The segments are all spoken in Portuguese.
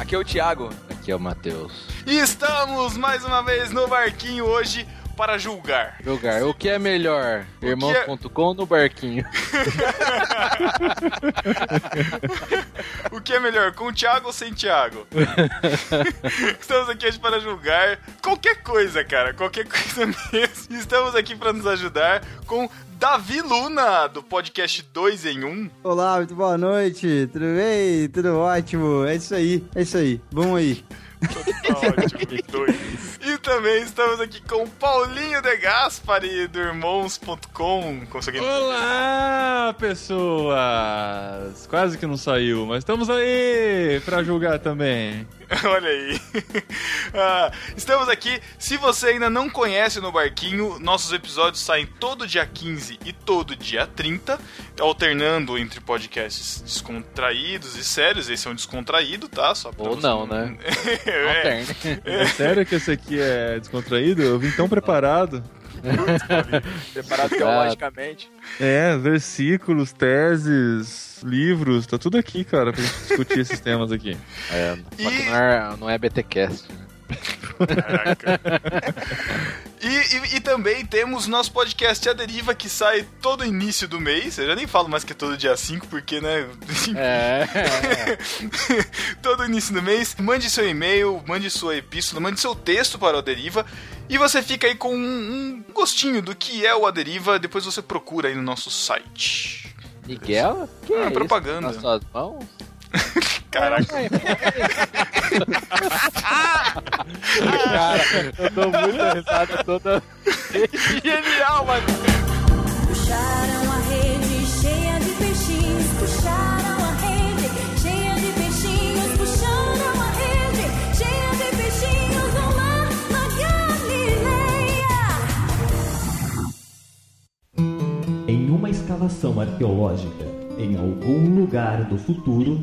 Aqui é o Thiago. Aqui é o Matheus. E estamos mais uma vez no barquinho hoje para julgar. Julgar. O que é melhor? que Irmãos.com no barquinho. O que é melhor, com o Thiago ou sem Thiago? Estamos aqui hoje para julgar qualquer coisa, cara, qualquer coisa mesmo. Estamos aqui para nos ajudar com Davi Luna, do podcast 2 em 1. Olá, muito boa noite, tudo bem? Tudo ótimo, é isso aí, é isso aí, vamos aí. Tá ótimo, dois. E também estamos aqui com Paulinho De Gaspari, do Irmãos.com. Conseguimos. Olá, pessoas! Quase que não saiu, mas estamos aí pra julgar também. Olha aí. Ah, estamos aqui. Se você ainda não conhece No Barquinho, nossos episódios saem todo dia 15 e todo dia 30, alternando entre podcasts descontraídos e sérios. Esse é um descontraído, tá? Só pra Ou você- não, né? é, Alterna. É sério que esse aqui é descontraído? Eu vim tão preparado. Separado teologicamente. É, versículos, teses, livros, tá tudo aqui, cara, pra gente discutir esses temas aqui. É, só que não é, não é BTcast. né? Caraca. E, e- e também temos nosso podcast A Deriva, que sai todo início do mês. Eu já nem falo mais que é todo dia 5, porque, né? É. todo início do mês. Mande seu e-mail, mande sua epístola, mande seu texto para o Aderiva. E você fica aí com um, um gostinho do que é o Aderiva. Depois você procura aí no nosso site. Miguel? Que Ah, é isso? propaganda. Nas suas mãos? Caraca. é Cara, eu dou muita risada toda. Genial, mano. Puxaram a rede cheia de peixinhos, puxaram a rede cheia de peixinhos, puxaram a rede cheia de peixinhos no mar da Galileia. Em uma escavação arqueológica em algum lugar do futuro,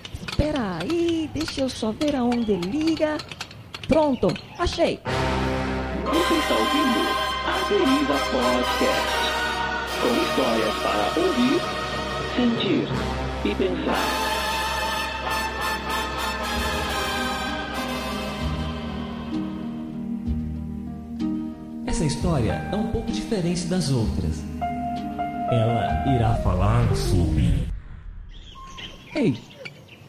Espera aí, deixa eu só ver aonde liga. Pronto, achei. Você está ouvindo a Deriva Podcast. Com histórias para ouvir, sentir e pensar. Essa história é um pouco diferente das outras. Ela irá falar sobre. Ei,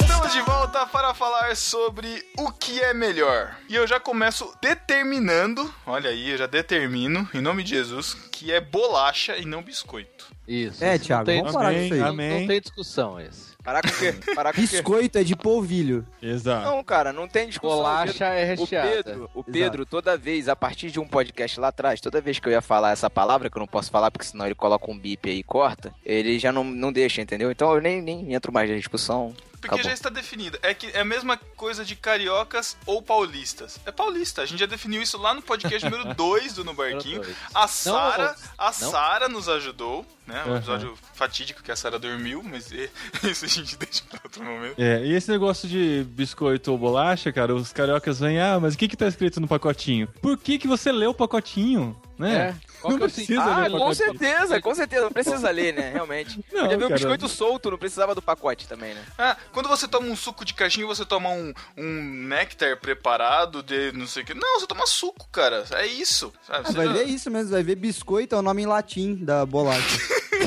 Estamos de volta para falar sobre o que é melhor. E eu já começo determinando, olha aí, eu já determino, em nome de Jesus, que é bolacha e não biscoito. Isso. É, isso. Thiago, Não tem, vamos parar com Amém, isso aí. não- amém. não tem discussão esse. Parar com o quê? Parar com o quê? Biscoito é de polvilho. Exato. Não, cara, não tem discussão. Bolacha é O recheada. Pedro, o Pedro toda vez, a partir de um podcast lá atrás, toda vez que eu ia falar essa palavra, que eu não posso falar porque senão ele coloca um bip aí e corta, ele já não, não deixa, entendeu? Então eu nem, nem entro mais na discussão. Porque Acabou. já está definida. É que é a mesma coisa de cariocas ou paulistas. É paulista. A gente já definiu isso lá no podcast número 2 do No Barquinho. Número dois. A Sara, a não. Sara nos ajudou, né? Um Aham. episódio fatídico que a Sara dormiu, mas e- isso a gente deixa para outro momento. É, e esse negócio de biscoito ou bolacha, cara, os cariocas vêm, ah, mas o que que tá escrito no pacotinho? Por que que você leu o pacotinho? né? Qual Não que é o sentido? precisa né? Ah, ver Ah, o com pacote. certeza, com certeza. Não precisa ler, né? Realmente. Não, Podia ver o cara. biscoito solto, não precisava do pacote também, né? Ah, quando você toma um suco de caixinha, você toma um, um néctar preparado de não sei o que. Não, você toma suco, cara. É isso. Sabe? Ah, Você vai já- ver isso mesmo, vai ver biscoito é o nome em latim da bolacha.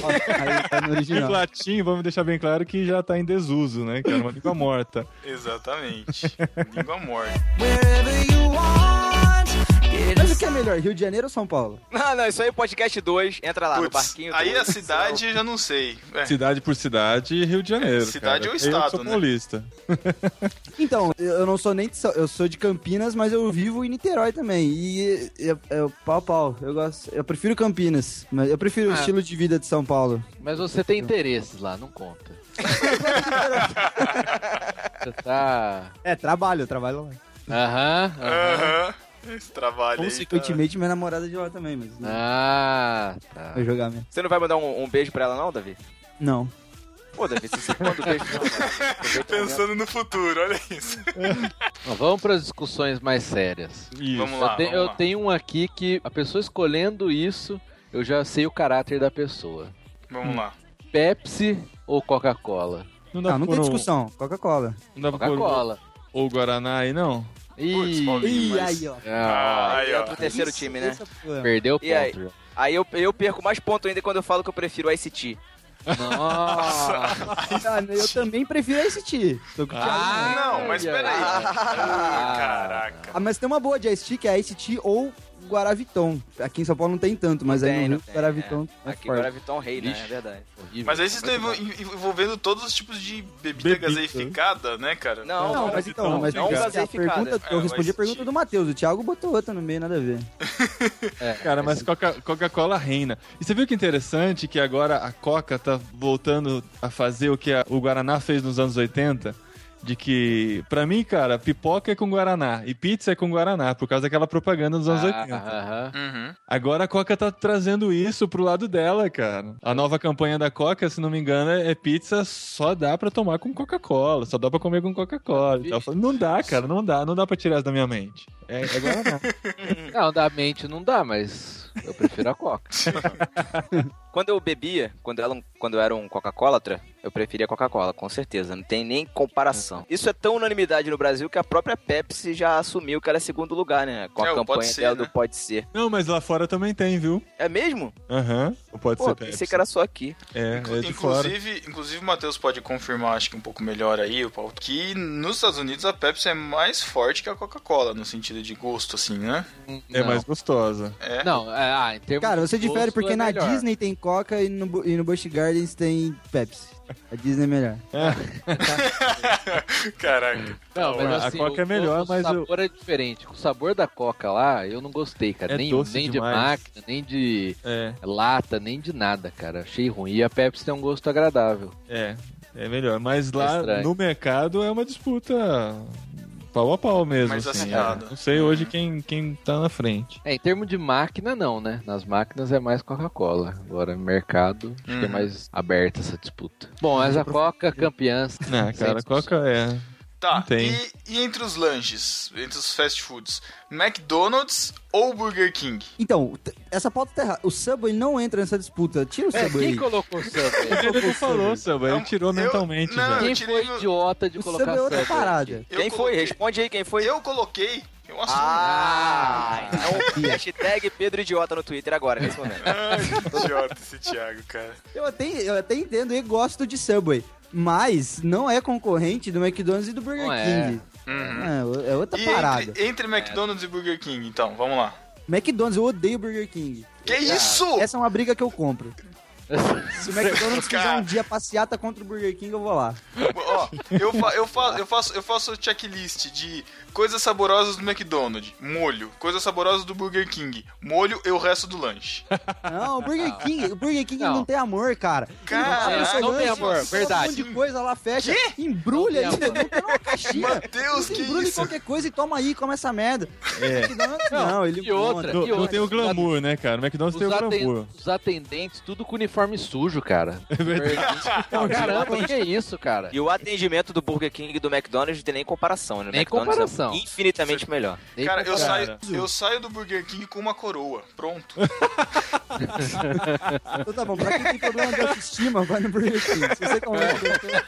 Ó, Aí tá no O original. latim, vamos deixar bem claro que já tá em desuso, né? Que era uma língua morta. Exatamente. Língua morta. Mas o que é melhor, Rio de Janeiro ou São Paulo? Não, não, isso aí é podcast 2. Entra lá Tá, no Putz, barquinho. aí dois, a cidade eu já não sei. É, Cidade por cidade, Rio de Janeiro. Cidade cara. ou estado, eu sou né? paulista. Então, eu não sou nem de São, eu sou de Campinas, mas eu vivo em Niterói também. E eu, eu- pau pau, eu gosto, eu prefiro Campinas, mas eu prefiro o estilo de vida de São Paulo. Mas você tem interesses lá, não conta. você tá. É, trabalho, eu trabalho lá. Aham. aham. Aham. Esse trabalho aí. tá- Consequentemente, minha namorada é de lá também, mas não Ah, tá. vai jogar mesmo. Você não vai mandar um, um beijo pra ela, não, Davi? Não. Pô, Davi, você sempre manda um beijo, não, mano. Aproveita o momento. Pensando no futuro, olha isso. Bom, vamos para as discussões mais sérias. Isso. Vamos lá. eu, Ah, te- vamos eu lá. tenho um aqui que a pessoa escolhendo isso, eu já sei o caráter da pessoa. Vamos lá. Pepsi ou Coca-Cola? Não dá Não, não pra tem pôr um- discussão. Coca-Cola. Não dá pra pôr Coca-Cola. o o Guaraná aí, não? Putz, Ih, Paulinho. Ih, mas- ó. ah, Aí, ó. Entra o terceiro time, né? Esse é o problema. perdeu o E aí? ponto. já. Aí eu, eu perco mais ponto ainda quando eu falo que eu prefiro ICT. Nossa! Ah, eu também prefiro esse time. Tô com o Thiago. Ah, não, mas ai, peraí. ai. Ah, caraca. Ah, mas tem uma boa de Ice Tea, que é a Ice Tea ou Guaraviton. Aqui em São Paulo não tem tanto, mas Não aí tem, no não Rio, tem, Guaraviton é, Aqui, forte. agora Vitão Rei, né? Vixe. É verdade. Horrível. Mas aí vocês estão Muito envol- envolvendo todos os tipos de bebida, Bebida. gaseificada, né, cara? Não, Não, mas então, mas não tem que gasei ser a ficada. pergunta, É, eu o respondi a Ice pergunta Tea. do Matheus, o Thiago botou outra no meio, nada a ver. bom. É, Cara, mas esse- Coca- Coca-Cola reina. E você viu que interessante que agora a Coca tá voltando a fazer o que a- o Guaraná fez nos anos 80? De que, pra mim, cara, pipoca é com Guaraná e pizza é com Guaraná, por causa daquela propaganda dos anos Ah, 80. aham. Uhum. Agora a Coca tá trazendo isso pro lado dela, cara. A nova campanha da Coca, se não me engano, é é pizza só dá pra tomar com Coca-Cola, só dá pra comer com Coca-Cola. e tal. Eu falo, Não dá, cara, não dá, não dá pra tirar isso da minha mente. É, é Guaraná. Não, da mente não dá, mas eu prefiro a Coca. Quando eu bebia, quando, ela, quando eu era um Coca-Colatra, eu preferia Coca-Cola, com certeza. Não tem nem comparação. Isso é tão unanimidade no Brasil que a própria Pepsi já assumiu que era segundo lugar, né? Com a É, o campanha Pode Ser, dela né? do Pode Ser. não, mas lá fora também tem, viu? É mesmo? Aham, pode Pô, ser pensei Pepsi. que era só aqui. É, é de fora. Inclusive, inclusive o Matheus pode confirmar, acho que um pouco melhor aí, o Paulo, que nos Estados Unidos a Pepsi é mais forte que a Coca-Cola, no sentido de gosto, assim, né? É mais gostosa. É. Não, é, ah, em termos Cara, de você difere gosto, porque é na melhor. Disney tem Coca e no, Bu- e no Busch Gardens tem Pepsi. A Disney é melhor. Caraca. Não, mas A assim, Coca é o- melhor, o mas eu- sabor é diferente. O sabor da Coca lá, eu não gostei, cara. É nem doce nem de demais. máquina, nem de É, lata, nem de nada, cara. Achei ruim. E a Pepsi tem um gosto agradável. é. É melhor. Mas lá estranho. no mercado é uma disputa pau a pau mesmo. Mais assim, acirrada. é. Não sei hoje quem, quem tá na frente. É, em termos de máquina, não, né? Nas máquinas é mais Coca-Cola. Agora, no mercado, acho que é Hum. Uhum. mais aberta essa disputa. Bom, mas a Coca é campeã. Não, sem Né, cara, discussão. Coca é. Tá, Não tem. e, e entre os lanches, entre os fast foods, McDonald's ou Burger King? Então, t- essa pauta tá errada. O Subway não entra nessa disputa. Tira o É, Subway. quem colocou o Subway? Ele não falou, Samba, ele tirou eu- mentalmente não, já. eu Quem tirei foi meu- idiota de O colocar Subway é outra Subway? parada. Eu quem foi? coloquei- Responde aí quem foi. Eu coloquei, eu assumo. Ah! então, hashtag Pedro Idiota no Twitter agora, nesse momento. Ai, que idiota esse Thiago, cara. Eu até, eu até entendo e gosto de Subway. Mas não é concorrente do McDonald's e do Burger Não é. King. Uhum. É, é outra E parada. entre, entre McDonald's e Burger King, então, vamos lá. McDonald's, eu odeio Burger King. Que isso? Essa é uma briga que eu compro. Se o McDonald's Cara. quiser um dia passeata contra o Burger King, eu vou lá. Ó, eu, fa eu, fa eu faço eu faço checklist de coisas saborosas do McDonald's, molho. Coisas saborosas do Burger King, molho e o resto do lanche. Não, o Burger King, o Burger King não, Não. tem amor, cara. Cara, Ele vai pro não seu tem lanche, amor, coloca verdade. Um monte de coisa lá, fecha, embrulha Não isso, tem não tem uma caixinha. Meu Deus, Você que embrulha em isso? qualquer coisa e toma aí, come essa merda. É. McDonald's, não, ele e outra, monta. Não, e não outra, tem o os glamour, né, cara? O McDonald's Os, tem o aten- glamour. os atendentes, tudo com uniforme sujo, cara. É verdade. Caramba, que é isso, cara? E o atendimento do Burger King e do McDonald's não tem nem comparação, né? Nem McDonald's comparação. é infinitamente melhor. Nem Cara, eu comparar. saio, eu saio do Burger King com uma coroa. Pronto. Então tá bom, pra quem tem problema de autoestima, vai no Burger King. Se você um- comer,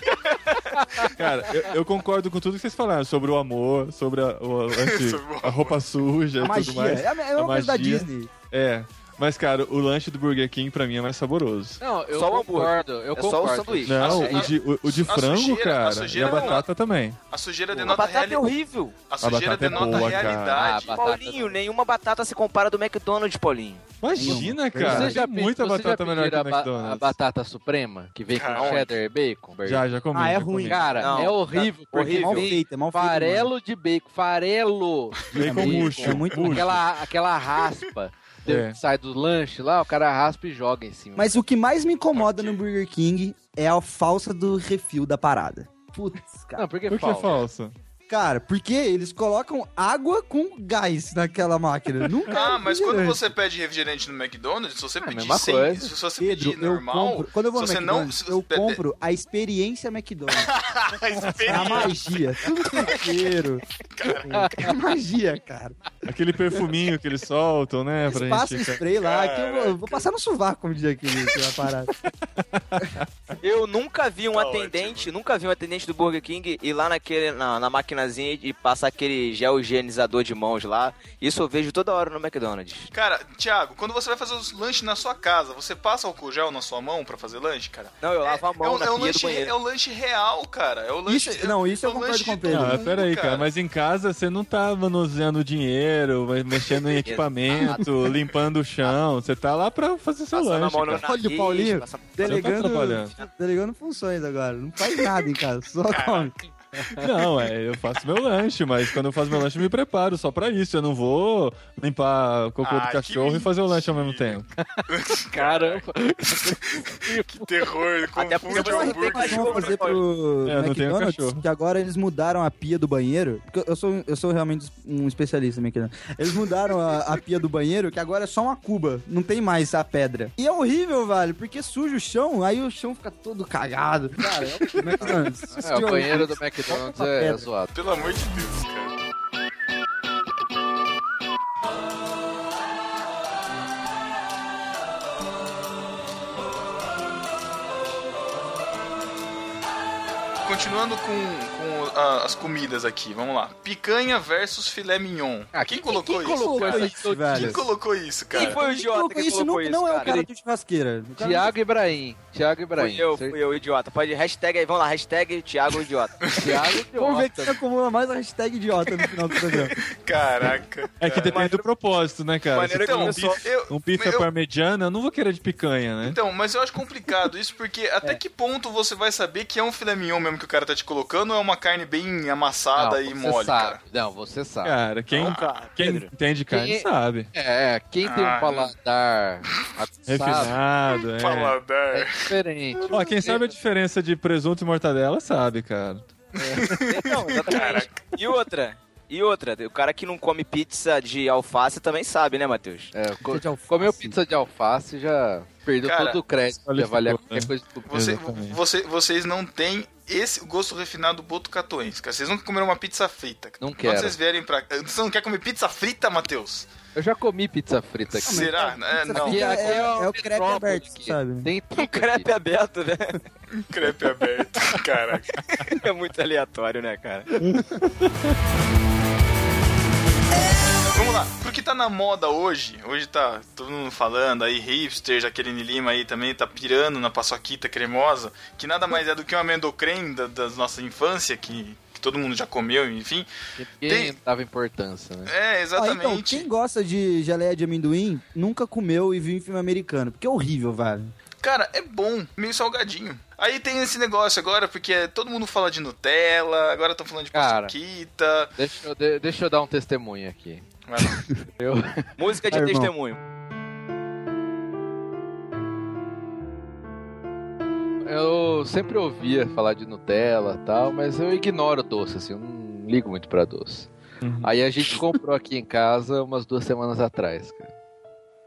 Cara, eu, eu concordo com tudo que vocês falaram sobre o amor, sobre a, o- lanche- Sobre o amor. a roupa suja a e tudo magia. mais. É a mesma A coisa da magia. Disney. É. Mas, cara, o lanche do Burger King pra mim é mais saboroso. Não, eu Só o concordo, eu É só o concordo. sanduíche. A Não, su- o de, o- o de a frango, sujeira- a cara, e sujeira a não é. batata também. A sujeira A denota batata é realidade. horrível. A sujeira batata é denota boa, cara. realidade. Ah, Batata Paulinho, nenhuma batata se compara do McDonald's, Paulinho. Imagina, Você cara. já tem pe- muita você já batata melhor que pediram o a ba- A McDonald's. batata suprema, que vem Cara, com cheddar e bacon. Já, já comi. Ah, é já comi. ruim. Cara, Não, é horrível, tá porque horrível. Mal vem feita, é mal feita. mano. farelo de bacon, farelo de Bacon murcho, é muito- murcho. Aquela, aquela raspa de- É. que sai do lanche lá, o cara raspa e joga em cima. Mas o que mais me incomoda no Burger King é a falsa do refil da parada. Putz, cara. Não, porque Por que falta. falso? Cara, porque eles colocam água com gás naquela máquina. Nunca. Ah, era mas quando refrigerante. você pede refrigerante no McDonald's, se É você a pedir mesma sem, coisa. se você Pedro, pedir eu normal, compro. Quando eu vou no se você não, McDonald's, se eu você- compro a experiência McDonald's. a experiência- a magia. Tudo que eu quero. É magia, cara. Aquele perfuminho que eles soltam, né? Eles Pra passam gente. ficar- spray lá. que eu, vou, eu vou passar no sovaco um dia aqui. Na parada. Eu nunca vi um Tá atendente, nunca vi um atendente do Burger King ir lá naquele, na, na maquinazinha e passar aquele gel higienizador de mãos lá. Isso eu vejo toda hora no McDonald's. Cara, Thiago, quando você vai fazer os lanches na sua casa, você passa álcool gel na sua mão pra fazer lanche, cara? Não, eu É, lavo a mão é um- na é um pia do lanche, banheiro. É um lanche real, cara. É o lanche. Isso- não, isso é eu o concordo lanche com o de Pedro. todo Ah, mundo, peraí, cara. Mas em casa você não tá manuseando dinheiro, vai mexendo em equipamento, limpando o chão. Você tá lá pra fazer seu Passando a lanche. mão no cara. nariz, Olha o Paulinho. passa- Você não tá Delegando, atrapalhando. delegando funções agora. Não faz nada em casa. Só come. Não, é, eu faço meu lanche, mas quando eu faço meu lanche eu me preparo só pra isso. Eu não vou limpar o cocô Ah, do que cachorro e fazer o lanche ao mesmo mentira. tempo. Caramba. Que terror, Até porque confunde o você não tem Sabe o um hambúrguer. que vão fazer pro É, não tem o McDonald's, cachorro. que agora eles mudaram a pia do banheiro. Porque eu sou, eu sou realmente um especialista, em McDonald's. Eles mudaram a, a pia do banheiro, que agora é só uma cuba. Não tem mais a pedra. E é horrível, velho, porque suja o chão, aí o chão fica todo cagado. Cara, é o McDonald's. É, o banheiro do McDonald's é, é zoado. Pelo amor de Deus, cara. Continuando com, com ah, as comidas aqui, vamos lá. Picanha versus filé mignon. Ah, quem, quem- colocou quem isso? colocou cara? essa isso, velho? Quem colocou isso, cara? Quem foi o idiota que isso não, colocou isso, não é o cara? cara do churrasqueira. O cara- Tiago Ibrahim. Tiago Ibrahim. Fui eu, fui eu, idiota. Pode hashtag aí, vamos lá, hashtag Thiago Idiota. Tiago Vamos ver idiota. quem acumula mais a hashtag idiota no final do programa. Caraca. É que depende do propósito, né, cara? maneiro Você tem que um eu sou- bife, é eu- um bife à eu- parmegiana, eu não vou querer de picanha, né? Então, mas eu acho complicado isso, porque É. até que ponto você vai saber que é um filé mignon mesmo que o cara tá te colocando ou é uma carne bem amassada Não, e você mole, sabe. cara? Não, você sabe. Cara, quem, quem Pedro. entende carne Quem- sabe. É, é, quem tem Ah. um paladar aguçado Refinado, é. é Paladar. diferente. Ó, quem sabe a diferença de presunto e mortadela sabe, cara. Não, exatamente. E outra, e outra, o cara que não come pizza de alface também sabe, né, Matheus? É, co- Pizza de alface. comeu pizza de alface já perdeu Cara, todo o crédito de qualificou, avaliar né? qualquer coisa do Você- Exatamente. você- vocês não têm esse gosto refinado botucatuense, cara. Vocês nunca comeram uma pizza frita, cara. Não Quando quero. vocês vierem pra cá... Você não quer comer pizza frita, Matheus? Eu já comi pizza frita aqui. Será? É, não, Aqui- aqui É, é o crepe metrópole aberto, aqui. sabe? Tem tudo aqui. Crepe aberto, né? crepe aberto, caraca. É muito aleatório, né, cara? Vamos lá, porque tá na moda hoje, hoje tá todo mundo falando aí, hipster, Jaqueline Lima aí também tá pirando na paçoquita cremosa, que nada mais é do que um amendocrem da, da nossa infância, que, que todo mundo já comeu, enfim. é Ninguém dava importância, né? É, Ó, então, exatamente. quem gosta de geleia de amendoim, nunca comeu e viu em filme americano. Porque é horrível, velho. Cara, é bom, meio salgadinho. Aí tem esse negócio agora, porque é- todo mundo fala de Nutella, agora estão falando de Cara. paçoquita. Deixa eu, de- deixa eu dar um testemunho aqui. Vai lá. Eu, Música de Aí, irmão. testemunho. eu sempre ouvia falar de Nutella e tal, mas eu ignoro doce, assim, eu não ligo muito pra doce. Uhum. Aí a gente comprou aqui em casa umas duas semanas atrás, cara.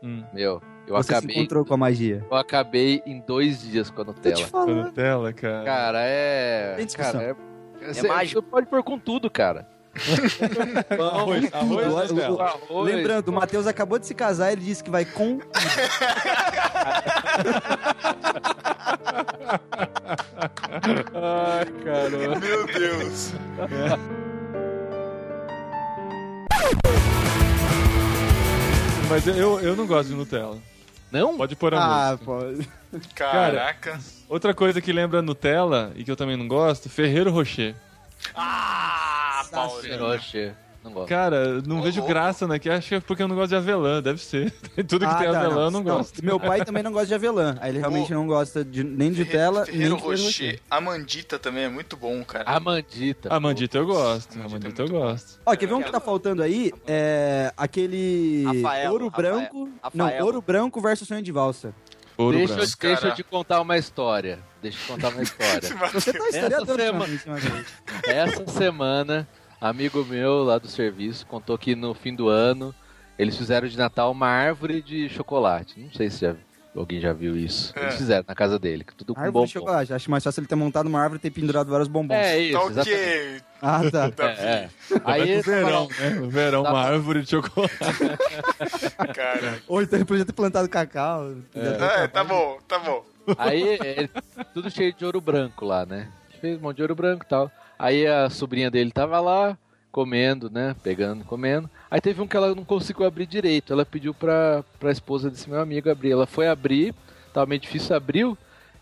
Hum. Meu, Eu você se acabei. encontrou com a magia. Eu acabei em dois dias com a Tô te Nutella. Com a falando. Nutella, cara. Cara, é. Tem discussão. Cara, é. Você- mágico. Você pode pôr com tudo, cara. Arroz, arroz, Tudo, Nutella. o- o- Lembrando, o Matheus acabou de se casar, ele disse que vai com. Tá Ai, cara. Meu Deus. Mas eu, eu não gosto de Nutella. Não? Pode pôr a Ah, música. pô. Caraca. Outra coisa que lembra Nutella e que eu também não gosto, Ferreiro Rocher. Ah, Paulinho. Rocher. é, Não gosto. Cara, não Ô, vejo louco. graça naquela. Acho que é porque eu não gosto de avelã, deve ser. Tudo que Ah, tem tá, avelã eu não gosto. Meu pai também não gosta de avelã. Aí ele realmente não gosta de, nem de tela, nem Ferreiro de Ferreiro Rocher. A Mandita também é muito bom, cara. Amandita. A Ah, mandita eu gosto. Amandita A é mandita eu muito gosto. Ó, quer ver um que tá faltando aí? É aquele Rafael, ouro Rafael, branco. Rafael. Não, ouro branco versus sonho de valsa. Ouro deixa, branco. eu, deixa eu te contar uma história. Deixa eu te contar uma história. Você tá historiador Essa ultimamente, Matheus. Essa semana, amigo meu lá do serviço contou que no fim do ano eles fizeram de Natal uma árvore de chocolate. Não sei se já- alguém já viu isso. Eles É. fizeram na casa dele, que tudo com Árvore de bombom. chocolate. Acho mais fácil ele ter montado uma árvore e ter pendurado vários bombons. É isso, Tá exatamente. ok. Ah, tá. Tá É, é. Aí Mas no eles verão, falaram, né? No verão, Tá uma árvore de chocolate. Cara. Ou então ele podia ter plantado cacau. É, tá bom, tá bom. Aí, é, tudo cheio de ouro branco lá, né? Fez um monte de ouro branco e tal. Aí a sobrinha dele tava lá, comendo, né? Pegando, comendo. Aí teve um que ela não conseguiu abrir direito. Ela pediu pra, pra esposa desse meu amigo abrir. Ela foi abrir, tava meio difícil, abriu.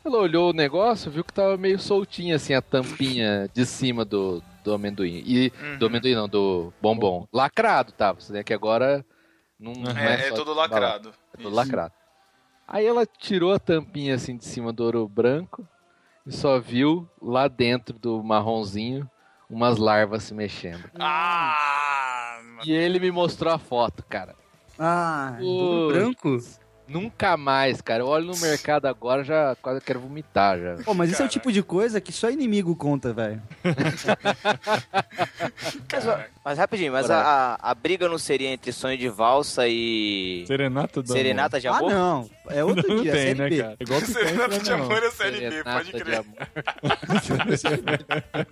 Ela olhou o negócio, viu que tava meio soltinha, assim, a tampinha de cima do, do amendoim. E, Hum. do Uhum. amendoim não, do bombom. Lacrado tava, né? Que agora... Não, não É, é só todo embalar. lacrado. Do É lacrado. Aí ela tirou a tampinha assim de cima do ouro branco e só viu lá dentro do marronzinho umas larvas se mexendo. Ah, E ele me mostrou a foto, cara. Ah, ouro Putz. branco? Nunca mais, cara. Eu olho no mercado agora já quase quero vomitar já. Pô, mas isso é o Caraca. tipo de coisa que só inimigo conta, velho. Mas, ó, mas rapidinho, mas a, a, a briga não seria entre sonho de valsa e. Serenata do Serenata de Ah, amor? não. É amor. outro Não dia, tem, série né, B. cara? Igual que Serenata de Amor é série B, pode Serenata de crer. amor.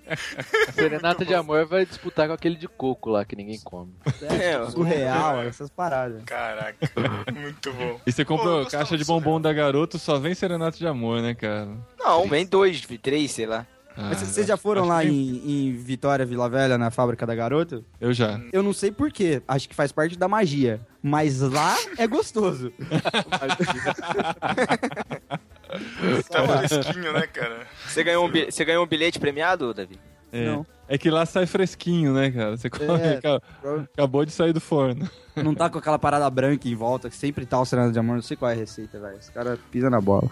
Serenata de amor vai disputar com aquele de coco lá que ninguém come. Ah, É, Surreal, essas paradas. Caraca, muito bom. E você Ô, compra a Gustavo, caixa de Gustavo. bombom da garoto, só vem Serenata de Amor, né, cara? não, vem dois, três, sei lá. Ah, Mas vocês já foram acho lá que- em, em Vitória, Vila Velha, na fábrica da Garoto? Eu já. Eu não sei porquê, acho que faz parte da magia. Mas lá é gostoso. Tá fresquinho, né, cara? Você ganhou um, bi- você ganhou um bilhete premiado, Davi? É. Não. É que lá sai fresquinho, né, cara? Você come, É. ca- acabou de sair do forno. Não tá com aquela parada branca em volta, que sempre tá o Senado de Amor, não sei qual é a receita, velho. Os caras pisam na bola.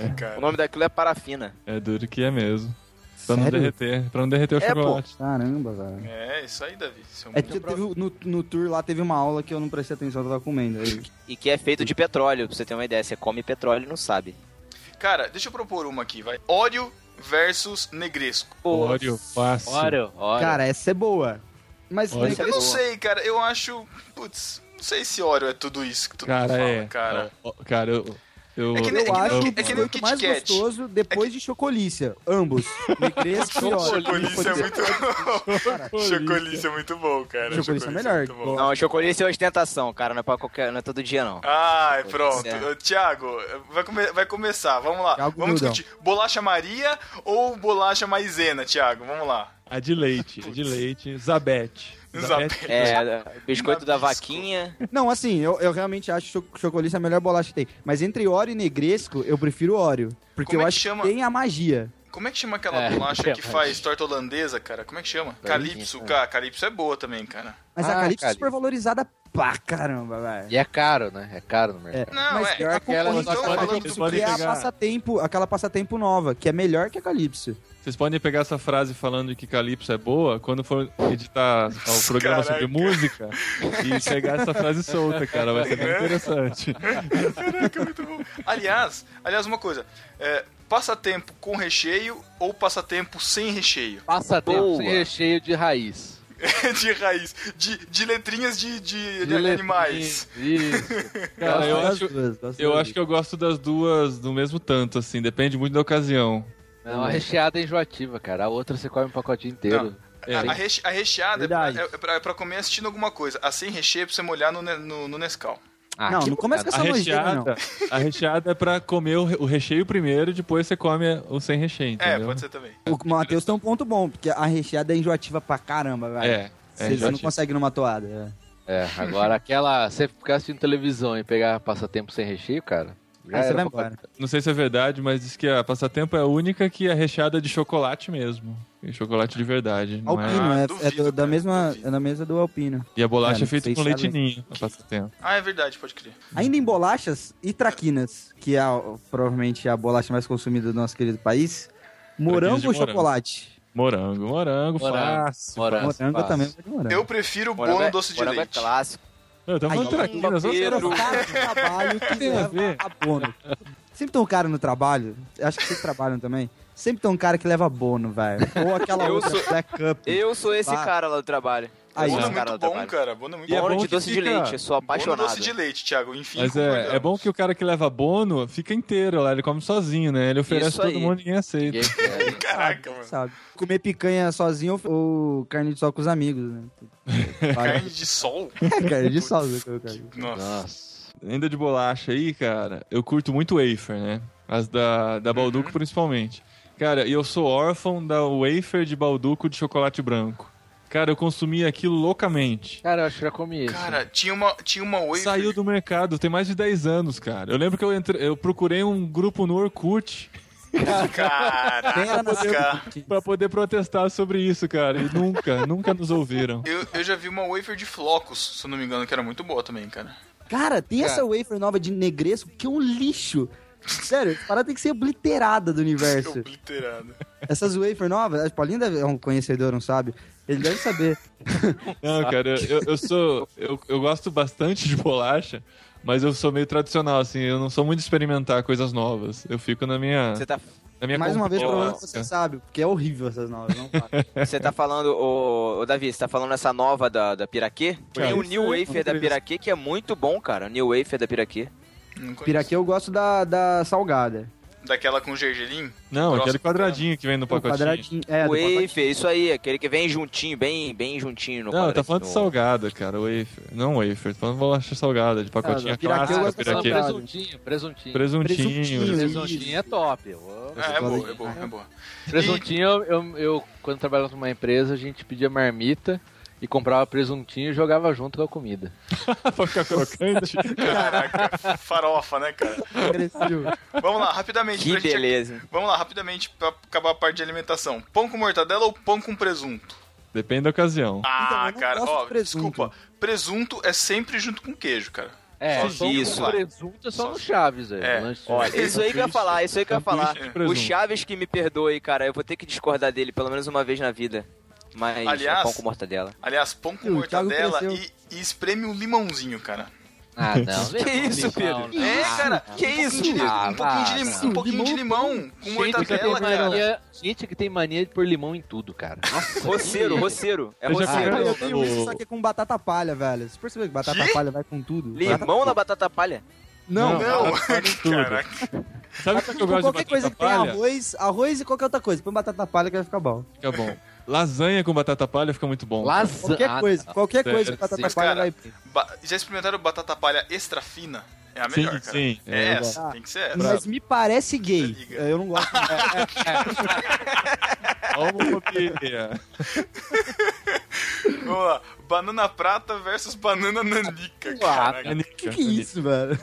O Cara, nome daquilo é parafina. É duro que é mesmo. Pra não Sério? derreter, pra não derreter o É, pô. chocolate. Caramba, velho. é isso aí, Davi. Seu É mundo. que teve- no, no tour lá teve uma aula que eu não prestei atenção, eu tava comendo. Aí- E que é feito de petróleo, pra você ter uma ideia. Você come petróleo e não sabe. Cara, deixa eu propor uma aqui, vai. Óleo versus negresco. Pô, Óleo fácil. Ora, ora. Cara, essa é boa. Mas é Olha. negresco- Eu não Boa. sei, cara. Eu acho. Putz, não sei se óleo é tudo isso que tu Cara, fala, é. cara. Ó, ó, Cara, eu. Eu, É que nem- eu acho amo. o é que nem o biscoito Kit mais Kat. gostoso depois de chocolícia. Ambos. Negresco e óleo. Chocolícia é muito bom. Chocolícia é muito bom, cara. Chocolícia é melhor. muito bom. Não, chocolate é ostentação, cara. Não é pra qualquer. Não é todo dia, não. Ai, pronto. Certo. Ô, Thiago, vai, come- vai começar. Vamos lá. Thiago Vamos Grudão. discutir. Bolacha Maria ou bolacha maisena, Thiago? Vamos lá. A de leite, a de leite. Zabete. Zabete. É, biscoito da Nabisco. vaquinha. Não, assim, eu, eu realmente acho cho- chocolícia a melhor bolacha que tem. Mas entre óleo e negresco, eu prefiro óleo. Porque Como é que eu acho chama? que tem a magia. Como é que chama aquela É, bolacha que verdade. faz torta holandesa, cara? Como é que chama? Calypso, é. cara. Calypso é boa também, cara. Mas Ah, a Calypso é Calypso. super valorizada pra caramba, velho. E é caro, né? É caro no mercado. É, Não, mas é, é pior que a aquela- Calypso então, é a falando- Calypso, podem que é a pegar- passatempo, aquela passatempo nova, que é melhor que a Calypso. Vocês podem pegar essa frase falando de que Calypso é boa quando for editar o programa Caraca. sobre música e pegar essa frase solta, cara. Vai ser É. bem interessante. Caraca, é muito bom. Aliás, aliás, uma coisa. É, passatempo com recheio ou passatempo sem recheio? Passatempo Boa. sem recheio de raiz. de raiz, de, de letrinhas de, de, de Dileto- animais. Isso. Cara, eu Gosto das acho- duas, gosto Eu das acho que eu gosto das duas do mesmo tanto, assim, depende muito da ocasião. Não, a recheada é enjoativa, cara. A outra você come um pacotinho inteiro. É. A, a reche- a recheada é pra, Verdade. é, pra, é pra comer assistindo alguma coisa. A sem recheio é pra você molhar no, ne- no, no Nescau. Ah, não, que não começa com A essa nojeira, não. recheada, a recheada é pra comer o re- o recheio primeiro, depois você come o sem recheio, É, entendeu? pode ser também. O Matheus tem um ponto bom, porque a recheada é enjoativa pra caramba, velho. É, é Você não enjoativo. consegue numa toada. é. É, agora aquela. Você ficar assistindo televisão e pegar passatempo sem recheio, cara. já Aí você era vai pra- embora. Não sei se é verdade, mas diz que a Passatempo é a única que é recheada de chocolate mesmo. E chocolate de verdade, não é? Alpino, Ah, é, é duvido, do- da, cara, mesma, duvido. é da mesma do Alpino. E a bolacha É, é feita não com sei se leite sabe. ninho, a Passatempo. Ah, é verdade, pode crer. Ainda em bolachas e traquinas, que é a- provavelmente a bolacha mais consumida do nosso querido país, morango de ou morango. chocolate? Morango, Morango, morango, fácil. morango. um Fácil, morango fácil. também vai de morango. Eu prefiro o Morango bolo é, doce de morango é leite. clássico. Eu tava Ai, falando traquinas, não sei. vampiro. Sempre tem um cara no trabalho que Tem a ver. leva abono. Sempre tem um cara no trabalho, acho que vocês trabalham também, sempre tem um cara que leva abono, velho. Ou aquela Eu outra sou- Black Cup. Eu sou esse Vá. cara lá do trabalho. Aí, eu Bolo é sou esse cara lá muito do bom, trabalho. cara. Bolo é muito E é bom. Bolo bom de que doce de fica- leite, eu sou Bolo apaixonado. doce de leite, Thiago. Enfim, Mas é, é concordamos. bom que o cara que leva bono fica inteiro lá, ele come sozinho, né? Ele oferece Isso todo aí. mundo e ninguém aceita. Ninguém quer. Caraca, mano. Sabe? Comer picanha sozinho ou, ou carne de sol com os amigos, né? Carne de sol? É, carne de sol. né, cara? Nossa. Nossa. Ainda de bolacha aí, cara, eu curto muito wafer, né? As da, da Balduco principalmente. Cara, e eu sou órfão da wafer de Balduco de chocolate branco. Cara, eu consumi aquilo loucamente. Cara, eu acho que já comi isso. Cara, tinha uma, tinha uma wafer. Saiu do mercado, tem mais de 10 anos, cara. Eu lembro que eu, entre... eu procurei um grupo no Orkut Nem era na Caraca. pra poder protestar sobre isso, cara. E nunca, nunca nos ouviram. Eu, eu já vi uma wafer de flocos, se eu não me engano, que era muito boa também, cara. Cara, tem essa wafer nova de negresco que é um lixo. Sério, essa parada tem que ser obliterada do universo. Obliterado. Essas wafer novas, o Paulinho deve- é um conhecedor, não sabe? Ele deve saber. Não, cara, eu, eu- eu sou. Eu, eu gosto bastante de bolacha, mas eu sou meio tradicional, assim. Eu não sou muito de experimentar coisas novas. Eu fico na minha. Você tá, Na minha Mais uma vez, conforma, provavelmente você cara. sabe, porque é horrível essas novas. Não fala. você tá falando, ô, ô, Davi, você tá falando essa nova da, da Piraquê? Cara, Tem o isso New é Wafer da interessante. Piraquê que é muito bom, cara. O New Wafer da Piraquê. Não conheço. Piraquê eu gosto da, da salgada. Daquela com gergelim? Não, Grossa aquele pra quadradinho que vem no O pacotinho. quadradinho. É, do pacotinho. Wafer, isso aí, aquele que vem juntinho, bem, bem juntinho Não, no tá quadradinho. falando de salgada, cara, wafer. Não wafer, tô falando de bolacha salgada, de pacotinho Ah, piraquê eu clássica, gosto de piraquê. salgada. Presuntinho, presuntinho. Presuntinho. Presuntinho. Presuntinho é top. Eu- Ah, é boa, é quadradinho. boa, é boa. Presuntinho, eu, eu, eu, quando trabalhava numa empresa, a gente pedia marmita e comprava presuntinho e jogava junto com a comida. pra ficar crocante. Caraca, farofa, né, cara? Agressivo. Vamos lá, rapidamente. Que pra gente- beleza. Vamos lá, rapidamente, pra acabar a parte de alimentação. Pão com mortadela ou pão com presunto? Depende da ocasião. Ah, Então, eu não cara, gosto ó, de presunto. desculpa. Presunto é sempre junto com queijo, cara. É, Só só isso. com presunto é só no Chaves, velho. É, Lanche- Olha, isso aí que eu ia falar, isso aí que eu ia falar. sanduíche de O presunto. Chaves que me perdoe, cara, eu vou ter que discordar dele pelo menos uma vez na vida. Mas Aliás- é pão com mortadela. Aliás, pão com Ih, é o Thiago mortadela e, cresceu. e espreme um limãozinho, cara. Ah, não. Que isso, Pedro? É, cara, que um isso? pouquinho de, Ah, um pouquinho de, vá, lim- cara. um pouquinho de limão com Gente que, tem mortadela, cara. mania, gente que tem mania de pôr limão em tudo, cara. Nossa, Roceiro, roceiro. É Eu já Cara, roceiro. comi- eu tenho isso, só que com batata palha, velho. Você percebeu que batata Que? palha vai com tudo? Limão na batata palha? Não, Não, tudo. caraca. Sabe o que eu Com gosto de qualquer coisa batata que tem palha? arroz, arroz e qualquer outra coisa. Põe batata palha que vai ficar bom. Fica bom. Lasanha com batata palha fica muito bom. Lasanha. Qualquer Ah, coisa, não. qualquer Sério, coisa que batata sim. palha Cara, vai. Ba- Já experimentaram batata palha extra fina? É a Sim, melhor, cara. sim. É, É, essa, tem que ser essa. tá. Mas me parece gay. Liga. Eu não gosto. Homofobia. Vamos lá. Banana prata versus banana nanica, Uau. cara. Anica, O que, que é isso, velho?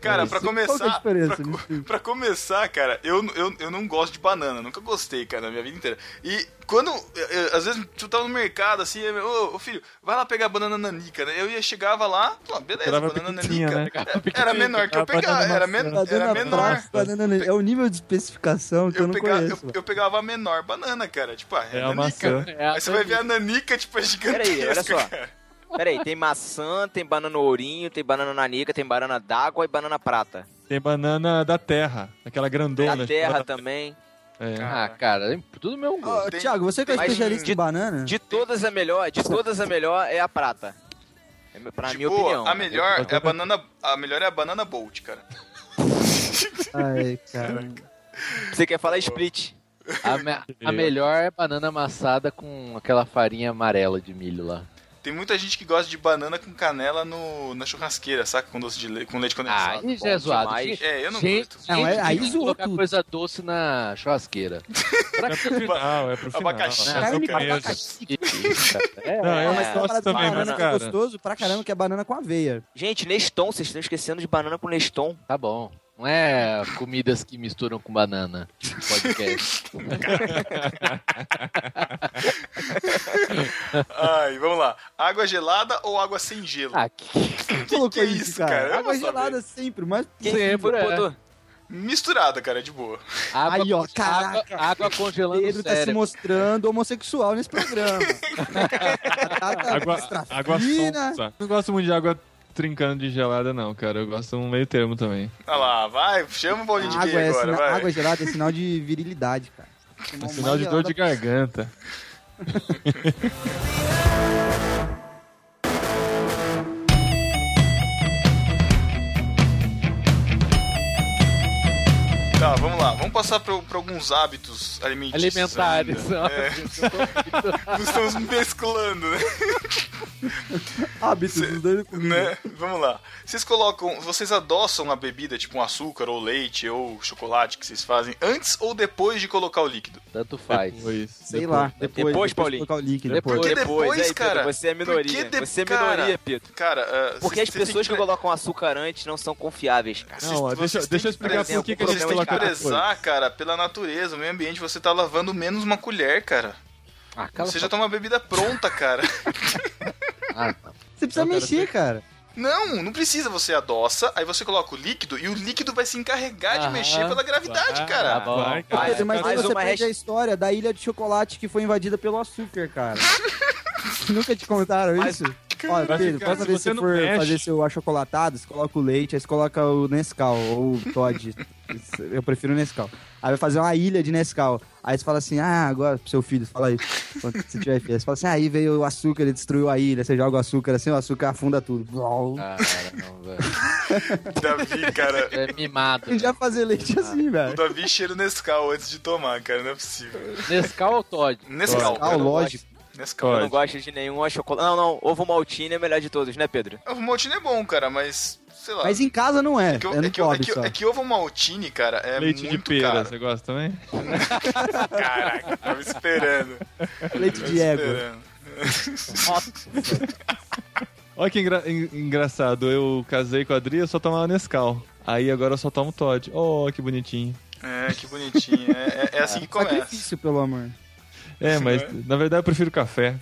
Cara, pra Qual que é a começar, diferença? Me explica. Pra começar, cara, eu, eu, eu não gosto de banana, nunca gostei, cara, na minha vida inteira. E quando, eu- eu- às vezes, tu tava no mercado, assim, eu, ô, ô, filho, vai lá pegar banana nanica, né? Eu ia, chegava lá, pô, beleza, Pegava banana pequitinha, nanica. né? Pegava Era pequitinha, menor que eu pegava banana pegava, era, men maçã. era Banana menor. prata, banana- É o nível de especificação que eu, Eu não pegava, eu, conheço. eu pegava a menor banana, cara, tipo, ah, é, É a nanica. maçã. É, Aí você vai ver a nanica, tipo, é gigantesca, Peraí, olha só. cara. Peraí, tem maçã, tem banana ourinho, tem banana nanica, tem banana d'água e banana prata. Tem banana da terra, aquela grandona. Da tipo, terra também. É. Ah, cara, é tudo meu gosto. Ô, tem- Thiago, você que é tem- especialista em de- banana. De todas a melhor, de todas a melhor é a prata. É meu- Pra de minha boa, opinião. a melhor Eu- eu tô é a com- banana, a melhor é a banana bolt, cara. Ai, cara. Você quer falar split? A, me- a melhor é banana amassada com aquela farinha amarela de milho lá. Tem muita gente que gosta de banana com canela no, na churrasqueira, saca? Com doce de leite, com leite Ah, condensado. e já é bom zoado. demais. É, eu não gosto. Não, é- aí tem que zoou colocar tudo. coisa doce na churrasqueira. Pra que Pro final, é pro final. Abacaxi. É Carne sobre com mesmo. abacaxi. isso, cara? É, Não, eu É, não gosto Parada de também, banana mas, que é cara... gostoso pra caramba, que é banana com aveia. Gente, Neston, vocês estão esquecendo de banana com Neston. tá bom. Não é comidas que misturam com banana. Podcast. Ai, vamos lá. Água gelada ou água sem gelo? ah, que... Quem colocou que é isso, cara? Eu não Água vou saber. gelada sempre, mas... Sempre, foi, é. botou? Misturada, cara, de boa. água, Aí, ó, água- caraca. água congelando Pedro tá se sério. mostrando homossexual nesse programa. Tá, Água, água fina. sonsa. Não gosto muito de água trincando de gelada, não, cara. Eu gosto de um meio termo também. Olha lá, vai, chama o Paulinho de Água, Gay é agora, sina- vai. água gelada é sinal de virilidade, cara. É sinal de dor de garganta. Tá, vamos lá. Vamos passar pra, pra alguns hábitos alimentícios. Alimentares. ainda. Não estamos mesclando, né? Hábitos dos Ah, dois comigo. Né? Vamos lá. Vocês colocam, vocês adoçam a bebida, tipo um açúcar ou leite ou chocolate que vocês fazem antes ou depois de colocar o líquido? Tanto faz. Pois. Sei Depois- lá, depois, Depois, de Paulinho. colocar o líquido. Depois. Porque depois, aí, Pedro, cara, você é minoria. porque de- Você é cara, minoria, Pedro. Cara, ah, Porque vocês- as vocês pessoas que têm colocam açúcar antes não são confiáveis, cara. Vocês- Não, ó, deixa- vocês deixa têm eu explicar prezar- é por que que a gente vocês têm coloca depois. prezar, cara, pela natureza, o meio ambiente, você tá lavando menos uma colher, cara. Ah, cala você sua- já toma uma bebida pronta, cara. Ah, não. Você precisa Eu quero mexer, cara. Não, não precisa, você adoça, aí você coloca o líquido e o líquido vai se encarregar de Aham. mexer pela gravidade, Ah, cara. Tá bom. Vai, vai. Ah, Pedro, mas aí mais você uma perde hashtag. a história da ilha de chocolate que foi invadida pelo açúcar, cara. Nunca te contaram Mas- isso? Olha, Vai Pedro, ficar- toda se vez você que você não for mexe- fazer seu achocolatado, você coloca o leite, aí você coloca o Nescau ou o Todd. Isso, Eu prefiro o Nescau. Aí vai fazer uma ilha de Nescau. Aí você fala assim, ah, agora pro seu filho, fala aí, quando você tiver filho. Aí Você fala assim, ah, aí veio o açúcar, ele destruiu a ilha. Você joga o açúcar assim, o açúcar afunda tudo. Ah. Cara, não, velho. Davi, cara. É mimado. Quem já fazer leite assim, O velho? Davi cheira o Nescau antes de tomar, cara, não é possível. Nescau ou Todd? Nescau, Ah, cara. lógico. Nescau. Eu não gosto de nenhum chocolate. Não, não. Ovo maltine é melhor de todos, né, Pedro? O Maltine é bom, cara, mas sei lá. Mas em casa não é. É que, É é, no que, é, pobre que, só. é que ovo maltine, cara, é Leite de muito pera, caro. você gosta também? Caraca, tava esperando. Leite Tava de égua. esperando. Olha que engra- en- engraçado, eu casei com a Adri, eu só tomava Nescau. Aí agora eu só tomo Todd. Oh, que bonitinho. É, que bonitinho. É, é- é assim que começa. Sacrifício, pelo amor. É, mas É. na verdade eu prefiro café.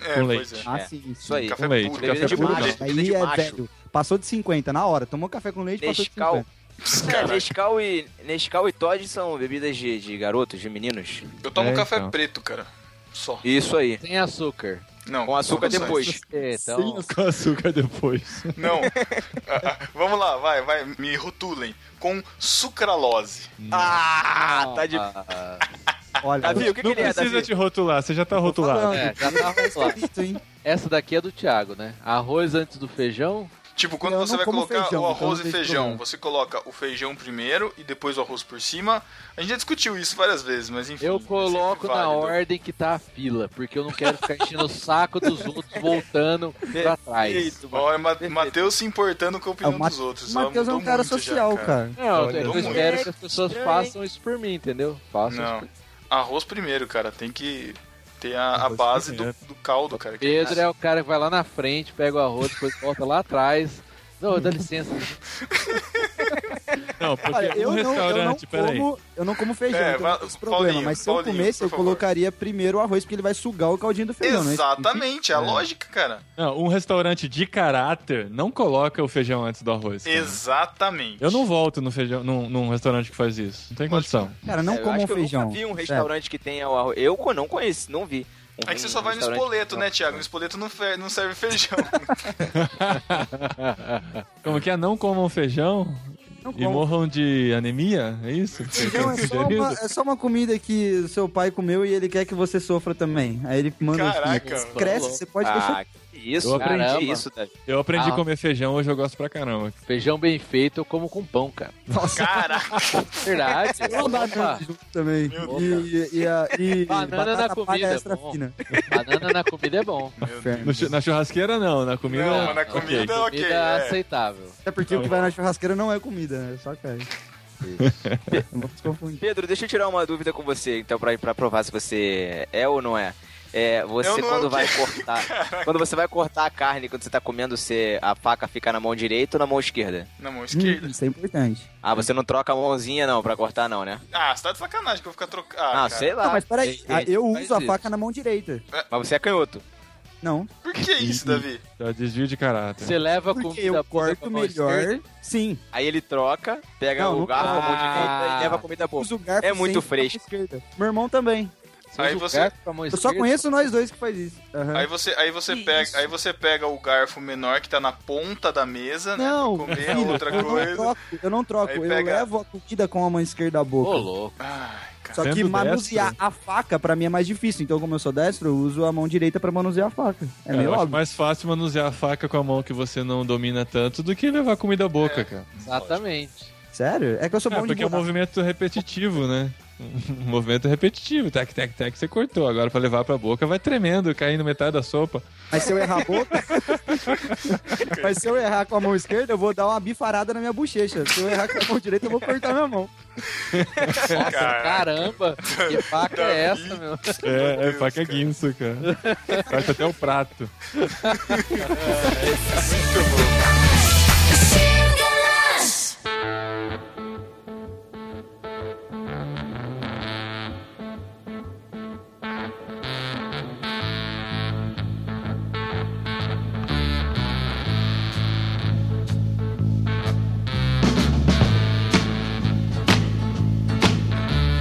É, Com pois é. Ah, É, sim, sim. Isso aí. Café com leite, puro. bebida café de puro não. macho, bebida Aí de é macho. velho. Passou de 50 na hora. Tomou café com leite, Nescau. passou de 50. É, Nescau e, Nescau e Todd são bebidas de, de garotos, de meninos. Eu tomo É, café então. preto, cara. Só. Isso aí. Sem açúcar. Não. Com açúcar todos nós. depois. É, então, Com açúcar depois. Não. Ah, ah, Vamos lá, vai, vai. Me rotulem. Com sucralose. Ah, tá de. ah, Olha, Davi, o que, que Não ele é, precisa Davi? te rotular, você já tá rotulado. é, já tá rolado. isso, hein? Essa daqui é do Thiago, né? Arroz antes do feijão. Tipo, quando Eu você não vai como colocar feijão, o então arroz não e tem feijão, problema. você coloca o feijão primeiro e depois o arroz por cima. A gente já discutiu isso várias vezes, mas enfim. é Eu sempre coloco na válido. ordem que tá a fila, porque eu não quero ficar enchendo o saco dos outros voltando pra trás. Perfeito, mano. Olha, é Ma Matheus se importando com a opinião É, o Ma- dos outros. Matheus é Eu um mudou cara muito já, social, cara. Não, Olha, eu, vamos espero ver. que as pessoas Estranho, façam isso por mim, entendeu? Façam isso por É Não. mim. Arroz primeiro, cara. Tem que ter a, a Arroz base do, primeiro. do caldo, cara. que- Pedro é o cara que vai lá na frente, pega o arroz, depois volta lá atrás. Não, dá licença. Não, porque Olha, eu, um não, eu, não restaurante, peraí. como, eu não como feijão, É, então vai- não tem esse problema. Paulinho, mas se eu Paulinho, comesse, por eu favor. colocaria primeiro o arroz, porque ele vai sugar o caldinho do feijão, né? Exatamente, é a lógica, cara. Não, um restaurante de caráter não coloca o feijão antes do arroz. cara. Exatamente. Eu não volto no feijão, num, num restaurante que faz isso. Não tem condição. Cara, não É, eu comam acho que Eu feijão. nunca vi um sério. restaurante que tenha o arroz. Eu co- não conheço, não vi. Um- É que você um só vai no restaurante- espoleto, né, Thiago? No espoleto não, fe- não serve feijão. Como que é? Não comam feijão Não E como. morram de anemia? É isso? que você Não, tá é só, sugerindo? uma, é só uma comida que o seu pai comeu e ele quer que você sofra também. Aí ele manda os Caraca, filhos. mano. Cresce, você pode deixar. Ah, que isso, Eu aprendi caramba. isso, isso, Davi. Eu aprendi Ah. a comer feijão, hoje eu gosto pra caramba. Feijão bem feito eu como com pão, cara. Nossa, Caraca, Verdade. eu banana Opa, junto também. Meu E, e, a- e Banana na batata palha comida, extra bom. fina. É um banana na comida é bom. Inferno. No chu- na churrasqueira, não. Na comida... Não, mas na ok. comida- Então, ok, comida é. aceitável. Até porque o que vai na churrasqueira não é comida, né? Só carne. Vamos confundir. Pedro, deixa eu tirar uma dúvida com você, então, pra, pra provar se você é ou não é. É, você Eu não é quando o vai quê? cortar. quando você vai cortar a carne, quando você tá comendo, você, a faca fica na mão direita ou na mão esquerda? na mão Hum, esquerda. isso é importante. Ah, você não troca a mãozinha não pra cortar não, né? Ah, você tá de sacanagem que eu vou ficar trocando. Ah, cara. Ah, sei lá. Não, mas peraí, Gente, ah, eu faz uso a isso. faca na mão direita. Mas você é canhoto. Não. Por que isso, Davi? Tá, desvio de caráter. Você é leva a Porque comida eu boa com corto a mão melhor. esquerda, Sim. Aí ele troca, pega Não, o não garfo, a mão troca. Ah. direita e leva a comida pro... Uso o garfo É muito sempre com a mão fresco. esquerda. Meu irmão também. você Aí um usa o você- garfo com a mão Eu só esquerda. conheço nós dois que faz isso. Aham. Aí você, aí, você Que pega, isso? aí você pega o garfo menor que tá na ponta da mesa, né? Não, pra comer filho, outra eu não coisa. troco, eu não troco. Aí Eu pega- levo a comida com a mão esquerda à boca. Ô, louco. Ai, cara. Só que Sendo manusear a faca pra mim é mais difícil. Então, como eu sou destro, eu uso a mão direita pra manusear a faca. É Cara, meio eu acho óbvio. mais fácil manusear a faca com a mão que você não domina tanto do que levar comida à boca, cara. Exatamente. Sério? É que eu sou É, bom de porque é um mudar. movimento repetitivo, né? Um movimento repetitivo, tac, tac, tac, você cortou. Agora pra levar pra boca vai tremendo, caindo metade da sopa. Mas se eu errar a boca. Mas se eu errar com a mão esquerda, eu vou dar uma bifarada na minha bochecha. Se eu errar com a mão direita, eu vou cortar minha mão. Nossa, Caraca. Então, caramba. Que faca é Davi. essa, meu? É, é Deus, faca cara. guinso, cara. Corta até o prato.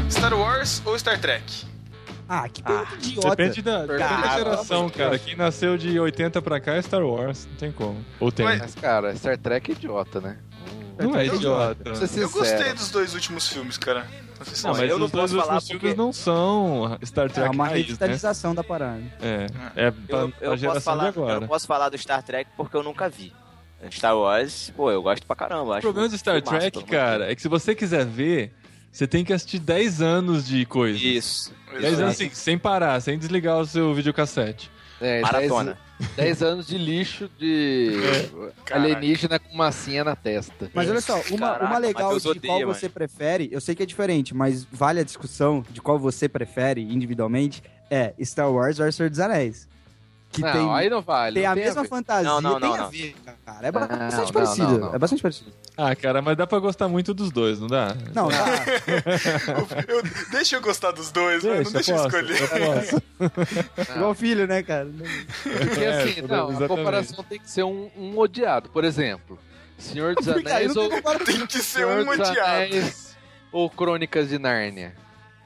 Star Wars ou Star Trek? Ah, que pergunta idiota. É Depende da, depende da Cara, geração, vamos- cara. Quem nasceu de 80 pra cá é Star Wars, não tem como. Ou tem. Mas- Mas, cara, Star Trek é idiota, né? não é idiota. Pra ser Eu gostei sincero. dos dois últimos filmes, cara. assim, Não sei se Não, Não, mas eu não os dois posso falar últimos filmes porque- não são Star É Trek uma raiz, né? revitalização da parada. É, é pra, Eu, eu pra posso geração falar, de eu agora. não posso falar do Star Trek porque eu nunca vi. Star Wars, pô, eu gosto pra caramba. O problema de Star Trek, cara, é que se você quiser ver, você tem que assistir 10 anos de coisa. Isso. 10 anos assim, sem parar, sem desligar o seu videocassete. É, Maratona. 10, 10 anos de lixo de Caraca. alienígena com massinha na testa. Mas olha só, uma, Caraca, uma legal Matheus de qual odeia, você prefere, eu sei que é diferente, mas vale a discussão de qual você prefere individualmente, é Star Wars versus Senhor dos Anéis. Que não, É, tem, aí não vale. tem não a mesma ver. fantasia, Não, não, tem não, a não. ver, cara. É Não, bastante não, parecido, não, não. é bastante parecido. Ah, cara, mas dá pra gostar muito dos dois, não dá? Não, tá. Eu- deixa eu gostar dos dois, mas não deixa eu posso, escolher. eu posso. igual filho, né, cara? Porque É, assim, não, exatamente. a comparação tem que ser um, um odiado. Por exemplo, Senhor dos Cara, eu Anéis não ou. tenho comparação. Tem que ser Senhor um dos odiado. Anéis ou Crônicas de Nárnia?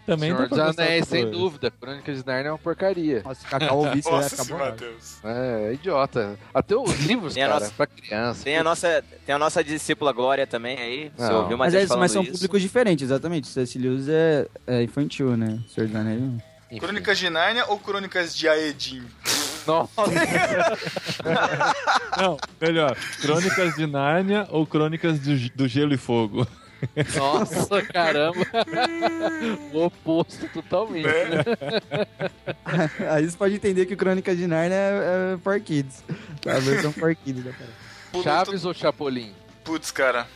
Também Senhor dá pra dos gostar Anéis, dos sem dois. dúvida. Crônicas de Nárnia é uma porcaria. Nossa, se Cacau ouvir, você vai Nossa, ficar esse bom. Matheus. É, é idiota. Até os livros, Tem a cara, nossa- pra criança. Tem a nossa, tem a nossa discípula Glória também aí. Você Não. ouviu mais Mas, é- mas falando são isso? públicos diferentes, exatamente. C.S. Lewis é, é infantil, né? Senhor dos Anéis. não. Enfim. Crônicas de Nárnia ou Crônicas de Aedim? Nossa, Não, melhor, Crônicas de Nárnia ou Crônicas do, do Gelo e Fogo? nossa, caramba. o oposto totalmente. né? Aí você pode entender que Crônica de Narnia é, é for kids. É a versão for kids da parada. Pulo Chaves ou Chapolin? to- Putz, cara.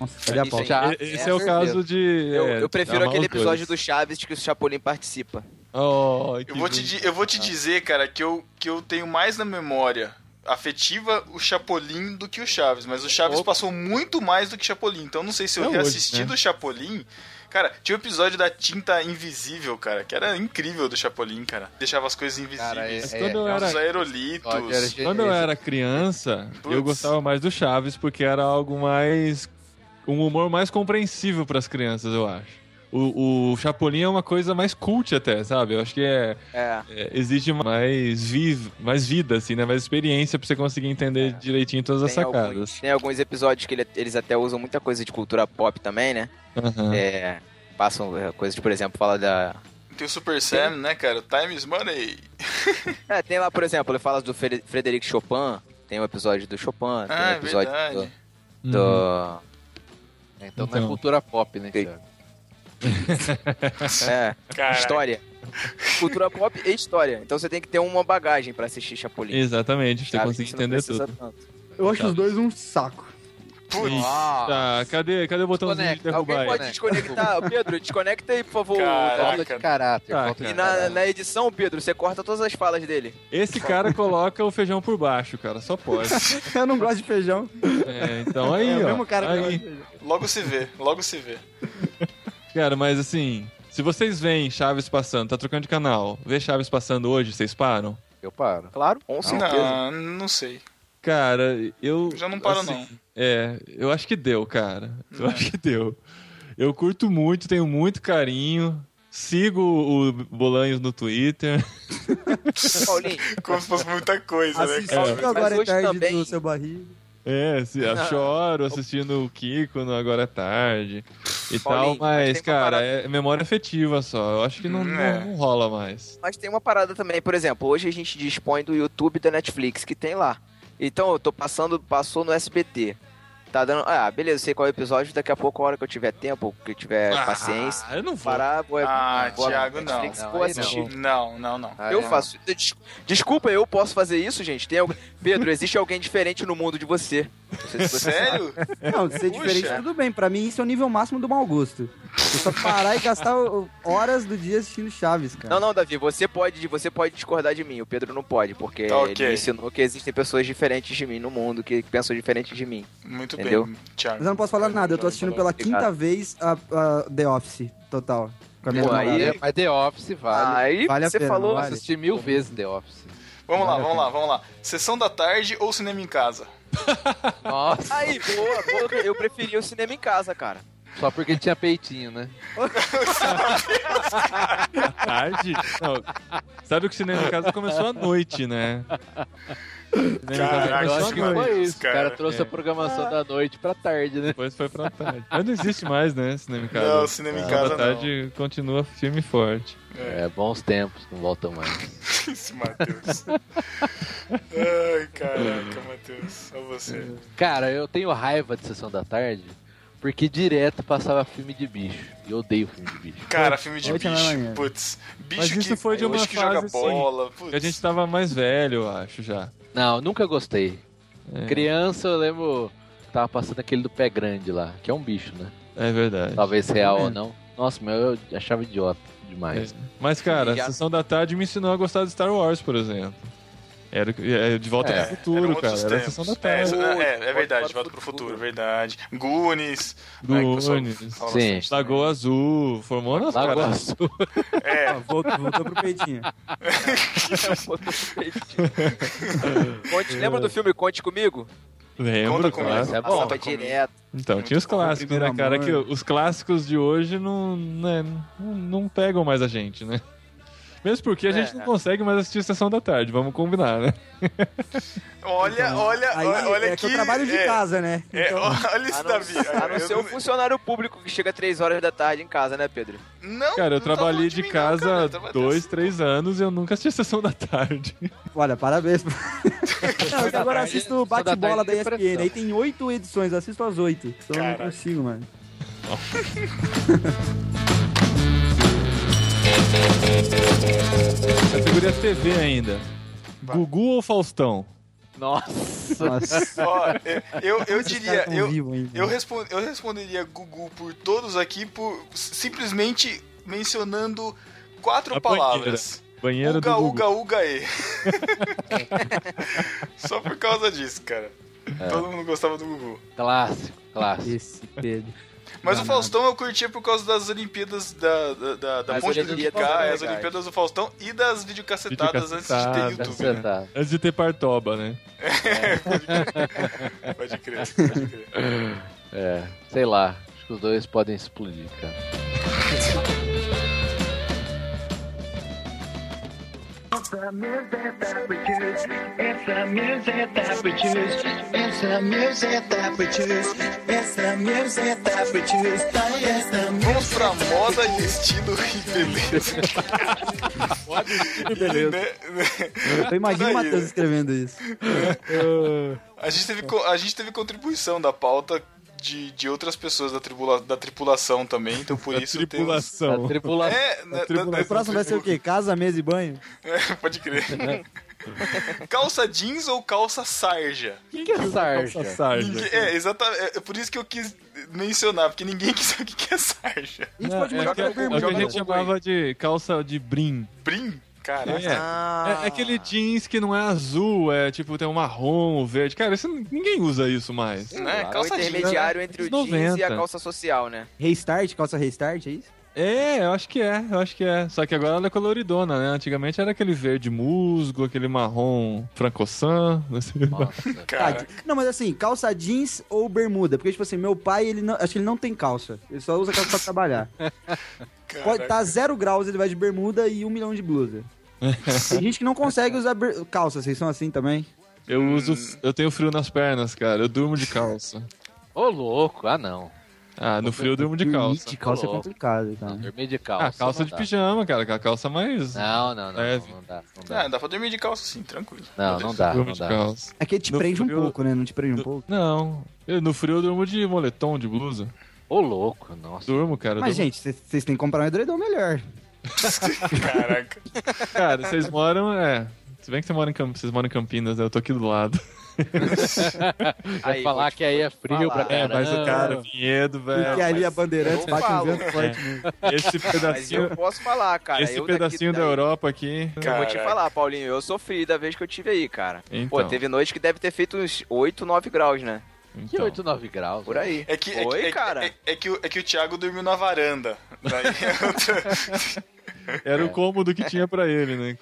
Nossa, olha a Isso aí. pauta. Já- E- Esse é é, o certeza. caso de. Eu, é, eu prefiro amar aquele os dois. episódio do Chaves que o Chapolin participa. Oh, que Eu vou, te, bonito. di- eu vou te dizer, cara, que eu, que eu tenho mais na memória afetiva o Chapolin do que o Chaves, mas o Chaves Opa. passou muito mais do que Chapolin, então não sei se eu É hoje, reassistindo né? o Chapolin. Cara, tinha um episódio da tinta invisível, cara, que era incrível do Chapolin, cara. Deixava as coisas Cara, é, invisíveis. é, Quando eu Os era aerolitos. episódio era genial. Quando eu era criança, Putz. eu gostava mais do Chaves porque era algo mais. um humor mais compreensível pras crianças, eu acho. O, o Chapolin é uma coisa mais cult até, sabe? Eu acho que é, É. é, exige mais, viv, mais vida, assim, né? Mais experiência pra você conseguir entender direitinho todas as Tem alguns, sacadas. tem alguns episódios que ele- eles até usam muita coisa de cultura pop também, né? Aham. É, passam é, coisas, de, por exemplo, fala da. Tem o Super Sam, né, cara? Time is money. É, tem lá, por exemplo, ele fala do Fre- Frederic Chopin, tem um episódio do Chopin, tem Ah, um é episódio verdade. Hum. do. Uhum. do- Então, não é Então. cultura pop, né, Ok. Thiago? é, Caraca. história. Cultura pop e história. Então você tem que ter uma bagagem pra assistir Chapolin. Exatamente, pra você sabe? conseguir Isso não entender precisa tudo. tanto. Eu acho os dois um saco. Putz. Tá, cadê, cadê o botãozinho de Desconecta. derrubar Alguém aí? pode desconectar? Pedro, desconecta aí, por favor. Caraca. Falta de caráter. Tá, falta de E na, caráter. na edição, Pedro, você corta todas as falas dele. Esse cara coloca o feijão por baixo, cara. Só pode. Eu não gosto de feijão. É, então aí, é o ó. mesmo cara que eu aí. gosto de feijão. Logo se vê, logo se vê. Cara, mas assim, se vocês veem Chaves passando, tá trocando de canal, vê Chaves passando hoje, vocês param? Eu paro. Claro. Com certeza. Não, não sei. Cara, eu. Já não paro, assim, não. É, eu acho que deu, cara. Eu acho que deu. Eu curto muito, tenho muito carinho. Sigo o Bolanhos no Twitter. Paulinho, Como se fosse muita coisa, né? Assistiu cara? Mas agora é hoje tarde também- do seu barriga. É, se- eu Não. choro assistindo o Kiko no Agora é Tarde e Paulinho, tal, mas tem mas, uma cara, parada. é memória afetiva só. Eu acho que não, Hum, não- é. não rola mais. mas tem uma parada também, por exemplo, hoje a gente dispõe do YouTube e da Netflix, que tem lá. Então eu tô passando, passou no SBT. Tá dando. Ah, beleza, sei qual é o episódio, daqui a pouco, a hora que eu tiver tempo, que eu tiver É, paciência, Ah, eu não vou. parar, vou. Ah, vou lá Thiago, na Netflix, não. vou Não, aí assistir. Não, não, não. Ah, eu não. faço. Des- Desculpa, eu posso fazer isso, gente? Tem algum... Pedro, existe alguém diferente no mundo de você. Não sei se você sabe. Sério? Não, Puxa. ser diferente, tudo bem. Pra mim, isso é o nível máximo do mau gosto. Eu só parar e gastar o- horas do dia assistindo Chaves, cara. Não, não, Davi, você pode, você pode discordar de mim, o Pedro não pode, porque Tá, ok. ele me ensinou que existem pessoas diferentes de mim no mundo, que pensam diferente de mim. Muito Entendeu? bem, Thiago. Mas eu não posso falar nada, eu tô assistindo pela quinta vez a, a The Office, total. Com a minha Pô, namorada. aí- Mas The Office vale. Aí Vale a você pena, falou. vale. Assisti mil vezes The Office. Vamos lá, vamos lá, vamos lá. Sessão da tarde ou cinema em casa? Nossa, Aí, boa, boa, eu preferia o cinema em casa, cara. só porque tinha peitinho, né? tarde? Não. Sabe que o cinema em casa começou à noite, né? Cinema em casa Caraca, começou à que noite, maneiro. foi isso, isso. O cara cara. trouxe É. a programação da noite pra tarde, né? Depois foi pra tarde. Mas não existe mais, né? Cinema em casa. Não, cinema em casa A tarde continua firme e forte. É, É, bons tempos, não voltam mais. É. isso, Matheus. Ai, caraca, Matheus. Olha você. Cara, eu tenho raiva de sessão da tarde, porque direto passava filme de bicho. E eu odeio filme de bicho. Cara, filme de Oito da manhã. bicho. Putz. Bicho Mas isso que, foi de uma bicho que joga fase, assim, bola. Putz. Porque a gente tava mais velho, eu acho, já. Não, nunca gostei. É. Criança, eu lembro, tava passando aquele do pé grande lá, que é um bicho, né? É verdade. Talvez real ou não. Nossa, meu, eu achava idiota demais. É. Mas, cara, a Já- sessão da tarde me ensinou a gostar de Star Wars, por exemplo. Era é, de volta É, pro Eram futuro, outros cara. Era a tempos. sessão da É, tarde. isso- é, é, verdade, de Volta volta pro pro futuro, verdade. Goonies. né, que o pessoal Goonies. fala Sim. bastante. Lagoa Azul. Formou nas Lagoa caras. Azul. É, Ó, voltou, voltou pro peitinho. Conte, lembra do filme Conte Comigo? Lembro, Conta comigo. claro. Esse é bom. Passava direto. Então, É Muito tinha os bom. clássicos, né, Primeiro cara? amor. Que os clássicos de hoje não, né, não, não pegam mais a gente, né? Mesmo porque a É. gente não consegue mais assistir Sessão da Tarde, vamos combinar, né? olha, olha, Aí, olha, olha é que eu trabalho de é, casa, né? é, olha A isso, não, Davi. a não Eu ser um funcionário público que chega 3 horas da tarde em casa, né, Pedro? Não, Cara, eu não tá falando trabalhei de mim, não, cara, tá casa eu trabalho- dois, três anos e eu nunca assisti Sessão da Tarde. Então, Olha, parabéns. Não, eu agora assisto o Sessão da bate-bola da tarde é ESPN. depressão. Aí tem oito edições, eu assisto as oito. Então eu não Caraca. consigo, mano. Categoria TV ainda. Gugu ou Faustão? Nossa. Nossa, Ó, eu- eu, eu diria, eu, vivo ainda. né? eu, respon- eu responderia Gugu por todos aqui por simplesmente mencionando quatro A palavras. Banheiro Uga, do Gugu. uga, uga, e. Só por causa disso, cara. É. Todo mundo gostava do Gugu. Clássico, clássico. Esse Pedro. Mas o Danado. Faustão eu curtia por causa das Olimpíadas da, da, da, da As Ponte do tá Olimpíadas Uruguai, legais. as Olimpíadas do Faustão e das videocassetadas antes de ter Videocacetada. YouTube. né? Cacetado. Antes de ter Partoba, né? Pode crer, pode crer. né? É, sei lá. Acho que os dois podem explodir, cara. It's the music that we choose. It's the music that we choose. It's the music that we choose. It's the music that we choose. It's the Vamos music. pra moda e estilo e beleza. beleza. Né, né? Eu imagino o Tudo aí, Matheus escrevendo isso. A gente teve, co- a gente teve contribuição da pauta de, de outras pessoas da, tribula, da tripulação também, então por isso temos... Tripulação. A tripulação. É, né, tripulação. da- O próximo vai ser o quê? Casa, mesa e banho? É, pode crer. calça jeans ou calça sarja? O que, que é sarja? Sarja. Ninguém- É, exatamente. É por isso que eu quis mencionar, porque ninguém que sabe o que é sarja. A gente Não, pode é, mudar o que- pra é o que a pergunta. gente chamava de calça de brim. Brim? Caraca. É. Ah, É, é aquele jeans que não é azul, é tipo, tem um marrom, um verde. Cara, isso, ninguém usa isso mais. Né? É o calça jeans. intermediário entre o Os jeans e a 90. calça social, né? Restart, calça restart, é isso? É, eu acho que é, eu acho que é. Só que agora ela é coloridona, né? Antigamente era aquele verde musgo, aquele marrom assim. francoçan, não sei o que lá. Nossa. Cara, Tá, não, mas assim, calça jeans ou bermuda? Porque, tipo assim, meu pai, ele não, acho que ele não tem calça. Ele só usa calça pra trabalhar. Pode caraca. tá zero graus, ele vai de bermuda e um milhão de blusa. tem gente que não consegue usar ber- calça, vocês são assim também? Eu uso, eu tenho frio nas pernas, cara. Eu durmo de calça. Ô, louco. Ah, não. Ah, no frio eu durmo de Dormir calça. De calça é Louco. complicado, cara. Dormir de calça. Ah, calça É, não de dá. Ah, pijama, cara, aquela calça mais Não, não, não. Leve. Não, não dá. Não Ah, dá. dá pra dormir de calça sim, tranquilo. Não, não dá. durmo Não de dá. calça. É que te No prende um frio- pouco, né? Não te prende um pouco? Não. Eu, no frio eu durmo de moletom, de blusa. Ô, louco. Nossa. Durmo, cara. eu Mas, durmo gente, vocês- vocês têm que comprar um edredom melhor. Caraca. Cara, vocês moram, é. Se bem que você mora em Camp- vocês moram em Campinas, né? Eu tô aqui do lado. Vai Aí, falar vou te que aí é frio falar. pra É, caramba. mas o cara, Vinhedo, Porque velho. É. ali a eu Bandeirantes bate um falo. vento forte mesmo. Esse é Mas eu pedacinho, posso falar, cara. esse eu daqui- pedacinho da daí- Europa aqui. Eu vou te Caraca. falar, Paulinho, eu sofri da vez que eu tive aí, cara. Pô, Então, teve noite que deve ter feito uns 8, 9 graus, né? Que então. 8, 9 graus. Por aí. É que, é, que- Oi, é que- cara. É, é que, o- é que o Thiago dormiu na varanda. Daí Era É. o cômodo que tinha pra ele, né?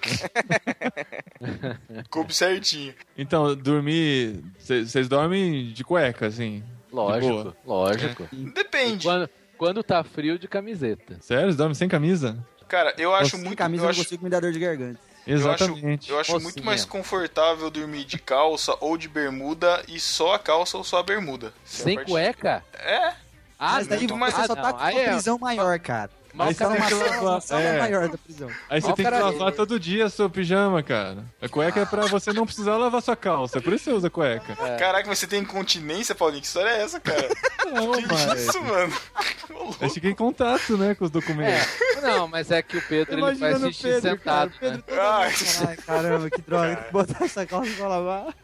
coube certinho. Então, dormir. Vocês dormem de cueca, assim. Lógico, boa. É. lógico. Depende. Quando, quando tá frio, de camiseta. Sério? Vocês dormem sem camisa? Cara, eu acho Sem muito. camisa eu eu acho- não consigo me dar dor de garganta. Eu acho, Exatamente. eu acho muito Mocinha. mais confortável dormir de calça ou de bermuda e só a calça ou só a bermuda. Se a Sem parte- cueca? É, Ah, Mas daí muito mais- você só tá ah, com não. Aí uma é- prisão maior, cara. Mal Aí Você tá tem numa que sala, lavar. uma sala É. maior da prisão. Aí você Ó, tem que cara, lavar todo dia seu pijama, cara. A cueca é pra você não precisar lavar sua calça. Por isso você usa cueca. É. caraca, mas você tem incontinência, Paulinho? Que história é essa, cara? Não, que mas. isso, mano? Ô, louco. Eu fiquei em contato, né, com os documentos. É, não, mas é que o Pedro ele faz Imaginando o xixi Pedro, sentado. cara. né? tá Pedro Ai, Ai, caramba, que droga. Tem que botar essa calça pra lavar.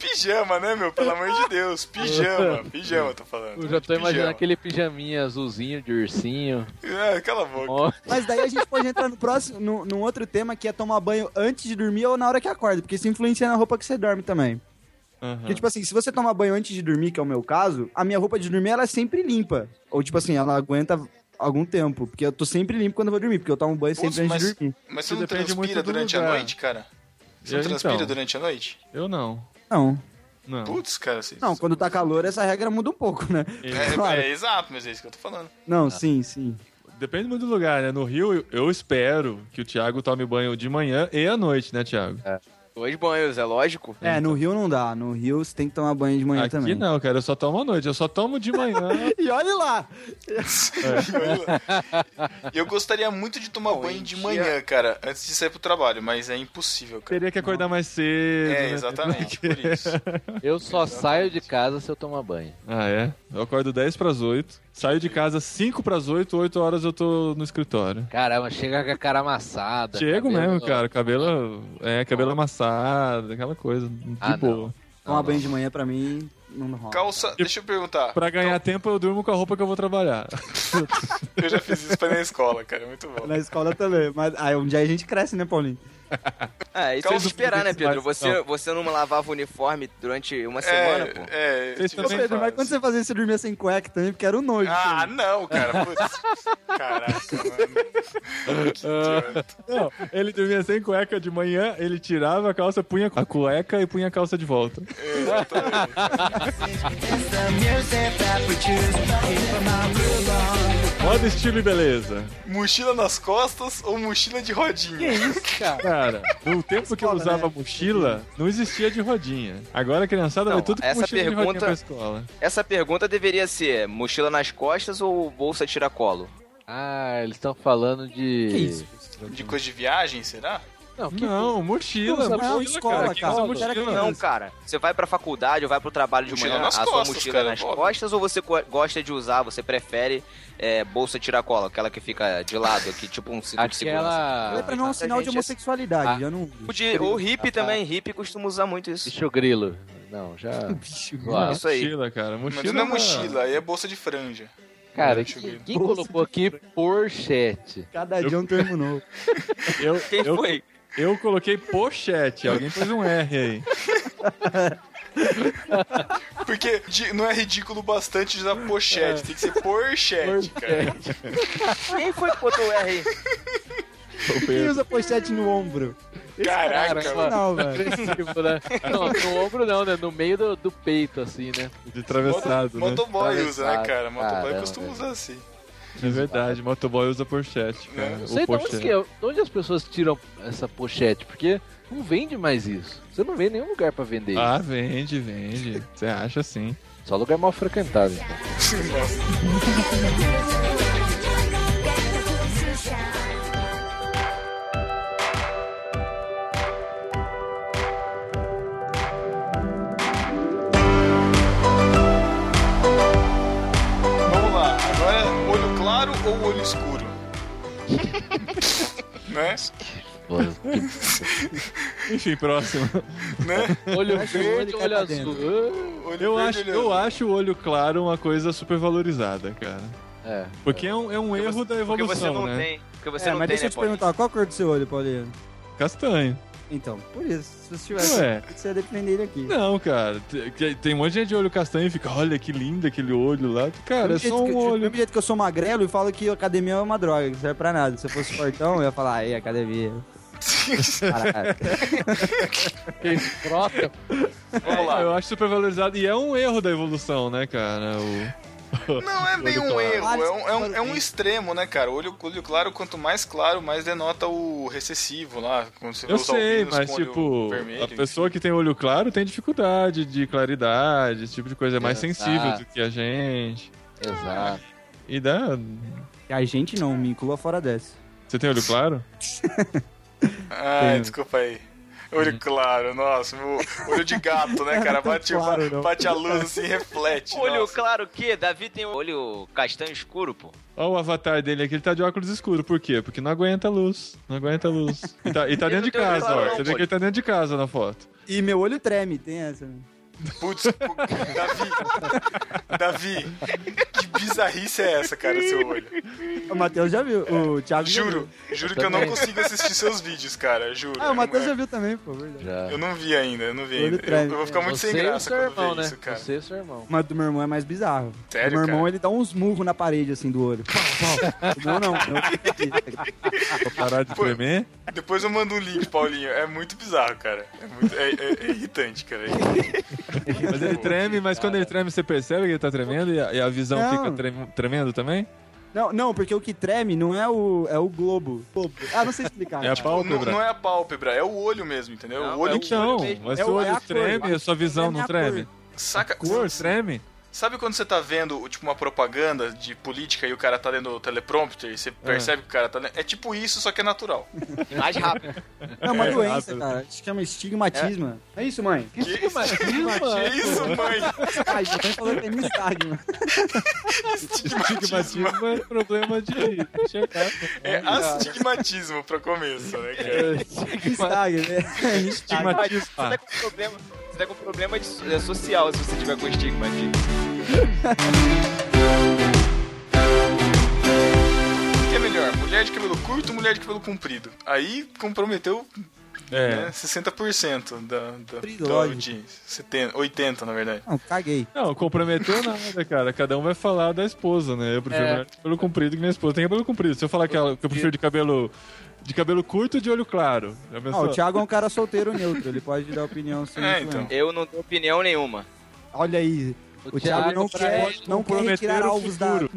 pijama, né, meu? Pelo amor de Deus. Pijama, pijama, tô falando. Eu já tô De imaginando pijama. aquele pijaminha azulzinho de ursinho. Ah, cala a boca. Ó, Mas daí a gente pode entrar no próximo, no, num outro tema que é tomar banho antes de dormir ou na hora que acorda, porque isso influencia na roupa que você dorme também. É. Aham. Porque, tipo assim, se você tomar banho antes de dormir, que é o meu caso, a minha roupa de dormir ela é sempre limpa. Ou, tipo assim, ela aguenta algum tempo. Porque eu tô sempre limpo quando eu vou dormir, porque eu tomo banho sempre Putz, antes mas- de dormir. Mas você Isso não depende transpira muito do durante a lugar. noite, cara? Você Eu, não transpira então. durante a noite? Eu não. Não. Não. Putz, cara, vocês... Não, quando tá calor, essa regra muda um pouco, né? É, Claro. é, exato, mas é isso que eu tô falando. Não, sim, sim. Depende muito do lugar, né? No Rio, eu- eu espero que o Thiago tome banho de manhã e à noite, né, Thiago? Dois banhos, é lógico. É, no Rio não dá. No Rio você tem que tomar banho de manhã Aqui também. não, cara, eu só tomo à noite. Eu só tomo de manhã. E olha lá! E eu gostaria muito de tomar Não, banho em de dia- manhã, cara, antes de sair pro trabalho, mas é impossível, cara. Teria que acordar mais cedo. É, né? exatamente, por isso. eu só saio de casa se eu tomar banho. Ah, é? Eu acordo 10 pras 8. Saio de casa 5 pras 8, 8 horas eu tô no escritório. Caramba, chega com a cara amassada. Chego Tá, cabelo- mesmo, cara. Cabelo. É, cabelo amassado, aquela coisa. De Ah, não. boa. Tomar não. banho de manhã pra mim não rola. Calça, deixa eu perguntar. Pra ganhar tempo, eu durmo com a roupa que eu vou trabalhar. Eu já fiz isso pra ir na escola, cara, é muito bom. Na escola também. Mas aí um dia a gente cresce, né, Paulinho? É, isso é Calça de esperar, né, pública, Pedro? mas- Você, não. você não lavava o uniforme durante uma semana, pô? É, é. Vocês tive também- essa Pedro, mas fase. quando você fazia isso, você dormia sem cueca também, porque era o nojo. Ah, não, cara. Putz. Caraca, mano. Que idiota. Ah, Não, ele dormia sem cueca de manhã, ele tirava a calça, punha a cueca e punha a calça de volta. It's the music that we choose. Keep my groove on. Moda, estilo e beleza. Mochila nas costas ou mochila de rodinha? Cara, no tempo que eu usava mochila, não existia de rodinha. Agora a criançada Não, vai tudo com essa mochila de rodinha pergunta- pra escola. Essa pergunta deveria ser mochila nas costas ou bolsa tiracolo? Ah, eles estão falando de. Que isso? De coisa de viagem, será? Não, que Não, mochila, Não, mochila, escola, cara. Quem cara. usa Era mochila? criança. Não, Não, cara. Você vai pra faculdade ou vai pro trabalho de Mochila manhã, nas a sua costas, mochila cara, nas óbvio. costas ou você co- gosta de usar, você prefere é, bolsa tiracola, aquela que fica de lado aqui, tipo um cinto de segurança? É Aquela. Tá pra mim é um sinal de Ah. homossexualidade, eu não... Ou de- Ou hippie também, hippie costuma usar muito isso. É Bicho grilo. Não, já. Bicho, Claro. Isso aí. Mochila, cara. Mochila. Mas não é na- mochila, aí é bolsa de franja. Cara, Bicho grilo. quem, quem colocou aqui porchete? Cada dia um termo novo. Eu, Quem eu, foi? eu coloquei pochete. Alguém pôs um R aí. Porque de- não é ridículo bastante usar É. pochete, tem que ser porchete, cara. Quem foi que botou o R aí? Quem usa pochete no ombro? Caraca, cara, é mano. Não, velho. Agressivo, né? Não, no ombro não, né? No meio do, do peito, assim, né? De atravessado, né? Motoboy usa, né, cara? Atravessado, Motoboy cara, costuma velho. usar assim. É verdade, motoboy usa pochete, cara. Não O sei de onde, pochete. que é- de onde as pessoas tiram essa pochete, porque não vende mais isso. Você não vê nenhum lugar pra vender Ah, vende, vende. Você acha sim. isso. Só lugar mal frequentado. Então. Vamos lá, agora olho claro ou olho escuro? né? Pô, Enfim, próximo. Né? Olho Fecha o olho verde, e cai olho pra azul. Olho Eu verde, olho acho, eu azul. acho o olho claro uma coisa super valorizada, cara. É. Porque é um, é um erro da Porque você evolução, não né? tem. Porque você É, não mas tem, deixa eu né, te Paulinho? perguntar, qual a cor do seu olho, Paulinho? Castanho. Então, por isso, se você tivesse, Ué. você ia defender ele aqui. Não, cara. te- que- Tem um monte de gente de olho castanho e fica, olha que lindo aquele olho lá. Cara, é Do mesmo só jeito que- um do olho. mesmo jeito que eu sou magrelo e falo que academia é uma droga, que não serve pra nada. Se eu fosse fortão, eu ia falar, aí, academia. Caraca. Que frota. Vamos lá. Eu acho super valorizado. E é um erro da evolução, né, cara? O... Não é bem um erro, é um, é um- é um extremo, né, cara? Olho, olho claro, quanto mais claro, mais denota o recessivo lá. Quando você vai Eu usar o sei, Windows mas com olho tipo, vermelho, a pessoa que tem olho claro tem dificuldade de claridade, esse tipo de coisa. É mais Exato. sensível do que a gente. Exato. E dá. A gente não, me inclua fora dessa. Você tem olho claro? Ah, desculpa aí. Olho claro, nossa, meu- olho de gato, né, cara? Bate, Claro, não. bate a luz assim, reflete. Olho nossa. claro que Davi tem olho castanho escuro, pô. Olha o avatar dele aqui, ele tá de óculos escuro. Por quê? Porque não aguenta a luz. Não aguenta a luz. E tá, e tá Ele dentro de não tem olho casa, claro ó. não, Você vê pô. que ele tá dentro de casa na foto. E meu olho treme, tem essa. né? Putz, pu- Davi, Davi, que bizarrice é essa, cara, seu olho? O Matheus já viu, o Thiago já Juro, viu. juro que eu não consigo assistir seus vídeos, cara, juro. Ah, o Matheus já eu, viu também, pô, verdade. Já. eu não vi ainda, eu não vi Olho ainda. Eu, treme. eu vou ficar muito sem Você e o graça seu quando irmão, ver né? isso, cara. Você e o seu irmão. Mas do meu irmão é mais bizarro. Sério, do meu irmão, cara? ele dá uns murros na parede, assim, do olho. Pau, pau. não, é não. não. Pra parar de Pô. tremer. Depois eu mando um link, Paulinho. É muito bizarro, cara. É, muito- é- é- é irritante, cara. Mas ele treme, mas quando ele treme, você percebe que ele tá tremendo e a, e a visão Não. fica trem- tremendo também? Não, não, porque o que treme não é o, é o globo. Globo. Ah, não sei explicar. É a cara. Não, pálpebra. não é a pálpebra, é o olho mesmo, entendeu? Não, o olho é o que. Então, mesmo. mas É se o- o é a olho cor. treme, a sua visão Treme a não treme? Saca? Cor treme? Sabe quando você tá vendo tipo uma propaganda de política e o cara tá lendo o teleprompter e você percebe que o cara tá lendo? É tipo isso, só que é natural. Mais rápido. É uma É, doença, rápido. cara. Isso chama estigmatismo. É, isso, mãe. Que isso, que isso mãe? Ai, minha mãe falou que tem nistagma. Estigmatismo é problema de enxergar. É astigmatismo pra começo, né, É, cara? Nistagma, né? É nistagma. Estigmatismo. Você tá com problema, você tá com problema de- é, social se você tiver com estigma. De... O que é melhor? Mulher de cabelo curto ou mulher de cabelo comprido? Aí comprometeu né, É. 60% da, da, Comprido, da lógico. audiência. 70, 80, na verdade. Não, caguei. Não, comprometeu nada, cara. Cada um vai falar da esposa, né? Eu prefiro É. mais de cabelo comprido que minha esposa tem cabelo comprido. Se eu falar que, ela- que eu prefiro de cabelo de cabelo curto ou de olho claro, a Ah, pessoa, o Thiago é um cara solteiro neutro, ele pode dar opinião sem É, isso mesmo. então. Eu não tenho opinião nenhuma. Olha aí, O, Thiago, é um não quer, não quer comprometer retirar o alvos da... futuro.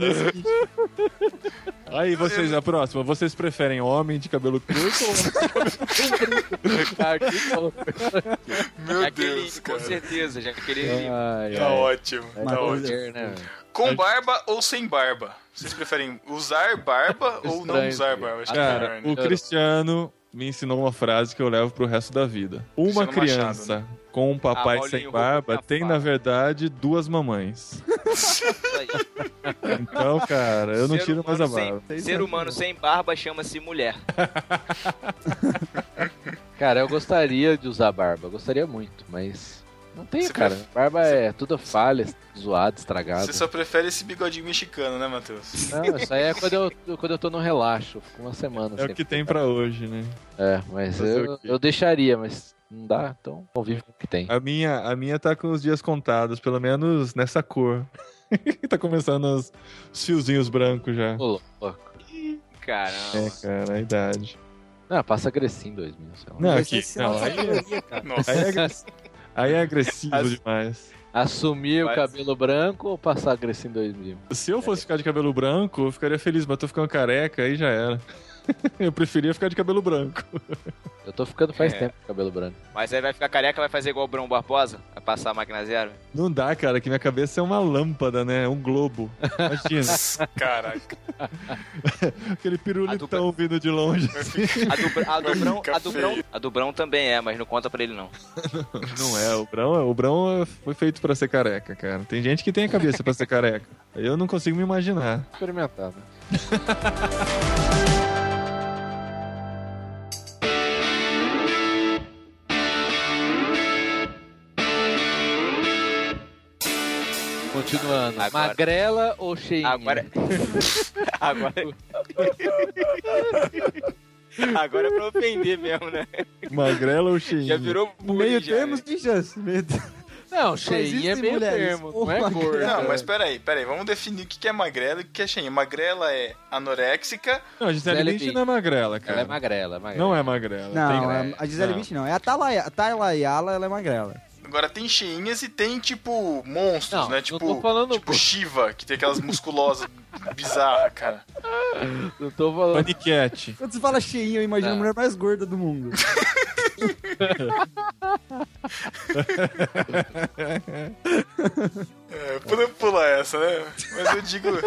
Aí vocês, a próxima. Vocês preferem homem de cabelo curto ou Cara, que louco. Meu Jaqueline, Deus, com cara. certeza, É. Jaqueline. Ai, Tá ai. ótimo, tá ótimo. Poder, né, velho? Com barba ou sem barba? Vocês preferem usar barba ou não Estranho, usar filho. barba? Acho que é Cara, melhor, né? o Cristiano me ensinou uma frase que eu levo pro resto da vida. Uma Cristiano Machado, criança com um papai Ah, Paulinho sem roubou barba minha tem, fala. na verdade, duas mamães. Isso aí. Então, cara, eu não Ser tiro mais a humano sem- barba. é ser humano sem barba chama-se mulher. Cara, eu gostaria de usar barba, eu gostaria muito, mas não tem, Você cara. Barba é toda falha, zoada, estragada. Você só prefere esse bigodinho mexicano, né, Matheus? Não, isso aí é quando eu, quando eu tô no relaxo, eu fico uma semana É sem. o que tem pra hoje, né? É, mas Fazer eu, o quê? eu deixaria, mas não dá, então convive com o que tem. A minha, a minha tá com os dias contados, pelo menos nessa cor. tá começando os, os fiozinhos brancos já. Ô, louco. É, Caramba. cara, a idade. Não, passa Grecim 2000, sei lá. Não, Vai ser aqui, sinal não, de aí, sabedoria, cara. aí é, Nossa. agres- aí é agressivo demais. Assumir o Vai- cabelo branco ou passar Grecim 2000? Se eu fosse ficar de cabelo branco, eu ficaria feliz, mas eu tô ficando careca, aí já era. Eu preferia ficar de cabelo branco. Eu tô ficando faz É. tempo com cabelo branco. Mas aí vai ficar careca, vai fazer igual o Brão Barbosa? Vai passar a máquina zero? Não dá, cara, que minha cabeça é uma lâmpada, né? É Um globo. Imagina. É. Caraca. Aquele pirulitão A vindo de longe. A do, Br- a do Vai Brão, ficar a do Brão- a do Brão também é, mas não conta pra ele não. Não é, o Brão, é- o Brão é- foi feito pra ser careca, cara. Tem gente que tem a cabeça pra ser careca. Eu não consigo me imaginar. Experimentado. Continuando. Agora- Magrela ou cheinha? Agora. Agora. Agora é pra ofender mesmo, né? Magrela ou cheinha? Já virou bullying. Meio já, termo, né? tem chance. Meio termo. Não, existe cheinha é meio mulheres. termo, não é Porra, gordo. Não, mas peraí, peraí. Vamos definir o que que é magrela e o que é cheinha. Magrela é anoréxica. Não, a Gisele Gisele Bündchen Bündchen. não é magrela, cara. Ela é magrela, é magrela. Não é magrela. Não, Tem- é- a Gisele Não. Bündchen não. É a Tala- Tayla Yala, ela é magrela. Agora tem cheinhas e tem, tipo, monstros, Não, né? não Tipo, tô falando- tipo Shiva, que tem aquelas musculosas bizarras, cara. Eu tô falando. Paniquete. Quando você fala cheinha, eu imagino Não. a mulher mais gorda do mundo. É, podemos pular essa, né? Mas eu digo...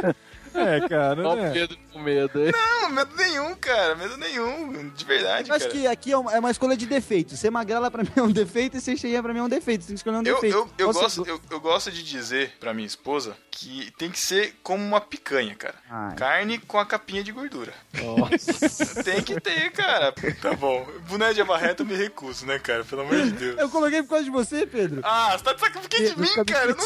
É, Ó cara, o né? Pedro com medo aí. Não, medo nenhum, cara. Medo nenhum. De verdade, Eu acho cara. que aqui é uma, é uma escolha de defeito. Ser magrela pra mim é um defeito e ser cheinha pra mim é um defeito. Você tem que escolher um Eu, defeito. eu, eu, Ou você gosto, go- eu, eu gosto de dizer pra minha esposa que tem que ser como uma picanha, cara. Ai. Carne com a capinha de gordura. Nossa. Tem que ter, cara. Tá bom. Boné de abarreta eu me recuso, né, cara? Pelo amor de Deus. Eu coloquei por causa de você, Pedro. Ah, você tá de saco por que de Pedro mim, fica me cara? Eu nunca...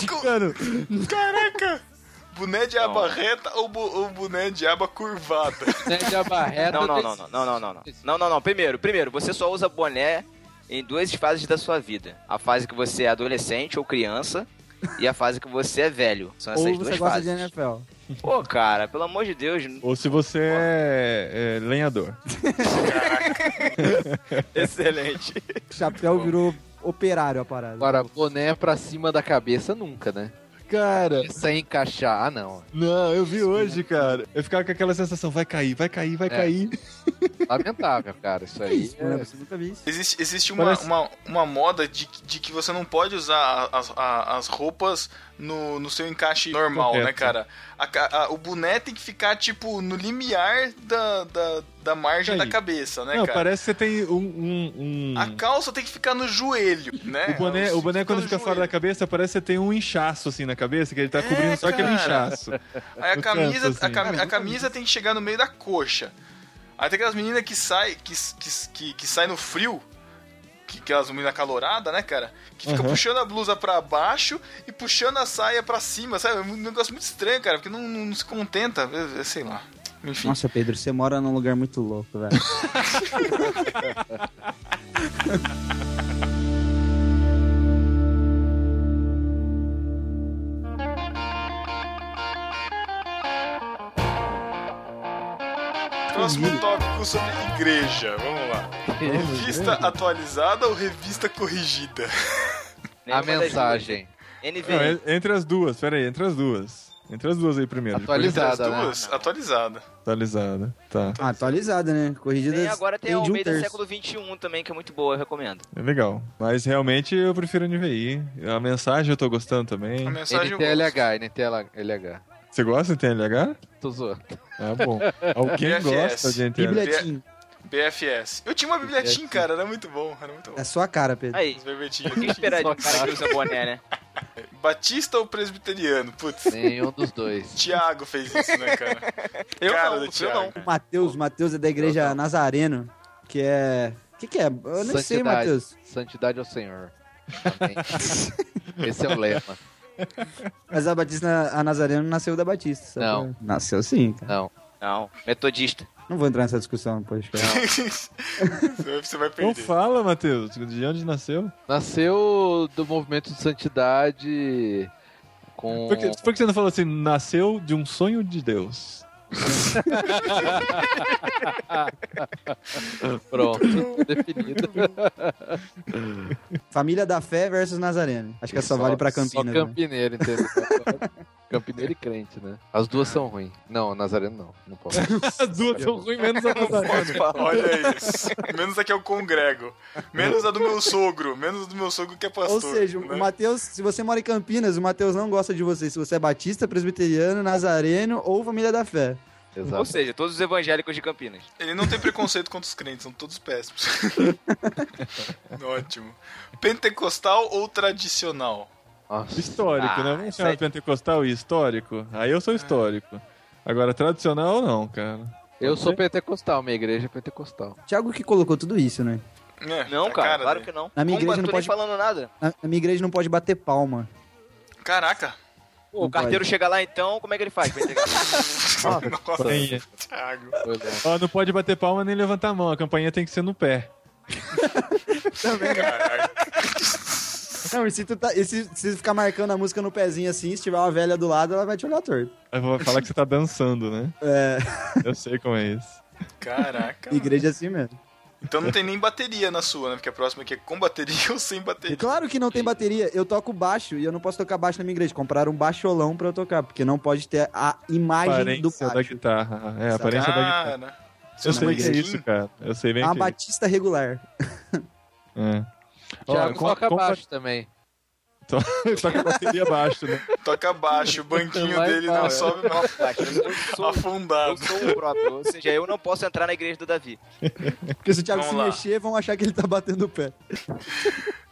criticando. Caraca! Boné de aba reta ou, bu- ou boné de aba curvada? Sente a barreta. Não, não, não, desse- não, não, não, não, não. Não, não, não. Primeiro, primeiro, você só usa boné em duas fases da sua vida. A fase que você é adolescente ou criança e a fase que você é velho. São essas Ou duas você gosta fases. de NFL. Pô, cara, pelo amor de Deus, Ou se você é, é lenhador. excelente. Chapéu virou operário a parada. Agora, boné pra cima da cabeça nunca, né? Cara, Sem encaixar, ah, não. não, eu vi hoje, cara. Eu ficava com aquela sensação, vai cair, vai cair, vai É. cair. Lamentável, cara. Isso É aí. isso, né? Você nunca vi isso. Existe, existe uma, Parece- uma, uma moda de, que- de que você não pode usar as, a- as roupas no, no seu encaixe normal, Correto. né, cara? A ca- a- o boné tem que ficar, tipo, no limiar da, da, da margem Aí. da cabeça, né, não, cara? parece que você tem um. um- um- A calça tem que ficar no joelho, né? O boné, Ela o boné quando no fica fora da joelho. cabeça, parece que você tem um inchaço assim na cabeça, que ele tá É, cobrindo só aquele cara. inchaço. Aí a no camisa, canto, assim. a, cami- Cara, a camisa tem que chegar no meio da coxa. Aí tem aquelas meninas que sai, que, que, que, que sai no frio, que, que elas meninas caloradas, né, cara? Que fica puxando a blusa pra baixo e puxando a saia pra cima, sabe? É um negócio muito estranho, cara, porque não, não- não se contenta, eh, eh, sei lá. Enfim. Nossa, Pedro, você mora num lugar muito louco, velho. Próximo tópico sobre igreja, vamos lá. Revista atualizada ou revista corrigida? A mensagem. Não, é NVI. en- entre as duas, pera aí, entre as duas. Entre as duas aí primeiro. depois As Atualizada, né? duas, atualizada. Atualizada. Tá. Ah, atualizada, né? Corrigida. Tem, agora tem a de um Almeida terço. século XXI também, que é muito boa, eu recomendo. É legal. Mas realmente eu prefiro NVI. A mensagem eu tô gostando também. A mensagem eu gosto. NTLH, NTLH. Você gosta de NTLH? Tô zoando. Ah, bom. Alguém BFS. gosta de NTLH? Bibliotim. BFS. Eu tinha uma bilhetinha, cara, era muito bom, era muito bom. É sua cara, Pedro. Aí, Os o que verbetinhos. esperar de um cara que usa boné, né? Batista ou presbiteriano? Putz, Nenhum dos dois. Thiago fez isso, né, cara? Eu cara não, do eu Thiago. não. O Matheus, Matheus é da igreja Nazareno, que é. O que, que é? Eu nem sei, Matheus. Santidade ao Senhor. Amém. Esse é o lema. Mas a Batista a Nazareno nasceu da Batista. sabe? Não. Nasceu sim, cara. Não. Não, metodista. Não vou entrar nessa discussão depois. Cara. Você vai Então perder. fala, Matheus, de onde nasceu? Nasceu do movimento de santidade com. Por que, por que você não falou assim, nasceu de um sonho de Deus? Pronto, definido. Família da Fé versus Nazareno. Acho que é só, vale pra Só Campinas. né? campineiro, entendeu? campineiro e crente, né? As duas são ruins. Não, Nazareno não. Não posso. As duas são ruins, menos a Nazareno. Olha isso. Menos a que eu congrego. Menos a do meu sogro. Menos a do meu sogro que é pastor. Ou seja, o né? Matheus, se você mora em Campinas, o Matheus não gosta de você. Se você é batista, presbiteriano, nazareno ou família da fé. Ou Exato. seja, todos os evangélicos de Campinas. Ele não tem preconceito contra os crentes, são todos péssimos. Ótimo. Pentecostal ou tradicional? Nossa. Histórico, né? Ah, Vamos chamar isso aí- de pentecostal e histórico. Aí Ah. eu sou histórico. Agora, tradicional não, cara. Eu sou pentecostal, minha igreja é pentecostal. Thiago que colocou tudo isso, né? É, Não, a Tá cara, né? claro dele. que não. Na minha Como igreja não tu pode- nem falando nada. Na, na minha igreja não pode bater palma. é. Caraca. Pô, o Não carteiro pode. chega lá então, como é que ele faz? pra entregar? Nossa, Campainha. Thiago. Foi bom. Ó, não pode bater palma nem levantar a mão, a campainha tem que ser no pé. Caralho. Não, e se tu tá, e se, se ficar marcando a música no pezinho assim, se tiver uma velha do lado, ela vai te olhar torto. Eu vou falar que você tá dançando, né? É, Eu sei como é isso. Caraca. igreja é assim mesmo. Então não tem nem bateria na sua, né? Porque a próxima aqui é com bateria ou sem E bateria. É claro que não tem bateria. Eu toco baixo e eu não posso tocar baixo na minha igreja. Compraram um baixolão pra eu tocar, porque não pode ter a imagem do Aparência da baixo. guitarra. É, a aparência da guitarra. Cara. Eu não sei que é skin. isso, cara. Eu sei bem É uma que é batista regular. isso. É. Ó, Thiago com- toca com- baixo também. Toca a bateria baixo, né? Toca baixo, o Então banquinho Vai, dele vai. não sobe mais. Eu sou, um eu Afundado. sou o próprio. Ou seja, eu não posso entrar na igreja do Davi. Porque se o Thiago Vamos se lá. mexer, vão achar que ele tá batendo o pé.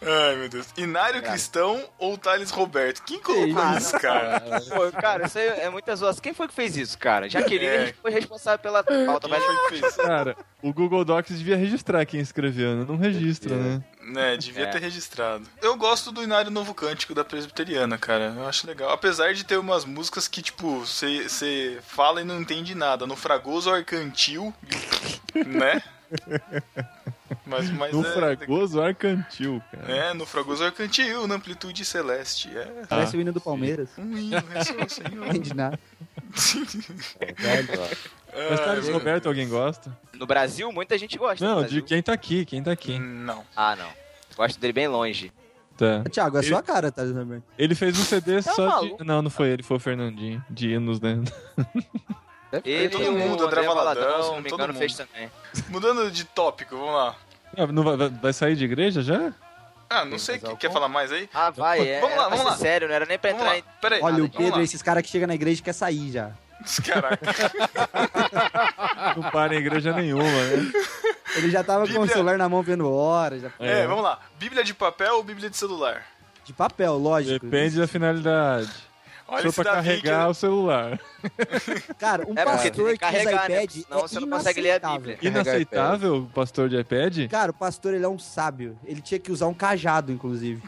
Ai, meu Deus. Inário Cristão ou Thales Roberto? Quem colocou isso, cara? Pô, cara, isso aí é muita zoação. Quem foi que fez isso, cara? Jaqueline É. foi responsável pela pauta, Quem mas foi que fez? Cara, o Google Docs devia registrar quem escreveu, né? Não registra, né? Né, devia É. ter registrado. Eu gosto do Inário Novo Cântico da Presbiteriana, cara. Eu acho legal. Apesar de ter umas músicas que, tipo, você fala e não entende nada. No Fragoso Arcantil, né? Mas, mas No é, Fragoso Arcantil, cara. É, no Fragoso Arcantil, na Amplitude Celeste. É. Parece o hino do Palmeiras. Um hino, ressoa o Senhor. Não entende nada. Mas Ai, Thales meu Roberto, é um alguém gosta? no Brasil muita gente gosta. no Não, de Brasil. quem tá aqui, quem tá aqui. Não. Ah, não. Gosto dele bem longe. Tá. Thiago, é Ele- sua cara, tá, Roberto? Ele fez um CD Tá só maluco. de. Não, não foi ele, foi o Fernandinho, de hinos, né? Ele todo e o né? mundo, André Valadão, se não me todo engano, mundo. fez também. Mudando de tópico, vamos lá. Ah, Não vai, vai- vai sair de igreja já? Ah, não sei, quem quer falar mais aí? Ah, vai, é. Vamos lá, era pra vamos ser lá. Sério, não era nem pra Vamos entrar lá, em. peraí. Olha, o Vamos Pedro, lá. esses caras que chegam na igreja e quer sair já. Caraca. Não para em igreja nenhuma, né? Ele já tava com o Bíblia. celular na mão vendo horas. Já... É, vamos lá. Bíblia de papel ou Bíblia de celular? De papel, lógico. Depende da finalidade. Olha Só esse pra Davi que- carregar o celular. Cara, um É porque tem pastor que que usa carregar, né? iPad. Senão é você não consegue ler a inaceitável. Bíblia. Carregar Inaceitável o pastor de iPad? Cara, o pastor ele é um sábio. Ele tinha que usar um cajado, inclusive.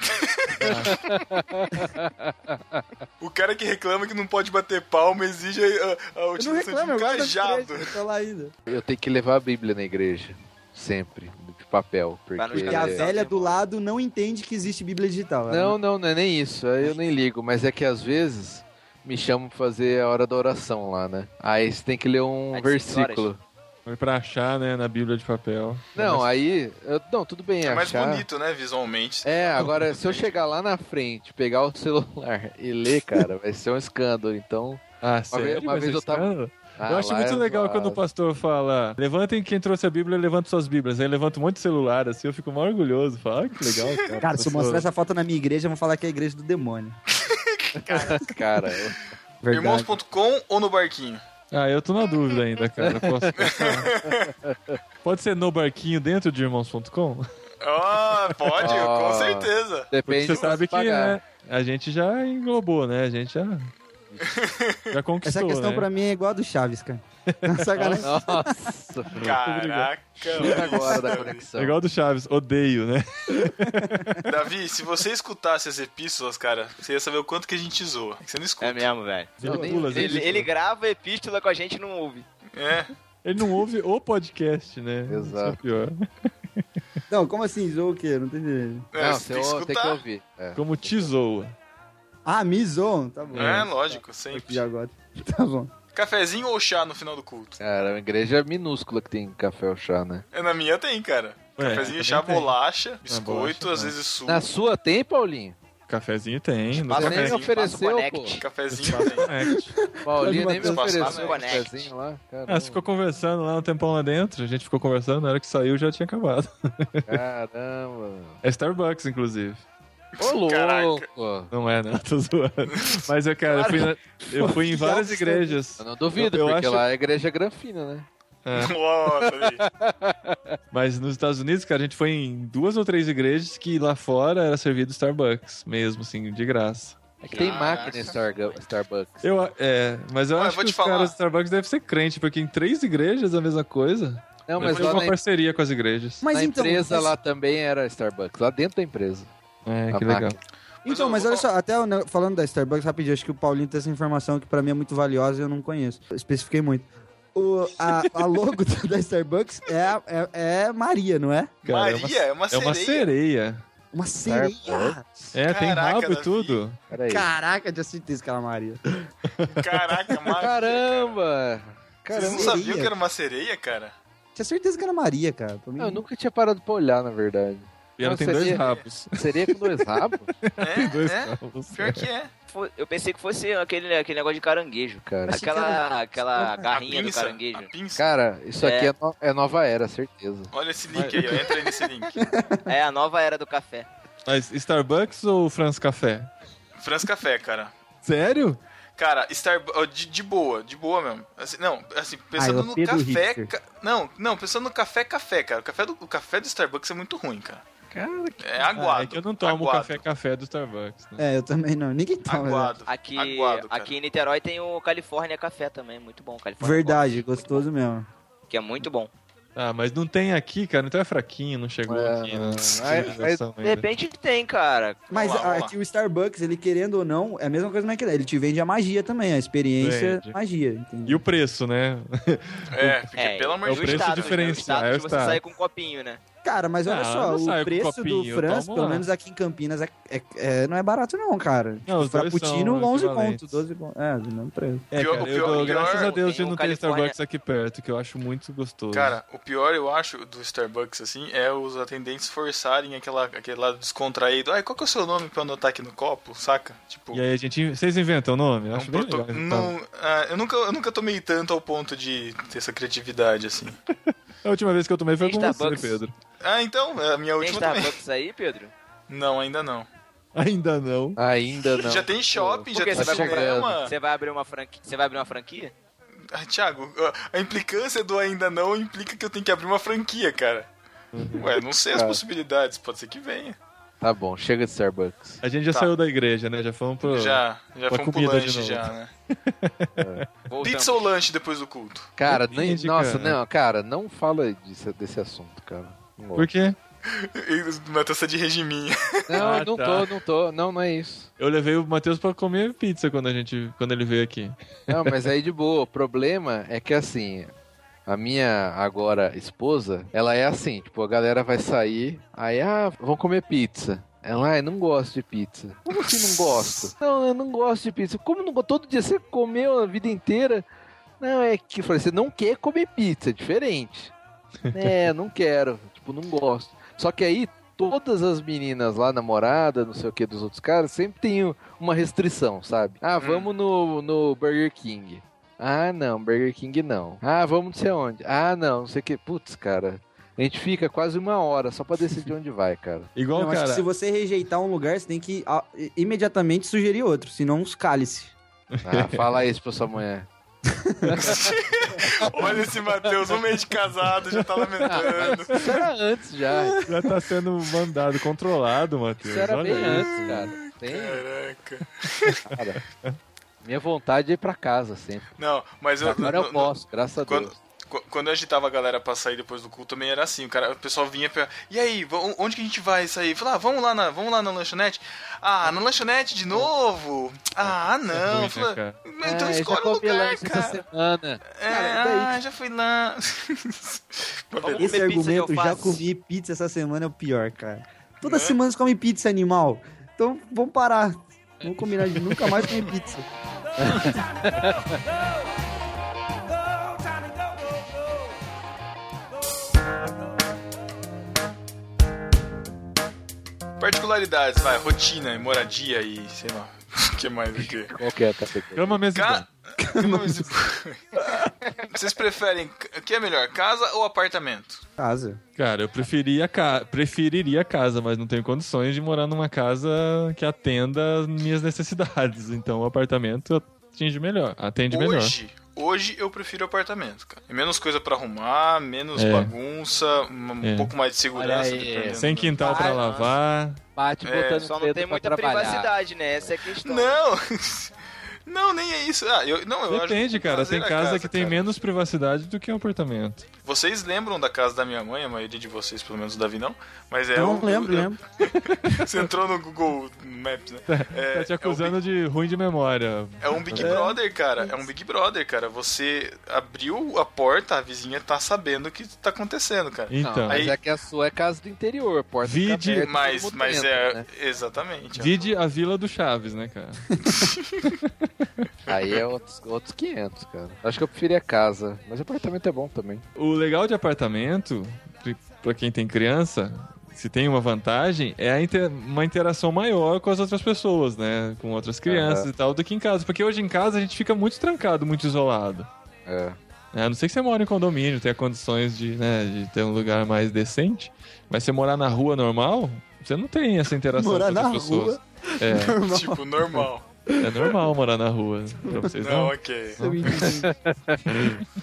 O cara que reclama que não pode bater palma exige ah, a, a utilização de um cajado. Eu tô lá ainda. Eu tenho que levar a Bíblia na igreja. Sempre. De papel. Pra não Porque... E a É. velha do lado não entende que existe Bíblia digital. ela Não, não, não é nem isso. aí Eu nem ligo, mas é que às vezes me chamam pra fazer a hora da oração lá, né? Aí você tem que ler um Às 18 versículo. Foi pra achar, né, na Bíblia de papel. Não, aí. eu- não, tudo bem, É mais achar. bonito, né, visualmente. É, agora, se eu chegar lá na frente, pegar o celular e ler, cara, vai ser um escândalo. Então. Ah, sério? vez- uma Mas vez é eu tava- escândalo? ah, eu acho lá muito é legal quando o zoado. pastor fala: levantem quem trouxe a Bíblia, levanta suas Bíblias. Aí levanta um monte de celular, assim, eu fico mal orgulhoso. Fala, ah, que legal. Cara, Cara, se Pastor, eu mostrar essa foto na minha igreja, vão falar que é a igreja do demônio. Cara, Verdade. Irmãos.com ou no barquinho? Ah, eu tô na dúvida ainda, cara. Posso passar? Pode ser no barquinho dentro de irmãos.com? Ah, pode, Ah. com certeza. Porque depende você de quanto sabe que pagar. né, a gente já englobou, né? A gente já, já conquistou, Essa questão né? pra mim é igual a do Chaves, cara. Sacanagem. Nossa, Caraca. chuta agora da Davi. É conexão. igual do Chaves, odeio, né? Davi, se você escutasse as epístolas, cara, você ia saber o quanto que a gente zoa. Você não escuta. É mesmo, velho. Não, nem- Vinícolas, Ele, vinícolas. ele grava epístola com a gente e não ouve. É. Ele não ouve o podcast, né? Exato. Isso é o pior. Não, como assim? Zoou o quê? Não entendi. É, Não, você tem que tem que escutar. ouvir. É. Como tesoura. Ah, me zoam? Tá bom. É, lógico, sempre. de agora. Tá bom. Cafezinho ou chá no final do culto? Cara, é uma igreja minúscula que tem café ou chá, né? É, Na minha tem, cara. Ué, Cafezinho, É, também chá, tem. bolacha, biscoito, bolacha, às né? vezes suco. Na sua tem, Paulinho? Cafezinho tem. é No Passa um Você Passa café... nem cafezinho, me ofereceu, passa pô. connect. Cafezinho tem. Paulinho nem me Passa ofereceu um connect. cafezinho lá. Ah, você ficou conversando lá um tempão lá dentro. A gente ficou conversando, na hora que saiu já tinha acabado. Caramba. É Starbucks, inclusive. Ô, louco. Não é, não, tô zoando. Mas, eu, cara, eu fui, na- eu fui em várias igrejas. Eu não duvido, Eu- eu porque acho- lá é igreja granfina, né? Nossa, Davi. Mas nos Estados Unidos, cara, a gente foi em duas ou três igrejas que lá fora era servido Starbucks mesmo, assim, de graça. É que tem Caraca. máquina em Starga- Starbucks. Eu, a- é, mas eu Olha, acho vou que te os falar. caras do Starbucks devem ser crente, porque em três igrejas é a mesma coisa. Não, Mas mas foi lá uma na, parceria com as igrejas. Mas na então. empresa mas- lá também era Starbucks, lá dentro da empresa. É, A que legal. máquina. Então, mas olha só, até o ne- falando da Starbucks, rapidinho, acho que o Paulinho tem essa informação que pra mim é muito valiosa e eu não conheço. Eu especifiquei muito. O, a, a logo da Starbucks é, a- é, é Maria, não é? Cara, Maria, é uma, É uma sereia. sereia. Uma sereia. É, tem Caraca, rabo Davi. e tudo. Pera aí. Caraca, já certeza que era Maria. Caraca, Maria. Caramba! Cara. Vocês Caramba! não sabiam sereia. que era uma sereia, cara? Tinha certeza que era Maria, cara. Pra mim- Eu nunca tinha parado pra olhar, na verdade. E ela Não, tem seria- dois rabos. Seria com dois rabos, É, Dois é. rabos. Pior que é. Fo- Eu pensei que fosse aquele, aquele negócio de caranguejo. cara. Aquela, aquela A garrinha do pinça, caranguejo. A pinça. Cara, isso É. aqui é, no- é nova era, certeza. Olha esse link aí, ó. Entra aí nesse link. É a nova era do café. Mas Starbucks ou France Café? Franz Café, cara. Sério? Cara, Starbucks. ó, De, de boa, de boa mesmo. Assim, não, assim, Ah, pensando eu no odeio café. hipster. ca- Não, não, pensando no café, café, cara. O café do, o café do Starbucks é muito ruim, cara. Cara, É aguado. Ah, é que eu não tomo aguado. café café do Starbucks. Né? É, eu também não. Ninguém tava. né? Aguado. Aqui, Aguado, cara. aqui em Niterói tem o Califórnia Café também, muito bom. Califórnia Verdade, gostoso mesmo. Coffee, que é muito bom. Ah, mas não tem aqui, cara. Então é fraquinho, não chegou É, aqui. Né? aí- Civilização De ainda. repente tem, cara. Mas Vamos lá, vamos aqui o Starbucks, ele querendo ou não, é a mesma coisa que ele te vende a magia também, a experiência Vende. magia, entendeu? E o preço, né? É, porque pelo amor e é o de o preço Deus. status, né? O diferencial, status é o de você status. sair com um copinho, né? Cara, mas olha Ah, eu só, não saio com o preço copinho, do eu Franz, tomo pelo lá. menos aqui em Campinas, é, é- é- não é barato não, cara. Tipo, Não, os dois Frappuccino, são 11 equivalentes. conto, 12 conto. É, do mesmo preço. É, Pior- cara, o pior- eu dou o pior- graças a Deus de tem o não ter California- Starbucks aqui perto, que eu acho muito gostoso. Cara, o pior eu acho do Starbucks, assim, é os atendentes forçarem aquela, aquele lado descontraído. Ai, qual que é o seu nome pra eu anotar aqui no copo, saca? Tipo, E aí, a gente. Vocês inventam o nome? Eu é um acho bem proto- legal. então. inventar. não, ah, eu, nunca, eu nunca tomei tanto ao ponto de ter essa criatividade, assim. A última vez que eu tomei foi Tem com você, Starbucks. Pedro. Ah, então, a minha última Tem também. Starbucks aí, Pedro? Tá Não, ainda não. Ainda não. Ainda não. já tem shopping, já Por que tem você vai cinema. Você vai abrir uma franquia? Você vai abrir uma franquia? Ah, Thiago, a implicância do ainda não implica que eu tenho que abrir uma franquia, cara. Uhum. Ué, não sei as possibilidades, pode ser que venha. Tá bom, chega de Starbucks. A gente já Tá. saiu da igreja, né? Já fomos pro. Já, já Pra fomos pro comida de lanche novo. É. já, né? Voltamos. Pizza ou lanche depois do culto? Cara, nem, Depende, nossa, cara. não, cara, não fala disso- desse assunto, cara. Não, Por quê? Uma taça tá de regiminha. não, Ah, não tá. tô, não tô. Não, não é isso. Eu levei o Matheus pra comer pizza quando, a gente, quando ele veio aqui. Não, mas aí de boa. O problema é que assim, a minha agora esposa, ela é assim, tipo, a galera vai sair, aí, ah, vão comer pizza. Ela, ai, não gosto de pizza. Como assim não gosto? Não, eu não gosto de pizza. Como não gosto? Todo dia você comeu a vida inteira. Não, é que eu falei, você não quer comer pizza, é diferente. é, não quero, tipo, não gosto. Só que aí todas as meninas lá, namorada, não sei o que dos outros caras, sempre tem u- uma restrição, sabe? Ah, Hum. vamos no, no Burger King. Ah, não, Burger King não. Ah, vamos não sei onde. Ah, não, não sei o que. Putz, cara. A gente fica quase uma hora só pra decidir onde vai, cara. Igual, Não, acho cara. que se você rejeitar um lugar, você tem que ah, i- imediatamente sugerir outro, senão os cálice. Ah, fala isso pra sua mulher. Olha esse Matheus, um mês de casado, já tá lamentando. Isso era antes já. Já tá sendo mandado, controlado, Matheus. Isso era Olha bem aí. antes, cara. Tem, Caraca. cara. Minha vontade é ir pra casa sempre. Não, mas eu. Agora no- no- eu posso, graças a Quando- Deus. Qu- Quando eu agitava a galera pra sair depois do culto também era assim, o, cara, o pessoal vinha pra, e aí, vo- onde que a gente vai sair? Falava, ah, vamos lá na, vamos lá na lanchonete. Ah, na lanchonete de novo? Ah, não. ruim, né, Fala, cara? então Ah, eu escolhe já o comi lugar, lanche essa cara. semana. É, Cara, daí- ah, já fui lá. Uma beleza. Vamos Esse comer pizza de argumento, já alface. comi pizza essa semana, é o pior, cara. Toda Né? semana você come pizza animal. Então vamos parar. Vamos combinar de nunca mais comer pizza. Particularidades, vai, rotina, moradia e sei lá. O que mais do que? Qual que é a categoria? Cama mesmo. Ca... Vocês preferem, o que é melhor, casa ou apartamento? Casa. Cara, eu preferia ca... preferiria a casa, mas não tenho condições de morar numa casa que atenda as minhas necessidades. Então o apartamento atinge melhor. Atende melhor. Hoje, hoje eu prefiro apartamento, cara. É menos coisa pra arrumar, menos É. bagunça, um É. pouco mais de segurança. Olha aí. dependendo. Sem quintal pra Ai, nossa. lavar. Bate É, né, botando Só não dedo tem pra muita trabalhar. privacidade, né? Essa é a questão. Não! Não, nem é isso. Ah, eu, não, eu acho Depende, que cara. fazer Tem a casa, que tem cara. menos privacidade do que um apartamento. Vocês lembram da casa da minha mãe, a maioria de vocês, pelo menos o Davi não. Mas é. Então o- lembro, o- lembro. Você entrou no Google Maps, né? É, tá é te o acusando de ruim de memória. É um Big Brother, cara. É um Big Brother, cara. Você abriu a porta, a vizinha tá sabendo o que tá acontecendo, cara. Não, Então, mas Aí- é que a sua é casa do interior, porta fica Vide- aberta, Mas, todo mundo mas entra, é. né? Exatamente. vide a Vila do Chaves, né, cara? Aí é outros, outros 500, cara. Acho que eu preferia a casa, mas apartamento é bom também. O legal de apartamento, pri- pra quem tem criança, se tem uma vantagem, é a inter- uma interação maior com as outras pessoas, né? Com outras crianças e tal, do que em casa. Porque hoje em casa a gente fica muito trancado, muito isolado. É. né? A não ser que você mora em condomínio, tenha condições de, né, de ter um lugar mais decente. Mas você morar na rua normal, você não tem essa interação Morar com outras na pessoas. rua? É, Tipo, normal. é normal morar na rua. né? Pra vocês Não, é- não. ok.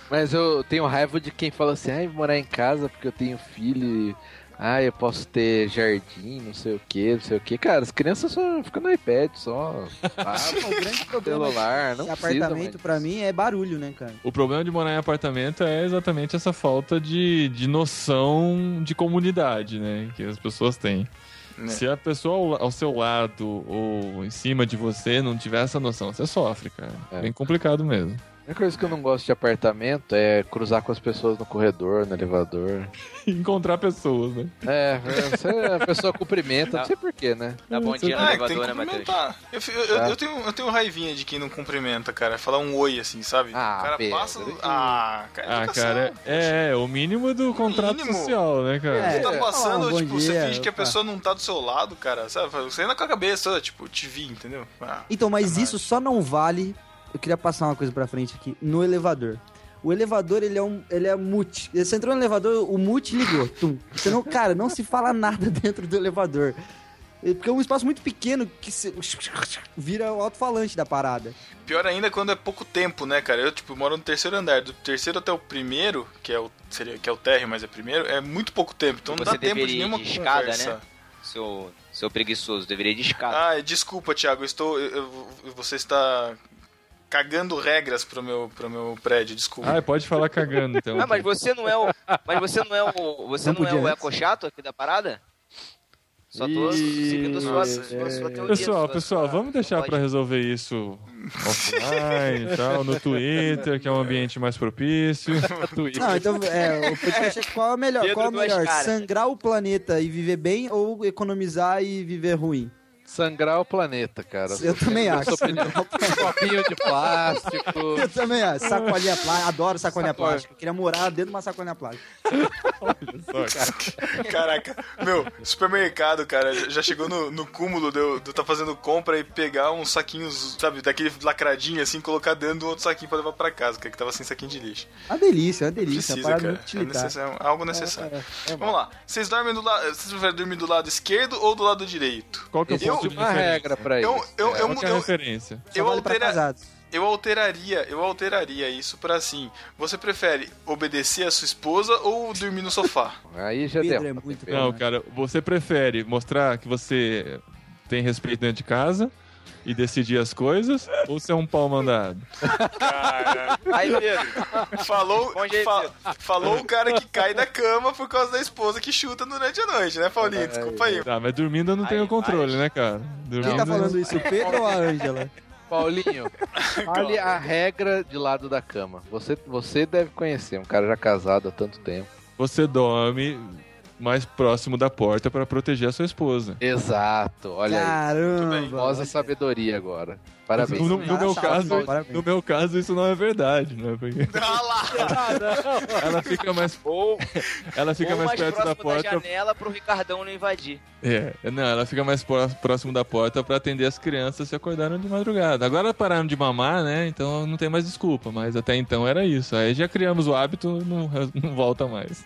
Mas eu tenho raiva de quem fala assim, ai, vou morar em casa porque eu tenho filho, e- ah, eu posso ter jardim, não sei o que, não sei o que. Cara, as crianças só ficam no iPad, só. Ah, O grande problema celular, não de precisa, apartamento mas- pra mim é barulho, né, cara? O problema de morar em apartamento é exatamente essa falta de, de noção de comunidade, né? Que as pessoas têm. Né. Se a pessoa ao, ao seu lado ou em cima de você não tiver essa noção, você sofre, cara. É. Bem complicado mesmo. A única coisa que eu não gosto de apartamento é cruzar com as pessoas no corredor, no elevador. Encontrar pessoas, né? É, você, a pessoa cumprimenta, não sei porquê, né? Dá bom é dia no Ah, tem que elevador, né, Matheus? cumprimentar. Eu, fi- eu- eu- Tá. eu tenho, eu tenho raivinha de quem não cumprimenta, cara. Falar um oi, assim, sabe? Ah, o cara Pedro, passa... eu- Ah, cara, Ah, educação. cara, é, é o mínimo do contrato mínimo. social, né, cara? Você tá É. passando, Ah, bom tipo, dia, você finge que a opa. pessoa não tá do seu lado, cara, sabe? Você ainda com a cabeça, tipo, te vi, entendeu? Ah, Então, mas Sacanagem. isso só não vale. Eu queria passar uma coisa pra frente aqui. No elevador. O elevador, ele é um. Ele é mute. Você entrou no elevador, o mute ligou. Tum. Você não, cara, não se fala nada dentro do elevador. É Porque é um espaço muito pequeno que se- vira o alto-falante da parada. Pior ainda é quando é pouco tempo, né, cara? Eu, tipo, moro no terceiro andar. Do terceiro até o primeiro, que é o, seria, que é o térreo, mas é primeiro, é muito pouco tempo. Então E não Tipo, você dá tempo de deveria ir nenhuma de escada, conversa. né? Seu, seu preguiçoso, deveria ir de escada. Ah, desculpa, Thiago, eu estou. eu- eu- você está cagando regras pro meu, pro meu prédio, desculpa. Ah, pode falar cagando, então. Ah, mas você não é o. Mas você não é o. Você Não não, é podia o antes. eco chato aqui da parada? Só tô Ih, seguindo sua, nossa. sua, sua teoria. Pessoal, sua- pessoal, sua- vamos deixar sua- pra resolver isso offline e tal, no Twitter, que é um ambiente mais propício. Não, então, é, o podcast é qual é o melhor? Pedro Qual é o Duas melhor? Caras. Sangrar o planeta e viver bem ou economizar e viver ruim? Sangrar o planeta, cara. Eu também acho. um Copinho de plástico. Eu também acho. Sacolinha plástica. Adoro sacolinha plástica. Queria morar dentro de uma sacolinha plástica. Caraca, meu, supermercado, cara, já- já chegou no, no cúmulo de eu, de eu tá fazendo compra e pegar uns saquinhos, sabe, daquele lacradinho assim, colocar dentro do outro saquinho pra levar pra casa, cara, que tava sem saquinho de lixo. Uma delícia, uma delícia. Precisa, uma parada cara. muito É utilitária. necessário, algo necessário. É, é, é Vamos lá. Vocês dormem do lado. Vocês preferem dormir do lado esquerdo ou do lado direito? Qual que é o Eu- ponto de Uma referência? regra pra Eu, isso. eu, eu, Qual que é a eu, referência? Só eu vale pra altera- casados. eu alteraria, eu alteraria isso pra assim. Você prefere obedecer a sua esposa ou dormir no sofá? Aí já Pedro deu. é muito bom. Não, né? cara, você prefere mostrar que você tem respeito dentro de casa e decidir as coisas ou ser um pau mandado? Aí, Pedro, Falou, Bom jeito, fa- falou o cara que cai da cama por causa da esposa que chuta durante a noite, né, É, Paulinho? Desculpa aí. Tá, mas dormindo eu não Aí tenho vai. controle, né, cara? Dormindo, Quem tá é. falando isso, o Pedro ou a Ângela? Paulinho, fale a regra de lado da cama. Você, você deve conhecer, um cara já casado há tanto tempo. Você dorme mais próximo da porta pra proteger a sua esposa. Exato, olha Ah, aí. bem. Caramba. Famosa sabedoria agora. Parabéns. No, no Tá meu chato, caso, parabéns. no meu caso, isso não é verdade, né? Porque Ah lá! ela fica mais, ou, ela fica ou mais mais perto da próximo da, porta. janela pro Ricardão não invadir. É, não, ela fica mais pró- próximo da porta pra atender as crianças se acordaram de madrugada. Agora pararam de mamar, né? Então não tem mais desculpa, mas até então era isso. Aí já criamos o hábito, não, não volta mais.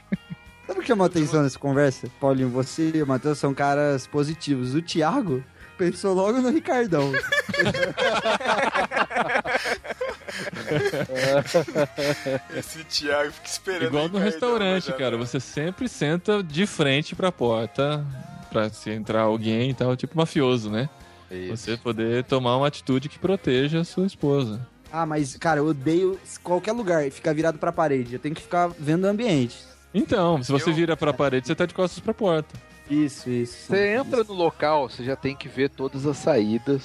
Sabe o que chamou a atenção nessa conversa? Paulinho, você e o Matheus são caras positivos. O Thiago pensou logo no Ricardão. é. Esse Thiago fica esperando. Igual aí, no cara, restaurante, já- cara. Você sempre senta de frente pra porta pra se entrar alguém e tal, tipo mafioso, né? É Isso. Você poder tomar uma atitude que proteja a sua esposa. ah, mas, cara, eu odeio qualquer lugar ficar virado pra parede. Eu tenho que ficar vendo o ambiente. Então, se você Eu- vira pra parede, você tá de costas pra porta. Isso, isso. Você entra no local, você já tem que ver todas as saídas,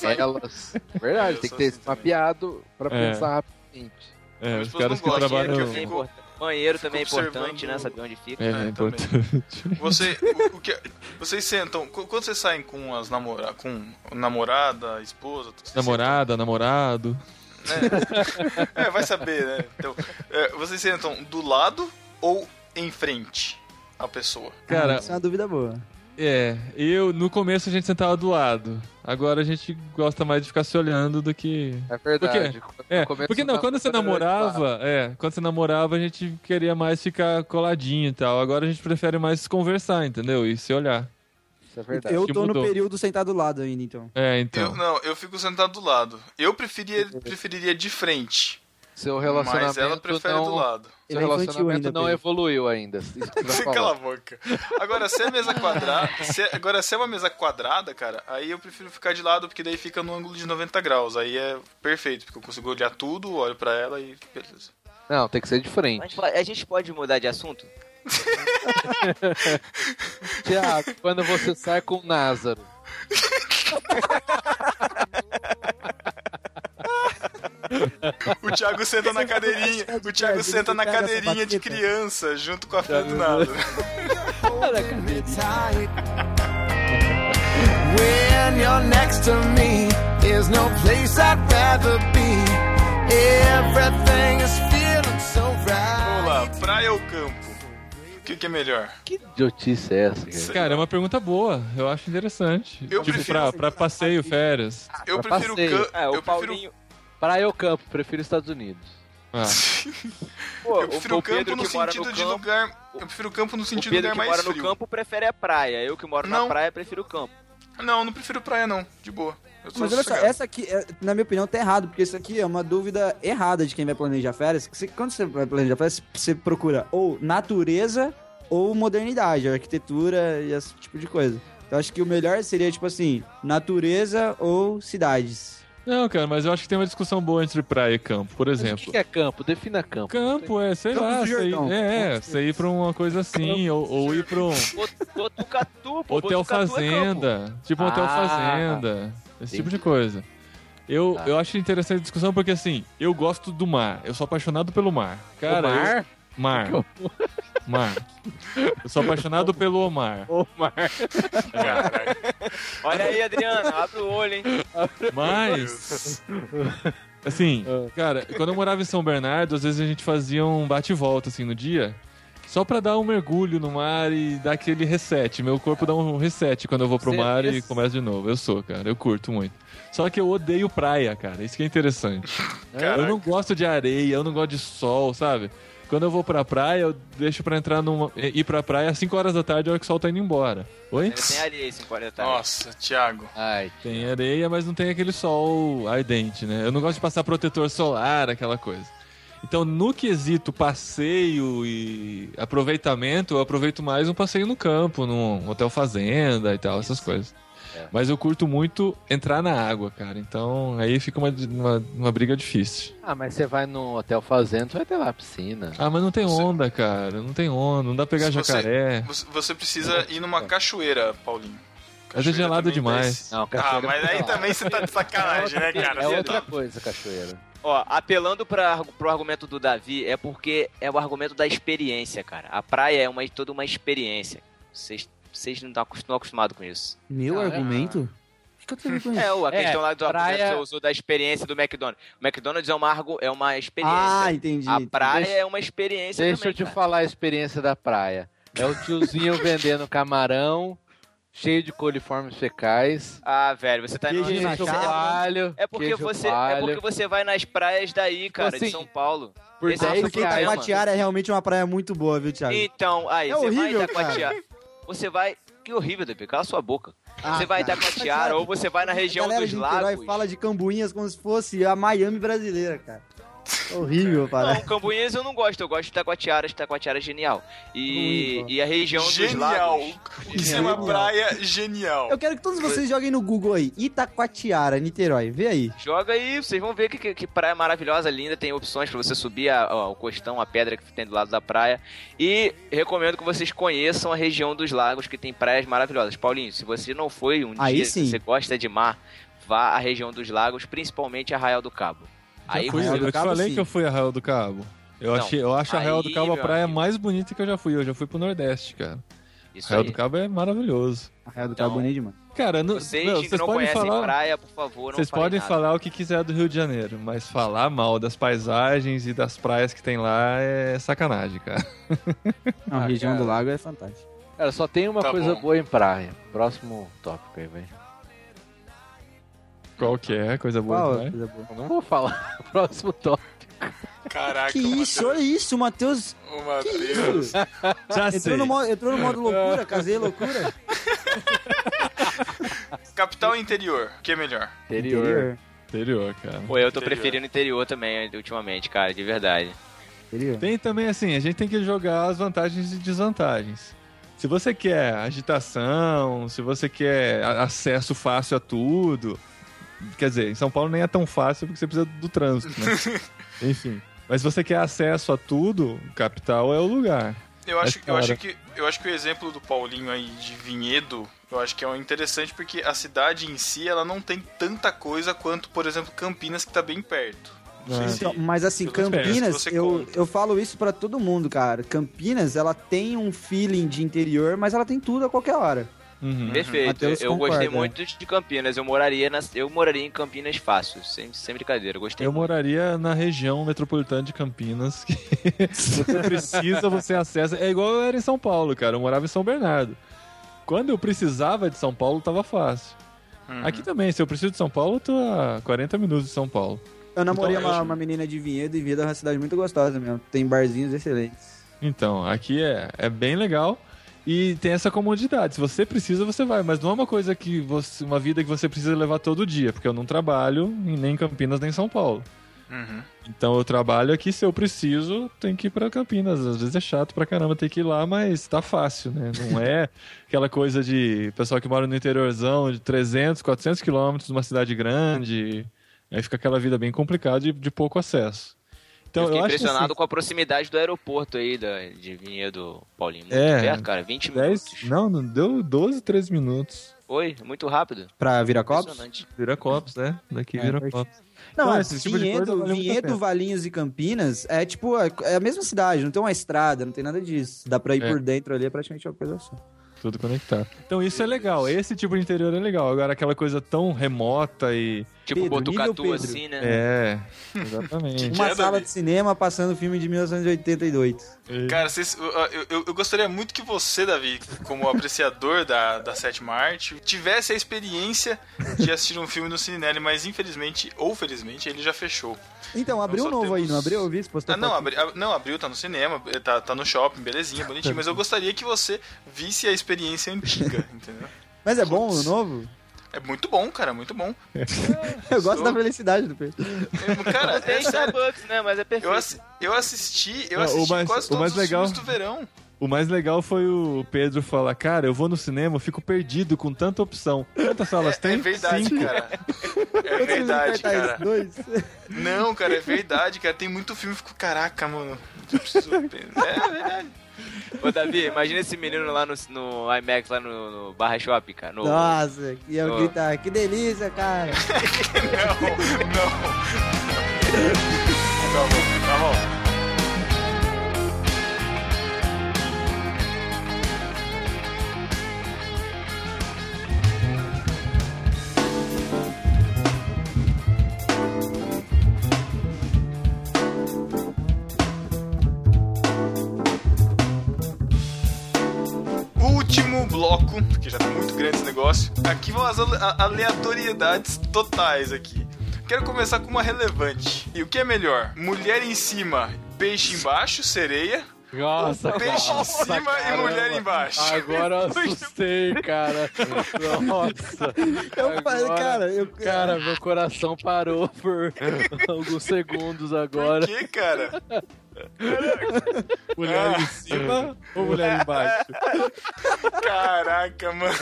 janelas. Verdade, Eu tem que sou ter assim esse mapeado pra É. pensar rapidamente. É, Mas os todos não caras que gostam, trabalham. né, É que Fico- importante. Banheiro também é fico observando- importante, né? Saber onde fica. É, Ah, é eu também. importante. Você, o, o que, é, vocês sentam. qu- Quando vocês saem com as namora, com namorada, esposa, vocês Namorada, namorado. sentam- É, vai saber, né? Então, é, vocês sentam do lado ou em frente à pessoa? Cara, isso é uma dúvida boa. É, eu no começo a gente sentava do lado. Agora a gente gosta mais de ficar se olhando do que. É verdade. É, No começo porque não, da- quando você da- namorava, é, quando você namorava a gente queria mais ficar coladinho e tal. Agora a gente prefere mais conversar, entendeu? E se olhar. Isso é verdade. eu que tô mudou. no período sentado do lado ainda, então. É, Eu, então. não, eu fico sentado do lado. Eu preferia, preferiria de frente. Seu relacionamento Mas ela prefere não, do lado. Seu Ele é infantil relacionamento ainda. não Pedro. evoluiu ainda. Isso que você vai Cala a falar. boca. Agora, se é mesa quadrada. se é- agora, se é uma mesa quadrada, cara, aí eu prefiro ficar de lado, porque daí fica no ângulo de 90 graus. Aí é perfeito, porque eu consigo olhar tudo, olho pra ela e beleza. Não, tem que ser de A gente, frente. po- a gente pode mudar de assunto? Tiago, quando você sai com o Názaro. O Thiago senta na é cadeirinha. O Thiago senta na cadeirinha de criança, junto com a filha do nada. tight. when you're next to me, there's no place I'd rather be. Everything is feeling so right. Vamos lá, praia ou campo? O que, que é melhor? Que idiotice é essa, cara? Cara, é uma pergunta boa. Eu acho interessante. Eu tipo, prefiro- pra, pra passeio, férias. Eu pra prefiro passeio. campo. É, o Eu prefiro. Paulinho. Praia ou campo? Prefiro Estados Unidos. Ah, Pô, Eu prefiro o campo Pedro no que mora no sentido de campo. lugar. Eu prefiro campo no O sentido de Pedro lugar que mais mora no frio. campo prefere a praia. Eu que moro Não. na praia prefiro o campo. Não, não prefiro praia, não. De boa. Eu sou Mas olha só, sossegado. essa aqui, é, na minha opinião, tá errado, porque isso aqui é uma dúvida errada de quem vai planejar férias. que você- quando você vai planejar férias, você procura ou natureza ou modernidade, arquitetura e esse tipo de coisa. Então acho que o melhor seria, tipo assim, natureza ou cidades. Não, cara, mas eu acho que tem uma discussão boa entre praia e campo, por Mas o exemplo. que que é campo? Defina campo. Campo, é, sei Campo lá, do você ir, Jordão. é, é, você ir pra uma coisa assim, ou, ou ir pra um Bot- Botucatu, pô. hotel Botucatu é campo. fazenda, tipo um hotel Ah, fazenda, esse tipo de coisa. Eu, Tá. eu acho interessante a discussão porque, assim, eu gosto do mar, eu sou apaixonado pelo mar. Cara, o mar? Eu, mar. mar. Eu Eu sou apaixonado pelo Omar. Caralho. Olha aí, Adriana, abre o olho, hein? Mas. Assim, cara, quando eu morava em São Bernardo, às vezes a gente fazia um bate e volta, assim, no dia. Só pra dar um mergulho no mar e dar aquele reset. Meu corpo dá um reset quando eu vou pro Você- mar e esse- começa de novo. Eu sou, cara. Eu curto muito. Só que eu odeio praia, cara. Isso que é interessante. Caraca. Eu não gosto de areia, eu não gosto de sol, sabe? Quando eu vou pra praia, eu deixo pra entrar numa. ir pra praia às 5 horas da tarde, a hora que o sol tá indo embora. Oi? Ele né? tem ali esse 40 Nossa, Thiago. Ai, Tem areia, mas não tem aquele sol ardente, né? Eu não gosto de passar protetor solar, aquela coisa. Então, no quesito passeio e aproveitamento, eu aproveito mais um passeio no campo, num hotel fazenda e tal, essas coisas. É. Mas eu curto muito entrar na água, cara. Então, aí fica uma, uma, uma briga difícil. Ah, mas você vai no hotel fazendo, vai ter lá a piscina. Ah, mas não tem Você- onda, cara. Não tem onda. Não dá pra pegar Se você- jacaré. Você- Você precisa ir numa Tá. cachoeira, Paulinho. Mas é gelado também demais. dá esse- Não, Ah, cachoeira é mas não aí dá. também você tá de sacanagem, né, cara? É Você outra tá- coisa, cachoeira. Ó, apelando pra, pro argumento do Davi, é porque é o argumento da experiência, cara. A praia é uma, toda uma experiência. Vocês vocês não estão acostumados com isso. Meu Caramba. argumento? O que que eu tenho a ver com isso? É, o- a É, questão lá do argumento que praia- você usou da experiência do McDonald's. O McDonald's é uma, argu- é uma ah, experiência. entendi. a praia Deixa- é uma experiência Deixa também, eu te cara. falar a experiência da praia. É o tiozinho vendendo camarão, cheio de coliformes fecais, Ah, velho, você tá... Queijo numa- na queijo você- cara. coalho, É porque, queijo você, é coalho, porque você vai nas praias daí, cara, de assim, São Paulo. por esse é o 10 Porque problema. reais. mano. Itacoatiara é realmente uma praia muito boa, viu, Thiago? Então, aí, É você horrível, vai Itacoatiara. Você vai... Que horrível, Davi, cala sua boca. você vai dar Itacoatiara ou você vai na região Ah, tá. dos galera de Niterói lagos. fala de cambuinhas como se fosse a Miami brasileira, cara. Horrível, Não, parece. Cambunhas eu não gosto, eu gosto de Itacoatiara, Itacoatiara é genial. E, Ruim, e a região dos Genial. lagos. O que seria uma Genial. praia genial? Eu quero que todos vocês joguem no Google aí. Itacoatiara, Niterói. Vê aí. Joga aí, vocês vão ver que, que, que praia maravilhosa, linda, tem opções pra você subir a- ó, o costão, a pedra que tem do lado da praia. E recomendo que vocês conheçam a região dos lagos, que tem praias maravilhosas. Paulinho, se você não foi um Aí dia, sim. se você gosta de mar, vá à região dos lagos, principalmente Arraial do Cabo. Aí já fui, Arraial eu você assim. do te Cabo, falei sim. que eu fui a Arraial do Cabo. Eu, Não, achei, eu acho a Arraial do aí, Cabo a meu praia amigo. mais bonita que eu já fui. Eu já fui pro Nordeste, cara. isso Arraial aí. do Cabo é maravilhoso. Arraial do Então, Cabo bonito demais. Cara, não, Vocês não, que vocês não podem conhecem falar, praia, por favor, não vocês falem podem nada. falar o que quiser do Rio de Janeiro, mas falar mal das paisagens e das praias que tem lá é sacanagem, cara. Não, a Ah, região cara. do lago é fantástica. Cara, só tem uma Tá coisa bom. boa em praia. Próximo tópico aí, vem. Qualquer coisa boa. Qual demais. coisa boa? né? Eu Não vou falar. Próximo tópico. Caraca, Que o isso, Mateus- olha isso, Matheus. o Que Ah, Matheus. isso? Já sei. Entrou no, modo, entrou no modo loucura, casei loucura. Capital interior, o que é melhor? Interior. Interior, cara. Pô, eu tô Interior. preferindo interior também, ultimamente, cara, de verdade. Interior. Tem também assim, a gente tem que jogar as vantagens e desvantagens. Se você quer agitação, se você quer a- acesso fácil a tudo, quer dizer, em São Paulo nem é tão fácil porque você precisa do trânsito, né? Enfim. Mas se você quer acesso a tudo, capital é o lugar. Eu acho, Mas, eu, acho cara. que, eu acho que o exemplo do Paulinho aí de Vinhedo, eu acho que é um interessante porque a cidade em si, ela não tem tanta coisa quanto, por exemplo, Campinas, que tá bem perto. Não sei Ah. se- Então, mas assim, Pelo menos Campinas, você eu, conta. eu falo isso pra todo mundo, cara. Campinas, ela tem um feeling de interior, mas ela tem tudo a qualquer hora. Uhum. Perfeito. Matheus eu gostei concorda. muito de Campinas. Eu moraria, nas- eu moraria em Campinas fácil, sem, sem brincadeira. Eu gostei. Eu moraria na região metropolitana de Campinas, que você precisa, você acessa. É igual eu era em São Paulo, cara. Eu morava em São Bernardo. Quando eu precisava de São Paulo, tava fácil. Uhum. Aqui também, se eu preciso de São Paulo, eu tô a 40 minutos de São Paulo. Eu namorei Então, eu uma, acho- uma menina de Vinhedo e Vinhedo é uma cidade muito gostosa mesmo. Tem barzinhos excelentes. Então, aqui é, é bem legal e tem essa comodidade. Se você precisa, você vai, mas não é uma coisa que você. uma vida que você precisa levar todo dia, porque eu não trabalho em- nem em Campinas nem em São Paulo. Uhum. Então eu trabalho aqui, se eu preciso, tem que ir pra Campinas. Às vezes é chato pra caramba ter que ir lá, mas tá fácil, né? Não é aquela coisa de pessoal que mora no interiorzão de 300, 400 quilômetros numa cidade grande. Aí fica aquela vida bem complicada e de pouco acesso. Então, eu eu, fiquei acho que impressionado assim, com a proximidade do aeroporto aí da, de Vinhedo Paulinho. Muito É. perto, cara. 20 10, minutos. não, não deu 12, 13 minutos. Oi, muito rápido. Pra virar copos? Impressionante. Vira copos, né? Daqui É, vira porque- copos. Não, Então, é, esse tipo de Vinhedo, coisa vale muito a Vinhedo, pena. Valinhos e Campinas é tipo, é é a mesma cidade, não tem uma estrada, não tem nada disso. Dá pra ir É. por dentro ali, é praticamente uma coisa só. Tudo conectado. Então isso é legal, esse tipo de interior é legal. Agora aquela coisa tão remota e. Tipo Pedro, Botucatu, nível Pedro. assim, né? É, exatamente. Uma Jedi. sala de cinema passando filme de 1988. Cara, vocês- eu, eu- eu- eu gostaria muito que você, Davi, como apreciador da, da sétima arte, tivesse a experiência de assistir um filme no Cinelli, mas infelizmente, ou felizmente, ele já fechou. Então, abriu só um novo aí, não temos- abriu? Eu vi esse postou Ah, não, foto. abri, ah, não, abriu, tá no cinema, tá, tá no shopping, belezinha, bonitinho, mas eu gostaria que você visse a experiência antiga, entendeu? Mas é bom o Putz. novo? É muito bom, cara, muito bom. Eu gosto Sou. da felicidade do Pedro. Cara, Não tem é sério. Starbucks, né? Mas é perfeito. Eu, assi- eu assisti, eu Não, o assisti mais- quase o todos mais os legal- filmes do verão. O mais legal foi o Pedro falar: Cara, eu vou no cinema, eu fico perdido com tanta opção. Quantas salas É, tem? é verdade, Cinco. cara. É verdade, Tá, cara. esses dois. Não, cara, é verdade, cara. Tem muito filme, eu fico, caraca, mano. Eu preciso. É verdade. Ô, Davi, imagina esse menino lá no, no IMAX, lá no, no Barra Shopping, cara. No, Nossa, ia Ô. gritar, que delícia, cara. é, Não, não. Tá bom, tá bom. Último bloco, porque já tá muito grande esse negócio. Aqui vão as ale- a- aleatoriedades totais aqui. Quero começar com uma relevante. E o que é melhor? Mulher em cima, peixe embaixo, sereia. Nossa, cara. Peixe em cima e caramba. mulher embaixo. Agora eu assustei, cara. Nossa. Eu falei, Agora- cara, eu... Cara, meu coração parou por alguns segundos agora. Que, cara? Ah, Mulher em cima ou mulher embaixo? Caraca, mano.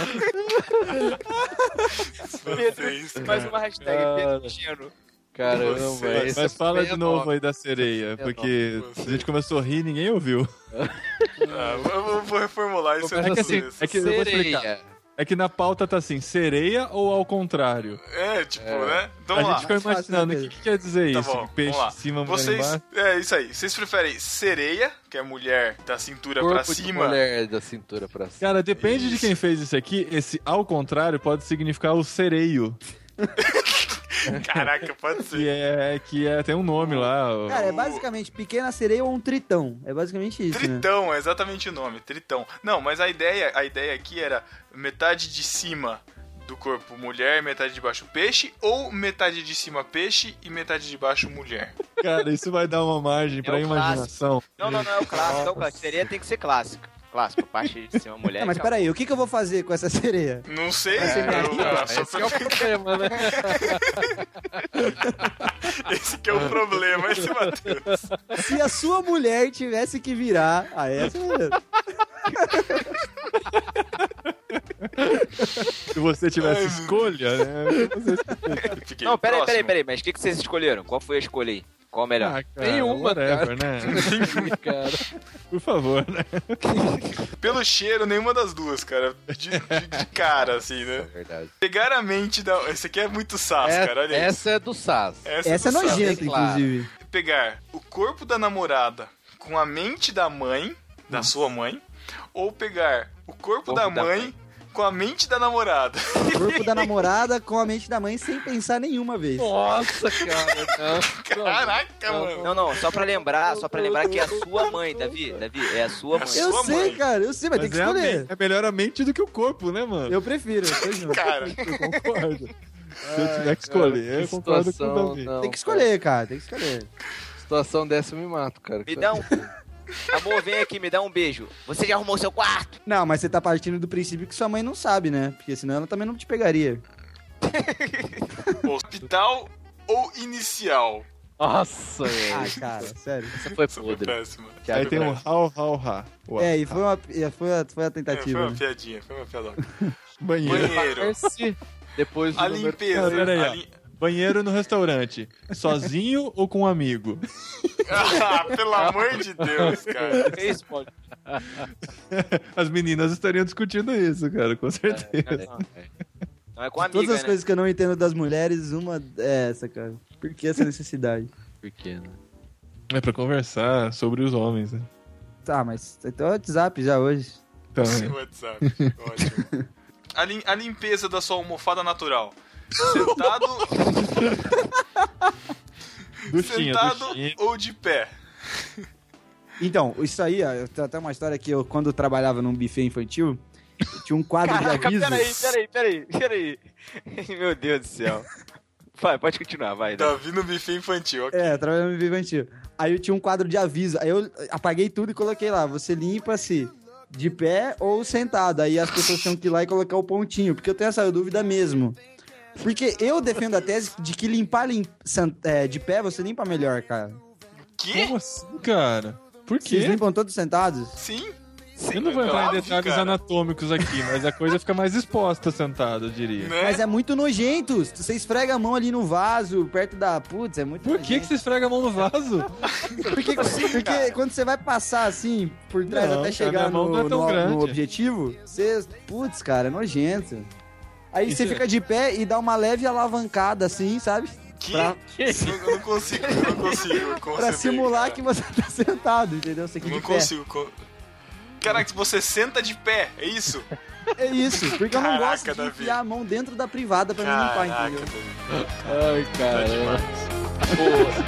Vocês, Mais uma hashtag Cara. Pedro Gino. Caramba, Mas- esse Mas é fala de feio novo nome. aí da sereia, Você- porque Você- a gente começou a rir e ninguém ouviu. Ah, eu vou- eu vou reformular isso. Começa eu É que assim, depois. é que eu vou explicar. Sereia. É que na pauta tá assim, sereia ou ao contrário? É, tipo, né? Então a vamos lá. gente ficou Mais fácil, imaginando, né, o que, Pedro? que quer dizer Tá isso? bom, Que peixe vamos lá. em cima, mulher Vocês, embaixo? é isso aí. Vocês preferem sereia, que é mulher da cintura pra Corpo de cima? mulher da cintura pra cima. Cara, depende de quem fez isso aqui, esse ao contrário pode significar o sereio, Caraca, pode ser. que é, que é tem um nome lá. o- Cara, é o- basicamente pequena sereia ou um tritão. É basicamente isso, né? Tritão, é exatamente o nome, Tritão. Não, mas a ideia, a ideia aqui era metade de cima do corpo mulher, metade de baixo peixe, ou metade de cima peixe e metade de baixo mulher. Cara, isso vai dar uma É margem pra um imaginação. Não, não, não, é o clássico. é o clássico. Sereia tem que ser clássico. Clássico, parte de ser uma mulher. Não, É, Ah, mas acabou. peraí, o que, que eu vou fazer com essa sereia? Não sei, É, eu- ah, só Esse é o pra- problema, né? esse que é o problema, esse Matheus. Se a sua mulher tivesse que virar a essa... Se você tivesse Ai, meu escolha, né? você- Fiquei Não, peraí, peraí, próximo. peraí. Mas o que, que vocês escolheram? Qual foi a escolha aí? Qual a melhor? Ah, cara, Nenhuma, whatever, né? cara. Por favor, né? Pelo cheiro, nenhuma das duas, cara. De, de- de cara, assim, né? É Verdade. Pegar a mente da. Esse aqui é muito sass, cara. Olha isso. essa é do Sas. Essa é do sass. nojenta, bem claro. inclusive. pegar o corpo da namorada com a mente da mãe, da sua mãe, ou pegar o corpo, Corpo da, da mãe, com a mente da namorada. O corpo da namorada com a mente da mãe sem pensar nenhuma vez. Nossa, cara. Não, Caraca, Não, mano. Não, não, só pra lembrar, só pra lembrar que é a sua mãe, Davi. Davi, é a sua mãe. Eu Sua sei, mãe. cara, eu sei, mas, tem que é, a escolher. men- é melhor a mente do que o corpo, né, mano? Eu prefiro, eu tô junto. Cara, Eu concordo. Se eu tiver que escolher, É eu concordo com tá o Davi. Tem que escolher, cara, tem que escolher. Cara, situação dessa eu me mato, cara. Me dá um. Amor, vem aqui, me dá um beijo. Você já arrumou seu quarto? Não, mas você tá partindo do princípio que sua mãe não sabe, né? Porque senão ela também não te pegaria. hospital ou inicial? Nossa, Ah, velho. cara, sério. Essa foi Essa foi podre. péssima. Aí tem um how, how, ha. Uau. É, e foi uma, e foi a, foi a É, foi tentativa. uma né? piadinha, foi uma piadoca. Banheiro. Banheiro. Esse, depois do A número- limpeza. Pera aí, a ó. lim- Banheiro no restaurante. Sozinho ou com um amigo? Ah, pelo amor de Deus, cara. Fez, pode. É, né? As meninas estariam discutindo isso, cara, com certeza. Não, Então é com a De todas amiga, as né? coisas que eu não entendo das mulheres, uma é essa, cara. Por que essa necessidade? Pequena. né? É pra conversar sobre os homens, né? tá, mas então é WhatsApp já hoje. Então, Seu WhatsApp. Ótimo. A, lim- a limpeza da sua almofada natural. Sentado. Duchinha, sentado duchinha. ou de pé. Então, isso aí, ó, eu tenho até uma história que eu, quando eu trabalhava num buffet infantil, tinha um quadro Caraca, de peraí, avisos. peraí, peraí, peraí. Meu Deus do céu. Vai, pode continuar, Então, vai. Davi no buffet Tá infantil. ok. É, eu trabalhava no buffet infantil. Aí eu tinha um quadro de aviso. Aí eu apaguei tudo e coloquei lá, você limpa-se de pé ou sentado. Aí as pessoas tinham que ir lá e colocar o pontinho, porque eu tenho essa dúvida mesmo. Porque eu defendo a tese de que limpar lim- san- é, de pé, você limpa melhor, cara. Que? Como assim, cara? Por Vocês quê? limpam todos sentados? Sim. Eu não vou entrar Claro, em detalhes cara. anatômicos aqui, mas a coisa fica mais exposta sentada, eu diria. Né? Mas é muito nojento. Você esfrega a mão ali no vaso, perto da. Putz, é muito Por que, que nojento. você esfrega a mão no vaso? Porque, porque quando você vai passar assim, por trás Não, até cara, chegar minha mão no, não é tão no- grande. no objetivo, você. Putz, cara, é nojento. Aí Isso você é- fica de pé e dá uma leve alavancada assim, sabe? Que? Pra, Eu não consigo, eu não consigo. pra conceber, simular cara. que você tá sentado, entendeu? Você Eu fica não de pé. consigo. co- Caraca, você senta de pé, é isso? É isso, porque eu não Caraca, gosto de Davi. enfiar a mão dentro da privada pra me limpar, Caraca, entendeu? Davi, Ai, tá cara. demais.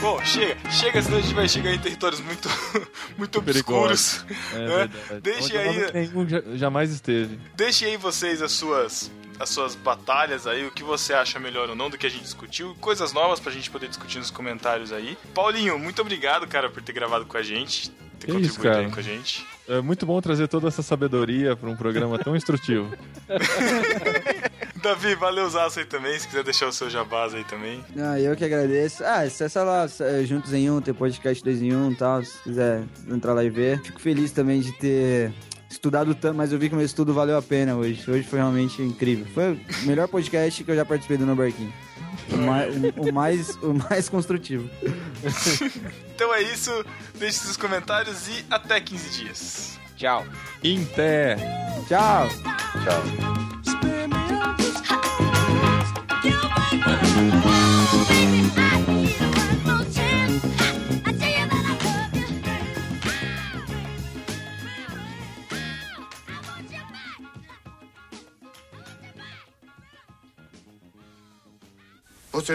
Bom, chega, chega, senão a gente vai chegar em territórios muito, muito obscuros. Perigosos. né? Deixe É Onde aí- Nenhum ja- jamais esteve. Deixe aí vocês as suas as suas batalhas aí, o que você acha melhor ou não do que a gente discutiu, coisas novas pra gente poder discutir nos comentários aí. Paulinho, muito obrigado, cara, por ter gravado com a gente, ter Que contribuído isso, cara. aí com a gente. É muito bom trazer toda essa sabedoria pra um programa tão instrutivo. Davi, valeu aí também, se quiser deixar o seu jabás aí também. Ah, eu que agradeço. Ah, acessa lá, eh, Juntos em Um, tem podcast 2 em 1 um, e tal, se quiser entrar lá e ver. Fico feliz também de ter estudado tanto, mas eu vi que meu estudo valeu a pena hoje. Hoje foi realmente incrível. Foi o melhor podcast que eu já participei do No Barquinho. O mai- o- o mais, o mais construtivo. Então é isso, deixe seus comentários e até 15 dias. Tchau. Inter. Tchau! Você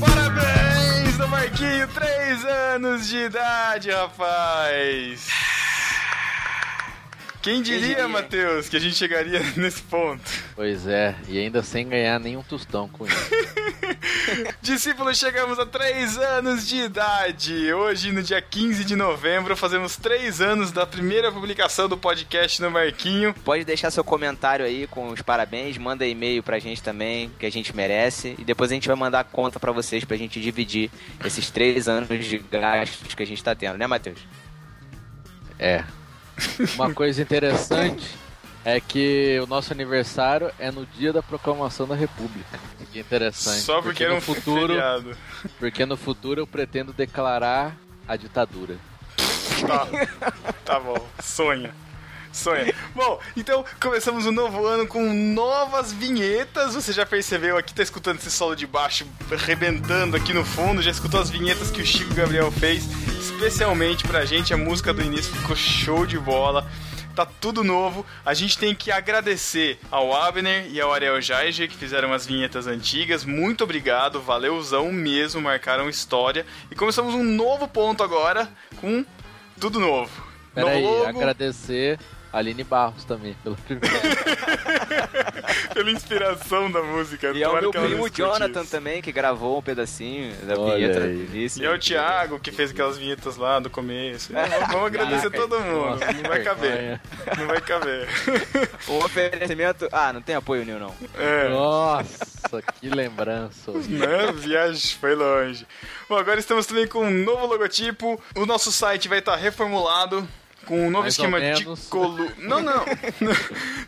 Parabéns do Marquinho, 3 anos de idade, rapaz! Quem diria, Matheus, que a gente chegaria nesse ponto? Pois é, e ainda sem ganhar nenhum tostão com isso. Discípulos, chegamos a 3 anos de idade. Hoje, no dia 15 de novembro, fazemos 3 anos da primeira publicação do podcast no Marquinho. Pode deixar seu comentário aí com os parabéns, manda e-mail pra gente também, que a gente merece. E depois a gente vai mandar a conta pra vocês pra gente dividir esses três anos de gastos que a gente tá tendo, né, Matheus? É. Uma coisa interessante é que o nosso aniversário é no dia da proclamação da República. Que interessante. Só porque, era um no futuro, feriado. porque no futuro eu pretendo declarar a ditadura. Tá. tá bom. Sonha. Sonha. Bom, então começamos o novo ano com novas vinhetas. Você já percebeu aqui, tá escutando esse solo de baixo arrebentando aqui no fundo. Já escutou as vinhetas que o Chico Gabriel fez especialmente pra gente. A música do início ficou show de bola. Tá tudo novo. A gente tem que agradecer ao Abner e ao Ariel Jaige que fizeram as vinhetas antigas. Muito obrigado, valeuzão mesmo, marcaram história. E começamos um novo ponto agora com tudo novo. Peraí, logo. agradecer a Aline Barros também pela primeira. Pela inspiração da música. E é o tomara meu que ela não primo escute isso. Jonathan também, que gravou um pedacinho da Olha vinheta aí. do início. E é o Thiago que fez aquelas vinhetas lá do começo. É, vamos agradecer Caraca, todo mundo. nossa, não vai caber. vergonha. Não vai caber. Um oferecimento. Ah, não tem apoio nenhum, não. É. Nossa, que lembrança. Né? Viagem foi longe. Bom, agora estamos também com um novo logotipo. O nosso site vai estar reformulado. Com um novo Mais ou esquema de menos. coluna. Não, não.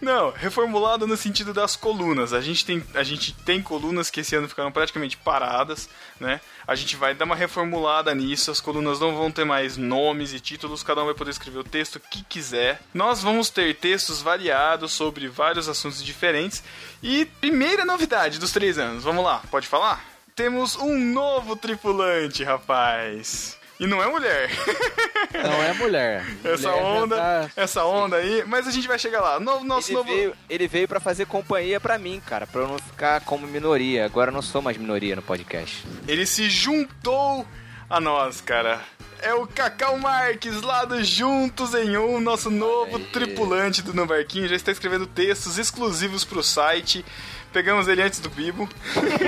Não, reformulado no sentido das colunas. A gente, tem, a gente tem colunas que esse ano ficaram praticamente paradas, né? A gente vai dar uma reformulada nisso. As colunas não vão ter mais nomes e títulos, cada um vai poder escrever o texto que quiser. Nós vamos ter textos variados sobre vários assuntos diferentes. E primeira novidade dos três anos, vamos lá, pode falar? Temos um novo tripulante, rapaz. E não é mulher. Não é mulher. Essa Mulher já onda, tá- essa onda aí, mas a gente vai chegar lá. Novo, nosso ele, novo. veio, ele veio pra fazer companhia pra mim, cara, pra eu não ficar como minoria. Agora eu não sou mais minoria no podcast. Ele se juntou a nós, cara. É o Cacau Marques, lá do Juntos em Um, nosso novo aí. tripulante do No Barquinho. Já está escrevendo textos exclusivos pro site. Pegamos ele antes do Bibo.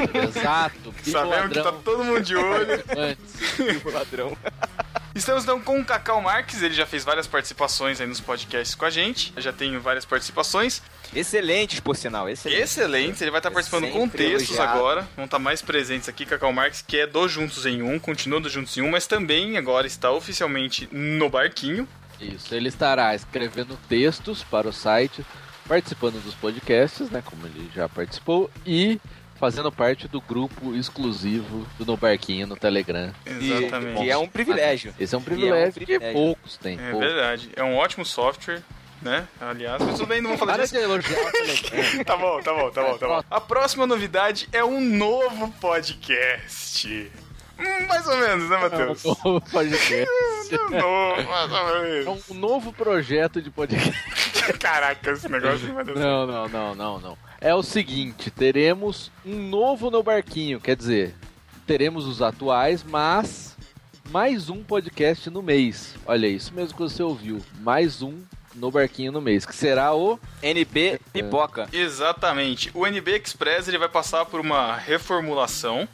Exato. Que Sabemos que tá ladrão. todo mundo de olho. Antes. Ladrão. Estamos então com o Cacau Marques. Ele já fez várias participações aí nos podcasts com a gente. Já tem várias participações. Excelentes, por sinal. Excelentes. Excelente, ele vai estar participando com Sempre textos elogiado. agora. Vão estar mais presentes aqui, Cacau Marques, que é do Juntos em Um, continua do Juntos em Um, mas também agora está oficialmente no barquinho. Isso, ele estará escrevendo textos para o site, participando dos podcasts, né, como ele já participou, e fazendo parte do grupo exclusivo do No Barquinho no Telegram. E- Exatamente. Que é um privilégio. Esse é um E é um privilégio que privilégio. poucos têm. É poucos. verdade, é um ótimo software, né? Aliás, mas tudo bem, não vou falar Para disso. de elogiar o Telegram. Tá bom, tá bom, tá bom, tá bom. A próxima novidade é um novo podcast. Hum, Mais ou menos, né, Matheus? É um novo podcast. Novo, mais ou É menos. um novo projeto de podcast. Caraca, esse negócio não vai dar certo. Não, não, não, não, não. É o seguinte, teremos um novo No Barquinho, quer dizer, teremos os atuais, mas mais um podcast no mês. Olha, isso mesmo que você ouviu, mais um No Barquinho no mês, que será o... NB Pipoca. Exatamente. O NB Express ele vai passar por uma reformulação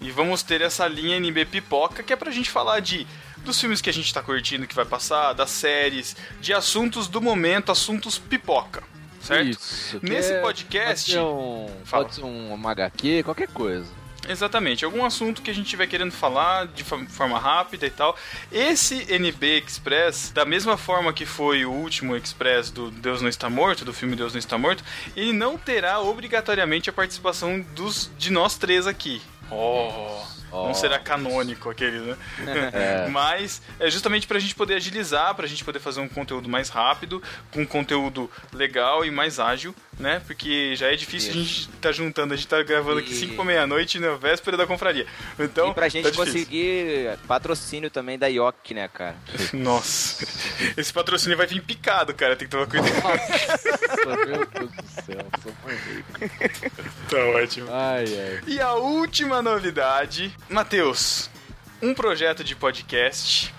e vamos ter essa linha NB Pipoca que é pra gente falar de dos filmes que a gente tá curtindo que vai passar, das séries, de assuntos do momento, assuntos pipoca, certo? Isso, que Nesse é- podcast, Pode ser, um, Fala. pode ser um, uma HQ, qualquer coisa. Exatamente, algum assunto que a gente estiver querendo falar de fa- forma rápida e tal. Esse NB Express, da mesma forma que foi o último Express do Deus Não Está Morto, do filme Deus Não Está Morto, ele não terá obrigatoriamente a participação dos, de nós três aqui. Oh, não Oh. será canônico aquele, né? É. Mas é justamente pra gente poder agilizar, pra gente poder fazer um conteúdo mais rápido, com um conteúdo legal e mais ágil, né? Porque já é difícil a gente tá juntando, a gente tá gravando aqui E- 5 pra meia-noite na véspera da confraria. Então, e pra gente tá difícil. conseguir patrocínio também da IOC, né, cara? Nossa, esse patrocínio vai vir picado, cara, tem que tomar cuidado. Nossa, meu Deus do céu, sou muito- Tá ótimo. Ai, ai. E a última novidade, Matheus, um projeto de podcast.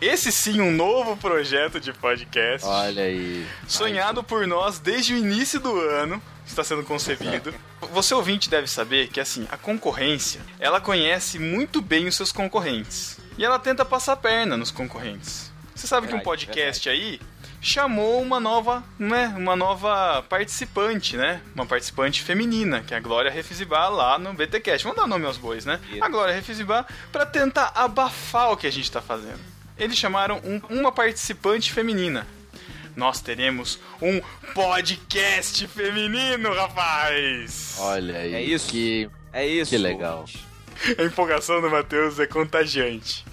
Esse sim, um novo projeto de podcast. Olha aí. Sonhado por nós desde o início do ano, está sendo concebido. Você ouvinte deve saber que assim, a concorrência, ela conhece muito bem os seus concorrentes. E ela tenta passar a perna nos concorrentes. Você sabe que um Verdade, podcast aí chamou uma nova, né, uma nova participante, né? Uma participante feminina, que é a Glória Refizibá lá no BTcast. Vamos dar nome aos bois, né? Isso. A Glória Refizibá para tentar abafar o que a gente tá fazendo. Eles chamaram um- uma participante feminina nós teremos um podcast feminino, rapaz! Olha aí. É isso. Que É isso. Que legal. ouvinte. A empolgação do Matheus é contagiante.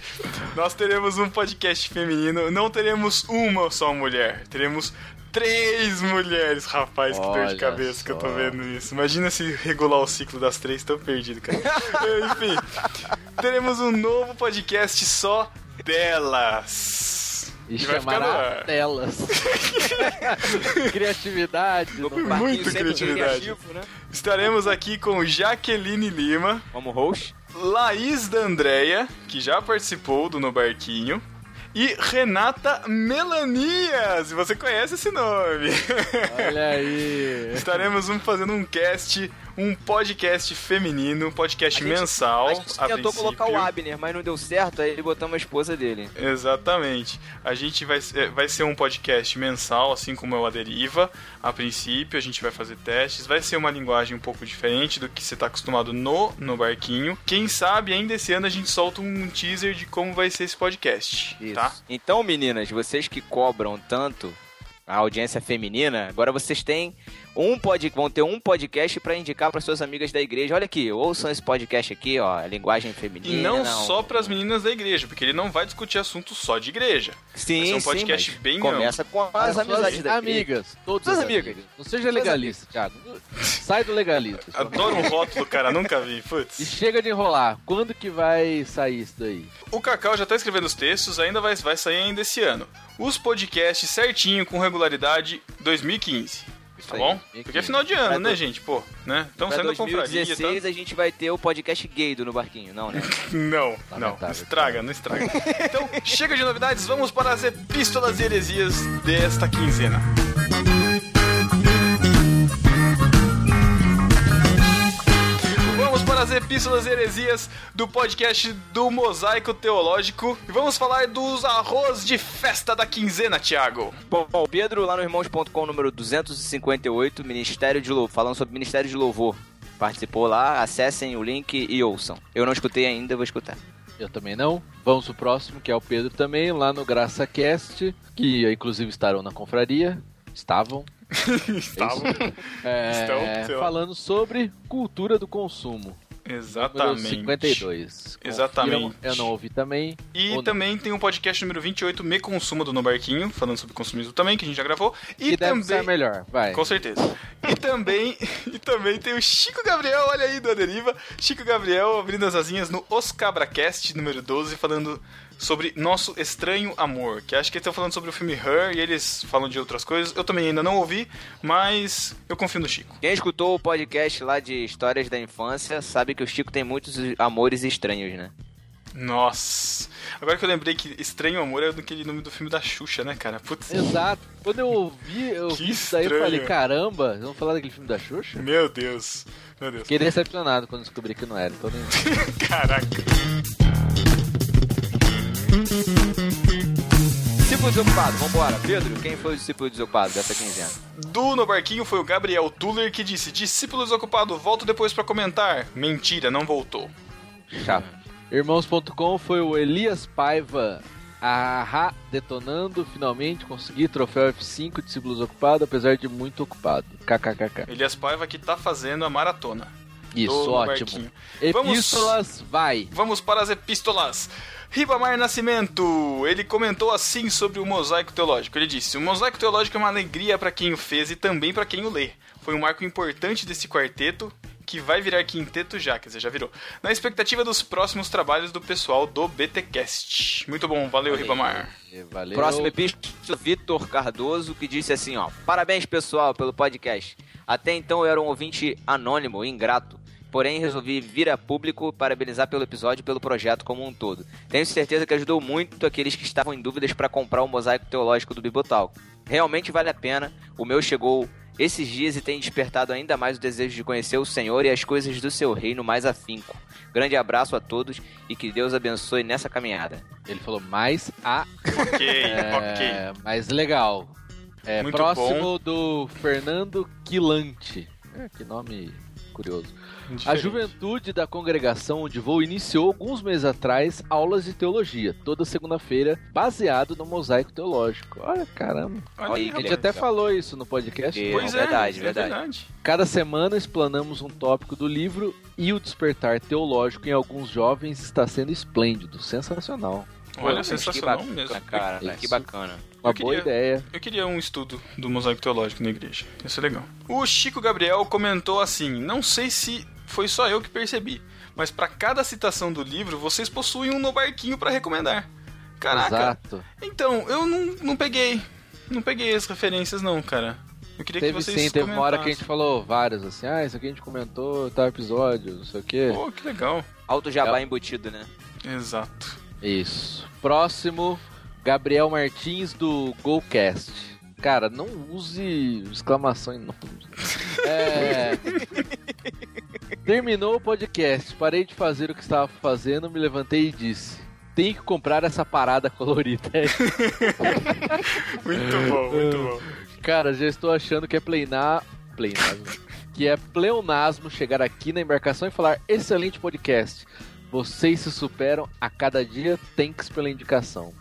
Nós teremos um podcast feminino, não teremos uma só mulher, teremos três mulheres, rapaz, que dor de Olha cabeça que eu tô só. vendo isso. Imagina se regular o ciclo das três, tão perdido, cara. Enfim, teremos um novo podcast só delas. E vai ficar no chamará ar. telas. Criatividade. Tô com não- um barquinho Muito sempre criatividade. criativo, né? Estaremos aqui com Jaqueline Lima. Vamos, host? Laís da Andrea, que já participou do No Barquinho. e Renata Melania, se você conhece esse nome. Olha aí. Estaremos um- fazendo um cast, um podcast feminino, um podcast A gente- mensal. a gente a tentou colocar o princípio. Abner, mas não deu certo, aí ele botamos a esposa dele. Exatamente. A gente vai, ser- vai ser um podcast mensal, assim como é o A Deriva. A princípio, a gente vai fazer testes. Vai ser uma linguagem um pouco diferente do que você está acostumado no, no barquinho. Quem sabe ainda esse ano a gente solta um teaser de como vai ser esse podcast. Isso. Tá? Então, meninas, vocês que cobram tanto a audiência feminina, agora vocês têm um pod... vão ter um podcast pra indicar para suas amigas da igreja. Olha aqui, ouçam esse podcast aqui, ó, linguagem E feminina. não, só para as meninas um da igreja, porque ele não vai discutir assunto só de igreja. vai ser Sim, um sim, podcast mas bem começa com as, um As suas amizades da igreja. amigas. Todas Suas as amigas. amigas. Não seja legalista, Thiago. Sai do legalista. Adoro um rótulo, cara, nunca vi. E Putz. chega de enrolar. Quando que vai sair isso daí? O Cacau já tá escrevendo os textos, ainda vai, vai sair ainda esse ano. Os podcasts certinho, com regularidade, 2015. Tá aí, bom? 2015. Porque é final de ano, Pra né, do- gente? Pô, né? Estamos Pra saindo da confraria. 2016 Tá... a gente vai ter o podcast gay do No Barquinho, não, né? Não, não. Lamentável. Estraga, não estraga. então, chega de novidades, vamos para as epístolas e heresias desta quinzena. Vamos para as epístolas e heresias do podcast do Mosaico Teológico e vamos falar dos arroz de festa da quinzena, Thiago. Bom, o Pedro, lá no irmãos.com, número 258, Ministério de Louvor, falando sobre Ministério de Louvor. Participou lá, acessem o link e ouçam. Eu não escutei ainda, vou escutar. Eu também não. Vamos pro próximo, que é o Pedro também, lá no GraçaCast, que inclusive estarão na confraria. Estavam. Tá Estavam. É, Estão, sei lá. falando sobre cultura do consumo. Número Exatamente. 52. Confiram, Exatamente. Eu não ouvi também. E Ou não. também tem um podcast número 28, Me Consuma, do No Barquinho, falando sobre consumismo também, que a gente já gravou. E que deve ser também... melhor. Vai. Com certeza. E também, e também tem o Chico Gabriel, olha aí, do A Deriva. Chico Gabriel abrindo as asinhas no Os Cabracast, número 12, falando sobre Nosso Estranho Amor, que acho que eles estão falando sobre o filme Her, e eles falam de outras coisas. Eu também ainda não ouvi, mas eu confio no Chico. Quem escutou o podcast lá de Histórias da Infância sabe que o Chico tem muitos amores estranhos, né? Nossa. Agora que eu lembrei que Estranho Amor é aquele nome do filme da Xuxa, né, cara? Putz. Exato. Quando eu ouvi, eu Que vi isso daí, eu estranho. falei, caramba, vocês vão falar daquele filme da Xuxa? Meu Deus. Meu Deus. Fiquei decepcionado quando descobri que não era. Então nem... Caraca. Discípulo desocupado, vambora. Pedro, quem foi o discípulo desocupado dessa quinzena? Do no barquinho foi o Gabriel Tuller que disse: Discípulo desocupado, volto depois pra comentar. Mentira, não voltou. Chato. Irmãos.com foi o Elias Paiva. Ahá, detonando, finalmente consegui troféu F5 discípulos ocupado, apesar de muito ocupado. KKKK. Elias Paiva que tá fazendo a maratona. Isso, no ótimo. barquinho. Vamos- Epístolas, vai. Vamos para as epístolas. Ribamar Nascimento, ele comentou assim sobre o mosaico teológico. Ele disse: O mosaico teológico é uma alegria para quem o fez e também para quem o lê. Foi um marco importante desse quarteto que vai virar quinteto já, quer dizer, já virou. Na expectativa dos próximos trabalhos do pessoal do BTcast. Muito bom, valeu, Ribamar. Valeu. Próximo epístolo, Vitor Cardoso, que disse assim, ó. Parabéns, pessoal, pelo podcast. Até então eu era um ouvinte anônimo, ingrato. Porém, resolvi vir a público e parabenizar pelo episódio e pelo projeto como um todo. Tenho certeza que ajudou muito aqueles que estavam em dúvidas para comprar o mosaico teológico do Bibotal. Realmente vale a pena. O meu chegou esses dias e tem despertado ainda mais o desejo de conhecer o Senhor e as coisas do seu reino mais afinco. Grande abraço a todos e que Deus abençoe nessa caminhada. Ele falou mais a. Ok, ok. É, mais legal. É, Muito próximo do Fernando Quilante. É, que nome curioso. A juventude da congregação onde vou iniciou alguns meses atrás aulas de teologia, toda segunda-feira, baseado no mosaico teológico. Olha, caramba. Olha aí, A gente Legal. até falou isso no podcast. E- Pois é, Verdade, é verdade. Cada semana explanamos um tópico do livro e o despertar teológico em alguns jovens está sendo esplêndido, sensacional. Olha, Mas sensacional que bacana, mesmo. Cara, né? Isso. que bacana. Uma Eu boa queria- ideia. Eu queria um estudo do mosaico teológico na igreja. Isso é legal. O Chico Gabriel comentou assim: não sei se foi só eu que percebi, mas pra cada citação do livro, vocês possuem um no barquinho pra recomendar. Caraca. Exato. Então, eu não, não peguei. Não peguei as referências, não, cara. Eu queria Teve que vocês sim, teve uma hora que a gente comentassem. falou vários, assim, ah, isso aqui a gente comentou, tal episódio, não sei o quê. Pô, que legal. É. Alto jabá embutido, né? Exato. Isso. Próximo Gabriel Martins do Golcast. Cara, não use exclamação em nome. É... Terminou o podcast, parei de fazer o que estava fazendo, me levantei e disse: Tem que comprar essa parada colorida. Muito bom, muito bom. Cara, já estou achando que é pleinar. Plenasmo. que é pleonasmo chegar aqui na embarcação e falar: excelente podcast. Vocês se superam a cada dia, thanks pela indicação.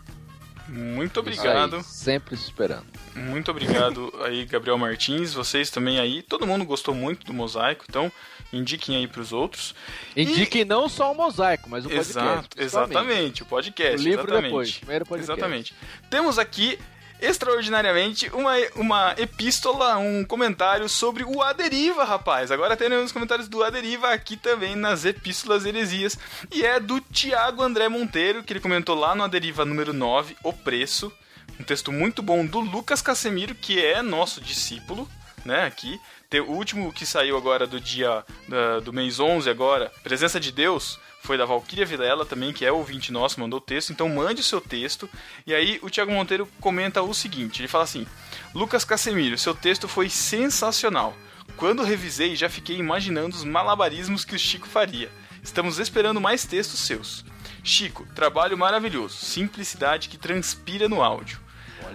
Muito Isso aí, obrigado. sempre superando. Muito obrigado aí, Gabriel Martins. Vocês também aí. Todo mundo gostou muito do mosaico, então indiquem aí pros outros. Indiquem não só o mosaico, mas o podcast. Exato, principalmente. exatamente. O O podcast, livro exatamente. depois, primeiro podcast. Exatamente. Temos aqui, extraordinariamente, uma, uma epístola, um comentário sobre o A Deriva, rapaz. Agora teremos comentários do A Deriva aqui também nas Epístolas Heresias. E é do Tiago André Monteiro, que ele comentou lá no A Deriva número 9, O Preço. Um texto muito bom do Lucas Casemiro, que é nosso discípulo, né, aqui. Te- O último que saiu agora do dia da- do mês 11 agora, Presença de Deus, foi da Valquíria Vilela também, que é ouvinte nosso, mandou o texto. Então mande o seu texto. E aí o Thiago Monteiro comenta o seguinte, ele fala assim: "Lucas Casemiro, seu texto foi sensacional. Quando revisei, já fiquei imaginando os malabarismos que o Chico faria. Estamos esperando mais textos seus. Chico, trabalho maravilhoso, simplicidade que transpira no áudio.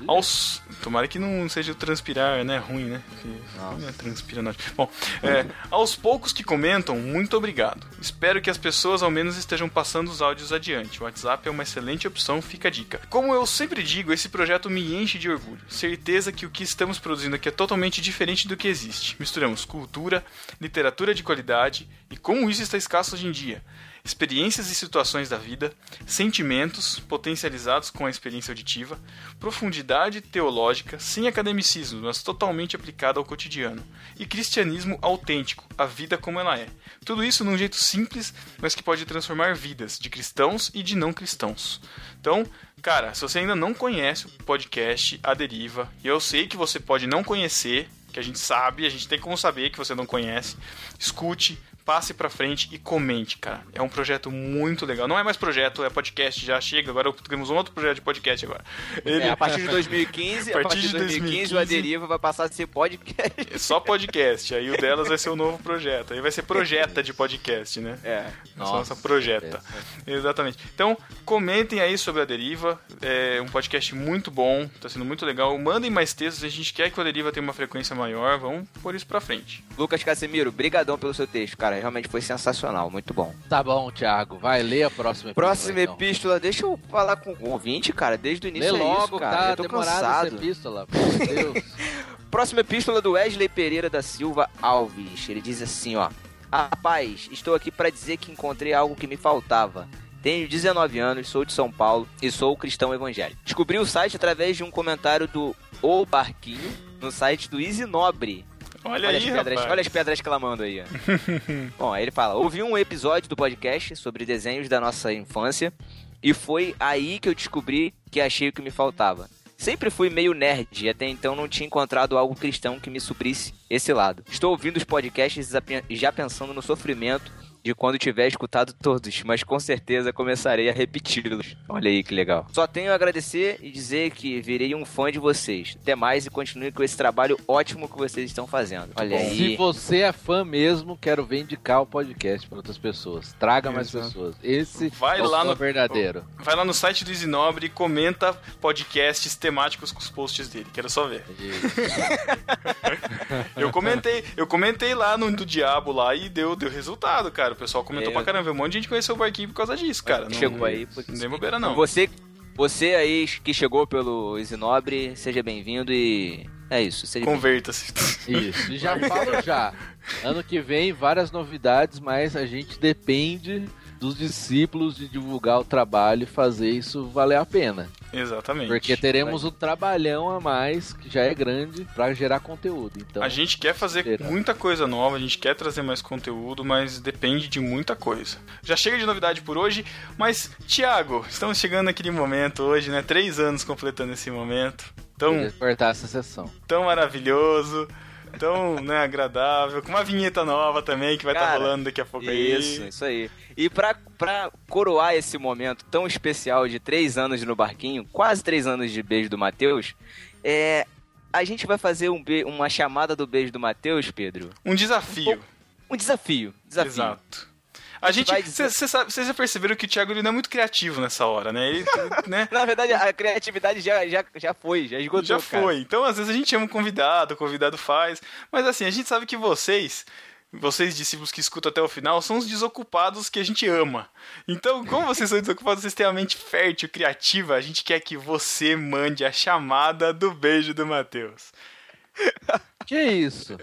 Aos... Tomara que não seja o transpirar, né? Ruim, né? Que- né, Transpira no áudio. Bom, é, aos poucos que comentam, muito obrigado. Espero que as pessoas ao menos estejam passando os áudios adiante. O WhatsApp é uma excelente opção, fica a dica. Como eu sempre digo, esse projeto me enche de orgulho. Certeza que o que estamos produzindo aqui é totalmente diferente do que existe. Misturamos cultura, literatura de qualidade e como isso está escasso hoje em dia experiências e situações da vida, sentimentos potencializados com a experiência auditiva, profundidade teológica sem academicismo, mas totalmente aplicada ao cotidiano, e cristianismo autêntico, a vida como ela é. Tudo isso num jeito simples, mas que pode transformar vidas de cristãos e de não cristãos. Então, cara, se você ainda não conhece o podcast A Deriva, e eu sei que você pode não conhecer, que a gente sabe, a gente tem como saber que você não conhece. Escute, passe pra frente e comente, cara. É um projeto muito legal. Não é mais projeto, é podcast, já chega. Agora temos um outro projeto de podcast agora. Ele É, a partir de 2015, a partir, de 2015, o A 2015. Deriva vai passar a ser podcast. é só podcast. Aí o delas vai ser o novo projeto. Aí vai ser projeta de podcast, né? É. Nossa, projeta. Exatamente. Então, comentem aí sobre a Deriva. É um podcast muito bom, tá sendo muito legal. Mandem mais textos, a gente quer que o A Deriva tenha uma frequência maior. Vamos pôr isso pra frente. Lucas Casemiro, brigadão pelo seu texto, cara. Realmente foi sensacional, muito bom. Tá bom, Thiago. Vai ler a próxima epístola, Próxima então. epístola, deixa eu falar com o ouvinte, cara. Desde o Lê início é logo, isso, cara. tá eu tô demorada cansado. essa epístola. Meu Deus. Próxima epístola do Wesley Pereira da Silva Alves. Ele diz assim, ó: "Rapaz, estou aqui para dizer que encontrei algo que me faltava. Tenho 19 anos, sou de São Paulo e sou cristão evangélico. Descobri o site através de um comentário do O Barquinho no site do Easy Nobre. Olha, aí, as pedras, rapaz. olha as pedras clamando aí. ó. Bom, aí ele fala: ouvi um episódio do podcast sobre desenhos da nossa infância e foi aí que eu descobri que achei o que me faltava. Sempre fui meio nerd e até então não tinha encontrado algo cristão que me suprisse esse lado. Estou ouvindo os podcasts apen- já pensando no sofrimento de quando tiver escutado todos, mas com certeza começarei a repeti-los. Olha aí que legal. Só tenho a agradecer e dizer que virei um fã de vocês. Até mais e continue com esse trabalho ótimo que vocês estão fazendo. Olha aí. Se você é fã mesmo, quero ver indicar o podcast para outras pessoas. Traga mais Exato. pessoas. Esse Vai é o lá fã no- verdadeiro. Vai lá no site do Isinobre e comenta podcasts temáticos com os posts dele. Quero só ver. Eu comentei, eu comentei lá no do Diabo lá e deu, deu resultado, cara. O pessoal comentou É, pra eu- caramba. Um monte de gente conheceu o barquinho por causa disso, cara. Não- Chegou aí. Porque... Não dei bobeira, não. Você, você aí que chegou pelo Isinobre, seja bem-vindo e é isso. Seja bem-vindo. Converta-se. Isso. E já falo já. Ano que vem, várias novidades, mas a gente depende dos discípulos de divulgar o trabalho e fazer isso valer a pena. Exatamente. Porque teremos um trabalhão a mais, que já é grande, para gerar conteúdo. Então, a gente quer fazer será. muita coisa nova, a gente quer trazer mais conteúdo, mas depende de muita coisa. Já chega de novidade por hoje, mas, Thiago, estamos chegando naquele momento hoje, né? Três anos completando esse momento. Então, Tão, cortar essa sessão. tão maravilhoso. tão né, agradável, com uma vinheta nova também que vai estar Cara, rolando daqui a pouco Isso, aí. isso aí. E pra, pra coroar esse momento tão especial de três anos no barquinho, quase três anos de beijo do Matheus, é, a gente vai fazer um be- uma chamada do beijo do Matheus, Pedro. Um desafio. Um desafio. Desafio. Exato. A gente, vai dizer- vocês já perceberam que o Thiago ele não é muito criativo nessa hora, né? Ele, né? Na verdade, a criatividade já, já, já foi, já esgotou. Já cara. foi. Então, às vezes a gente chama um convidado, o convidado faz. Mas assim, a gente sabe que vocês, vocês discípulos que escutam até o final, são os desocupados que a gente ama. Então, como vocês são desocupados, vocês têm a mente fértil, criativa, a gente quer que você mande a chamada do beijo do Matheus. Que isso?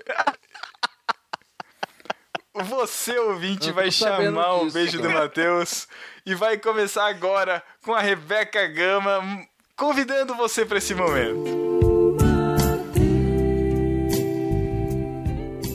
Você, ouvinte, Eu tô vai sabendo chamar o disso, beijo do cara. Matheus e vai começar agora com a Rebeca Gama hum, convidando você para esse momento.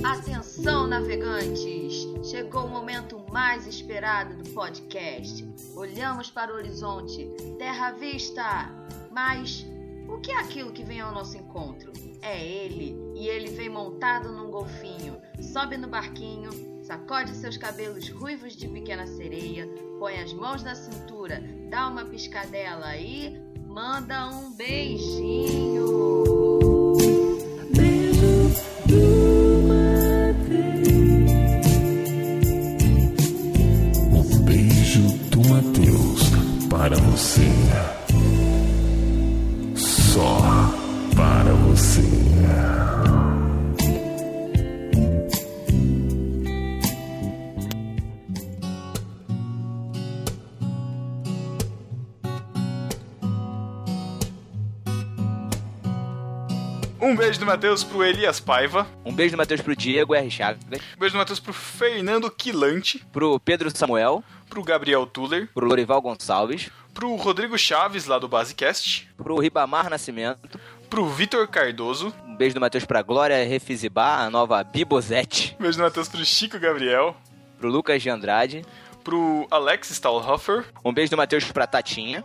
Atenção, navegantes! Chegou o momento mais esperado do podcast. Olhamos para o horizonte, terra à vista! Mas o que é aquilo que vem ao nosso encontro? É ele, e ele vem montado num golfinho. Sobe no barquinho, sacode seus cabelos ruivos de pequena sereia, põe as mãos na cintura, dá uma piscadela e manda um beijinho! Beijo do Mateus para você. Só para você. Um beijo do Matheus pro Elias Paiva. Um beijo do Matheus pro Diego R. Chaves. Um beijo do Matheus pro Fernando Quilante. Pro Pedro Samuel. Pro Gabriel Tuller. Pro Lorival Gonçalves. Pro Rodrigo Chaves, lá do Basecast. Pro Ribamar Nascimento. Pro Vitor Cardoso. Um beijo do Matheus pra Glória Refizibá, a nova Bibozete. Um beijo do Matheus pro Chico Gabriel. Pro Lucas de Andrade. Pro Alex Stahlhofer. Um beijo do Matheus pra Tatinha.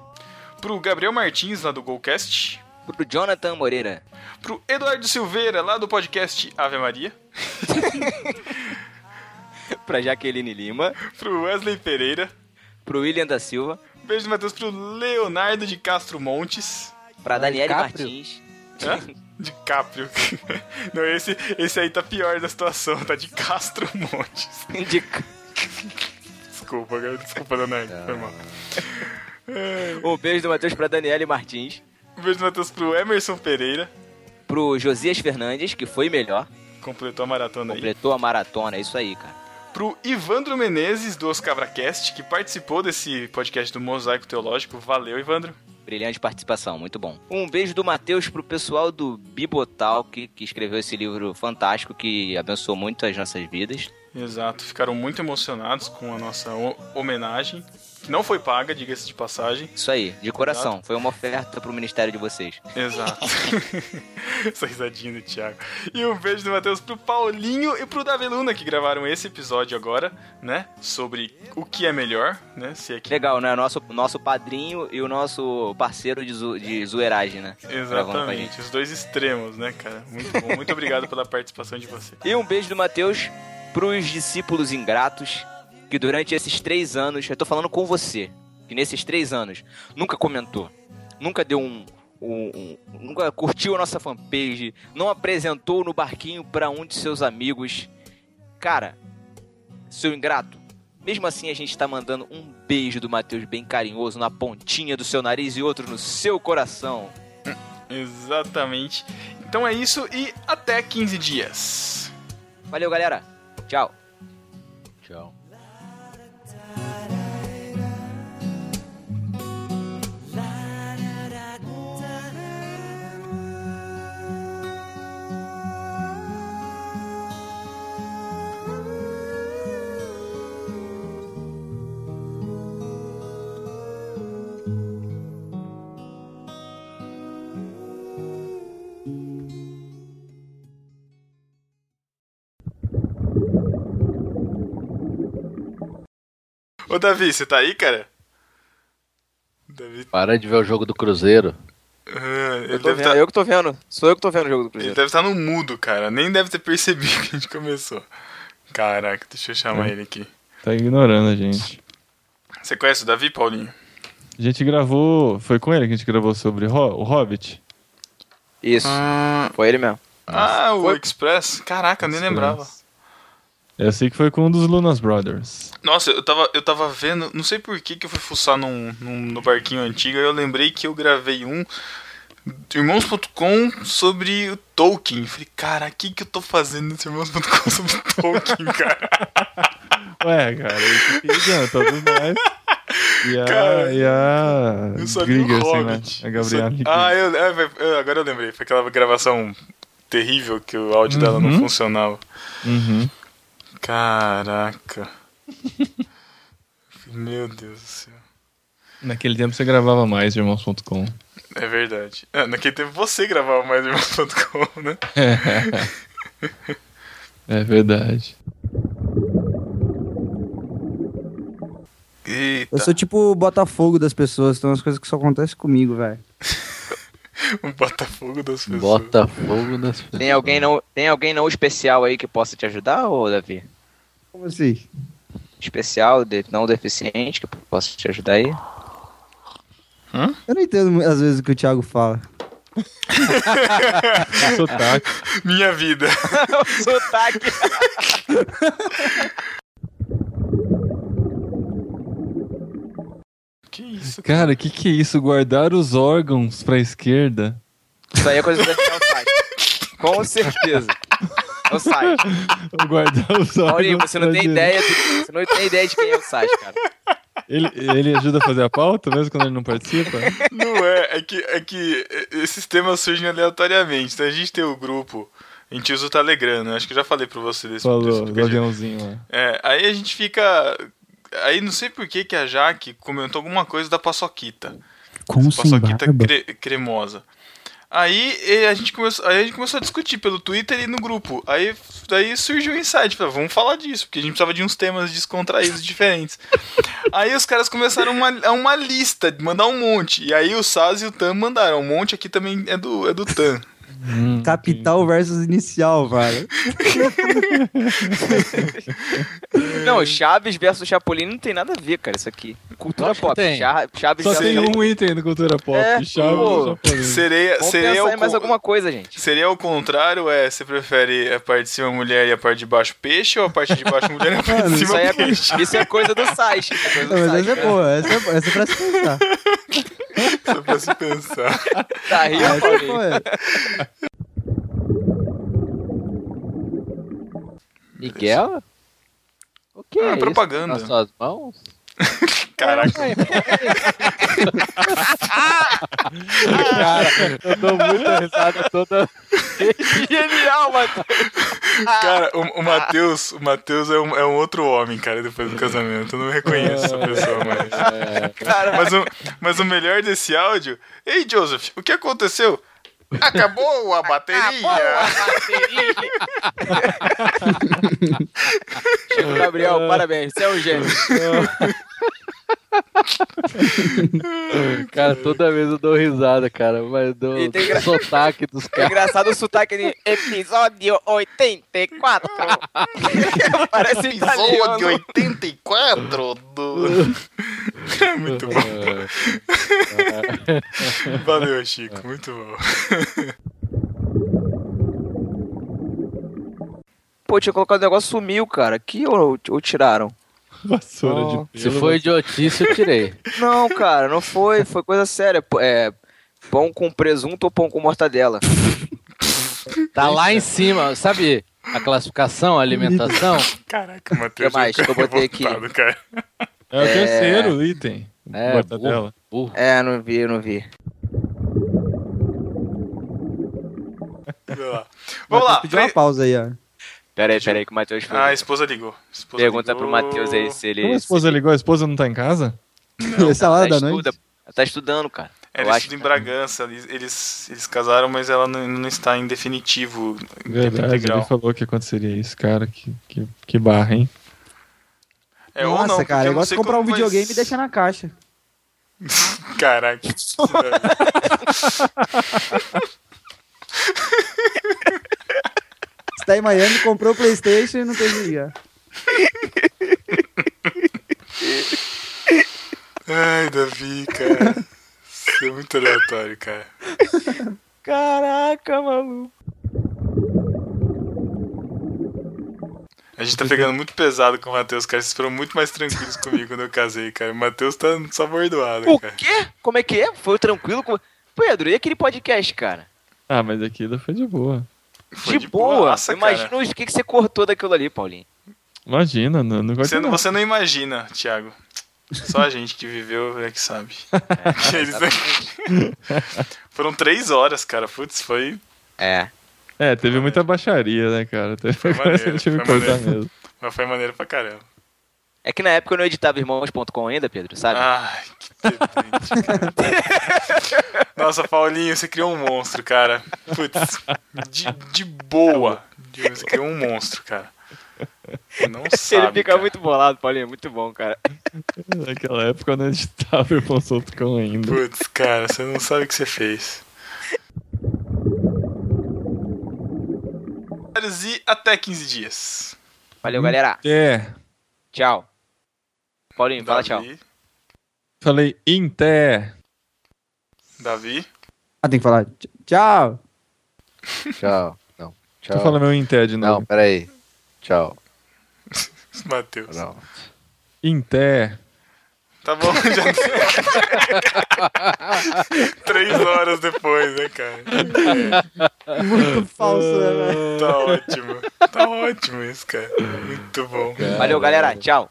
Pro Gabriel Martins, lá do Golcast. Pro Jonathan Moreira. Pro Eduardo Silveira, lá do podcast Ave Maria. pra Jaqueline Lima. Pro Wesley Pereira. Pro William da Silva. Um beijo do Matheus pro Leonardo de Castro Montes. Pra Daniele DiCaprio? Martins. Hã? De Caprio. Não, esse, esse aí tá pior da situação, tá de Castro Montes. De... Desculpa, cara. Desculpa, Leonardo. Foi mal. Um beijo do Matheus pra Daniele Martins. Um beijo do Matheus pro Emerson Pereira. Pro Josias Fernandes, que foi melhor. Completou a maratona aí. Completou a maratona, é isso aí, cara. Pro Ivandro Menezes, do Oscavracast, que participou desse podcast do Mosaico Teológico. Valeu, Ivandro. Brilhante participação, muito bom. Um beijo do Matheus pro pessoal do Bibotalk, que escreveu esse livro fantástico que abençoou muito as nossas vidas. Exato, ficaram muito emocionados com a nossa ho- homenagem, que não foi paga, diga-se de passagem. Isso aí, de coração. Exato. Foi uma oferta pro ministério de vocês. Exato. Essa risadinha do Thiago. E um beijo do Matheus pro Paulinho e pro Davi Luna, que gravaram esse episódio agora, né? Sobre o que é melhor, né? Se é que Legal, né? Nosso, nosso padrinho e o nosso parceiro de, zo- de zoeiragem, né? Gravando com a gente. Exatamente, os dois extremos, né, cara? Muito bom, muito obrigado pela participação de você. E um beijo do Matheus pros discípulos ingratos que durante esses três anos, eu tô falando com você, que nesses três anos nunca comentou, nunca deu um. um- um- nunca curtiu a nossa fanpage, não apresentou no barquinho pra um de seus amigos. Cara, seu ingrato, mesmo assim a gente tá mandando um beijo do Matheus bem carinhoso na pontinha do seu nariz e outro no seu coração. Exatamente. Então é isso e até 15 dias. Valeu, galera. Tchau. Tchau. Ô Davi, você tá aí, cara? Davi, Para de ver o jogo do Cruzeiro. ele Eu, tô deve vendo, tá- eu que tô vendo. Sou eu que tô vendo o jogo do Ele Cruzeiro. deve estar no mudo, cara. Nem deve ter percebido que a gente começou. Caraca, deixa eu chamar ele aqui. Tá ignorando a gente. Você conhece o Davi, Paulinho? A gente gravou. Foi com ele que a gente gravou sobre Ho- o Hobbit? Isso. Foi ele mesmo. Ah, o Express? Caraca, nem lembrava. Eu sei que foi com um dos Lunas Brothers. Nossa, eu tava, eu tava vendo, não sei por que que eu fui fuçar num, num, no barquinho antigo, aí eu lembrei que eu gravei um do irmãos.com sobre o Tolkien. Falei, cara, o que que eu tô fazendo nesse irmãos.com sobre o Tolkien, cara? Ué, cara, isso que adianta, tudo mais. E a, Cara, e a eu só li o Griga, assim, é né? Hobbit. A Eu só- Gabriela. Ah, eu, é, vai- é, agora eu lembrei, foi aquela gravação terrível que o áudio dela não Uhum. funcionava. Uhum. Caraca. Meu Deus do céu. Naquele tempo você gravava mais de irmãos.com. É verdade. É, naquele tempo você gravava mais irmãos.com, né? É verdade. Eita. Eu sou tipo o Botafogo das pessoas, então as coisas que só acontecem comigo, velho. O um Botafogo das pessoas. Botafogo das Tem alguém, não, tem alguém não especial aí que possa te ajudar, ô Davi? Como assim? Especial, de- não deficiente, que possa te ajudar aí? Eu não entendo às vezes o que o Thiago fala. Sotaque. Minha vida. Sotaque. Que isso? Cara, que que é isso? Guardar os órgãos pra esquerda? Isso aí é coisa do Daniel Sage. Com certeza. É o Sage. Guardar os órgãos. Maurinho, você não pra tem direita. ideia de, você não tem ideia de quem é o Sage, cara. Ele, ele ajuda a fazer a pauta mesmo quando ele não participa? Não é, é que, é que esses temas surgem aleatoriamente. Então a gente tem o grupo, a gente usa o Telegram, né? Acho que eu já falei pra você desse Falou, desse- o aviãozinho lá. É, aí a gente fica. Aí não sei por que que a Jaque comentou alguma coisa da paçoquita. Com Essa paçoquita cre- cremosa. Aí eh, a, gente começou, aí a gente começou a discutir pelo Twitter e no grupo. Aí, daí surgiu o insight, falei, vamos falar disso, porque a gente precisava de uns temas descontraídos diferentes. aí os caras começaram uma, a uma lista, de mandar um monte. E aí o Saz e o Tan mandaram. Um monte aqui também é do, é do Tan. Capital versus inicial, velho. Não, Chaves versus Chapolin não tem nada a ver, cara, isso aqui. Cultura Lógico que pop. tem. Cha- Chaves Só versus tem Chapolin. um item no Cultura Pop. É, Chaves pô. do Chapolin. Seria, Vamos seria pensar o em mais con- alguma coisa, gente. Seria o contrário, é, você prefere a parte de cima mulher e a parte de baixo peixe, ou a parte de baixo mulher e a parte de Isso, cima aí peixe? é, isso é coisa do site. isso é coisa do Não, mas site, essa é cara. boa, essa é, boa, essa é pra se pensar. Só pra se pensar. Tá rindo, Essa é Paulinho? boa. Miguel? O que Ah, é isso? propaganda. Nas suas mãos? Caraca. Cara, eu dou muita risada toda. Genial, mano. Cara, o, o Matheus, o Matheus é, um, é um outro homem, cara, depois do casamento. Eu não reconheço É. essa pessoa mais. Mas o, mas o melhor desse áudio. Ei, Joseph, o que aconteceu? Acabou a bateria! Chico Gabriel, parabéns. Você é um gênio. Cara, toda vez eu dou risada, cara. Mas eu dou E tem gra- o sotaque dos É caras. engraçado o sotaque de episódio 84. Parece Episódio de italiano. 84 do. É muito bom. É. Valeu, Chico, muito bom. Pô, tinha colocado o um negócio, sumiu, cara. Aqui ou, ou tiraram? Vassoura Não. de pelo. Se foi idiotice, eu tirei. Não, cara, não foi. Foi coisa séria. Pô, É pão com presunto ou pão com mortadela. Tá lá em cima, sabe? A classificação, a alimentação. Caraca, o Matheus. que mais é um que eu cara botei aqui? revoltado, Cara. É o terceiro item. É, Mortadela. burro. É, não vi, não vi. Vai lá. Vamos lá. Pediu uma pausa aí, ó. Pera aí, pera aí, que o Matheus foi. Ah, a esposa ligou. A esposa né? Pergunta ligou. pro Matheus aí se ele. Como a esposa ligou? A esposa não tá em casa? Essa hora da noite. estuda, ela tá estudando, cara. Eu Ela acho estuda É, em que- Bragança, eles, eles, eles casaram, mas ela não, não está em definitivo. em tempo Verdade, integral. ele falou que aconteceria isso, cara. Que, que, que barra, hein? É, ou Nossa, não, porque cara, eu É, eu não gosto de sei comprar um como vai videogame e ser. deixar na caixa. Caraca. Você tá em Miami, comprou o Playstation e não tem que ligar. Ai, Davi, cara. Isso é muito aleatório, cara. Caraca, maluco. A gente tá pegando muito pesado com o Matheus, cara. Vocês foram muito mais tranquilos comigo quando eu casei, cara. O Matheus tá só bordoado, O cara. quê? Como é que é? Foi tranquilo? com- Pedro, e aquele podcast, cara? Ah, mas aquilo foi de boa. De, boa. boaça, cara. Imagina o que, que você cortou daquilo ali, Paulinho. Imagina, não, não gosto Você não, não. você não imagina, Thiago. Só a gente que viveu é que sabe. É, Eles- Foram três horas, cara. Putz, foi É. É, teve muita baixaria, né, cara? Teve coisa que eu tive que foi cortar maneiro. mesmo. Mas foi maneiro pra caramba. É que na época eu não editava irmãos.com ainda, Pedro, sabe? Ai, Nossa, Paulinho, você criou um monstro, cara. Putz, de, de Tá boa. De- Você criou um monstro, cara. Não sabe. Ele fica muito bolado, Paulinho. é Muito bom, cara. Naquela época eu não editava o Soltocão ainda. Putz, cara, você não sabe o que você fez. E até 15 dias. Valeu, galera. É. Tchau. Paulinho, fala tchau. Davi, Falei, Inter. Davi. Ah, tem que falar. tch- Tchau. Tchau. Não. Tchau. Tô falando meu Inter de novo. Não, peraí. Tchau. Matheus. Não. Inter. Tá bom, já Três horas depois, né, cara? É. Muito falso, né, velho? Tá ótimo. Tá ótimo isso, cara. Muito bom. Valeu, galera. Tchau.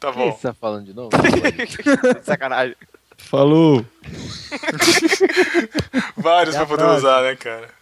Tá Quem bom. você tá falando de novo? Sacanagem. Falou. Vários pra poder próxima. usar, né, cara?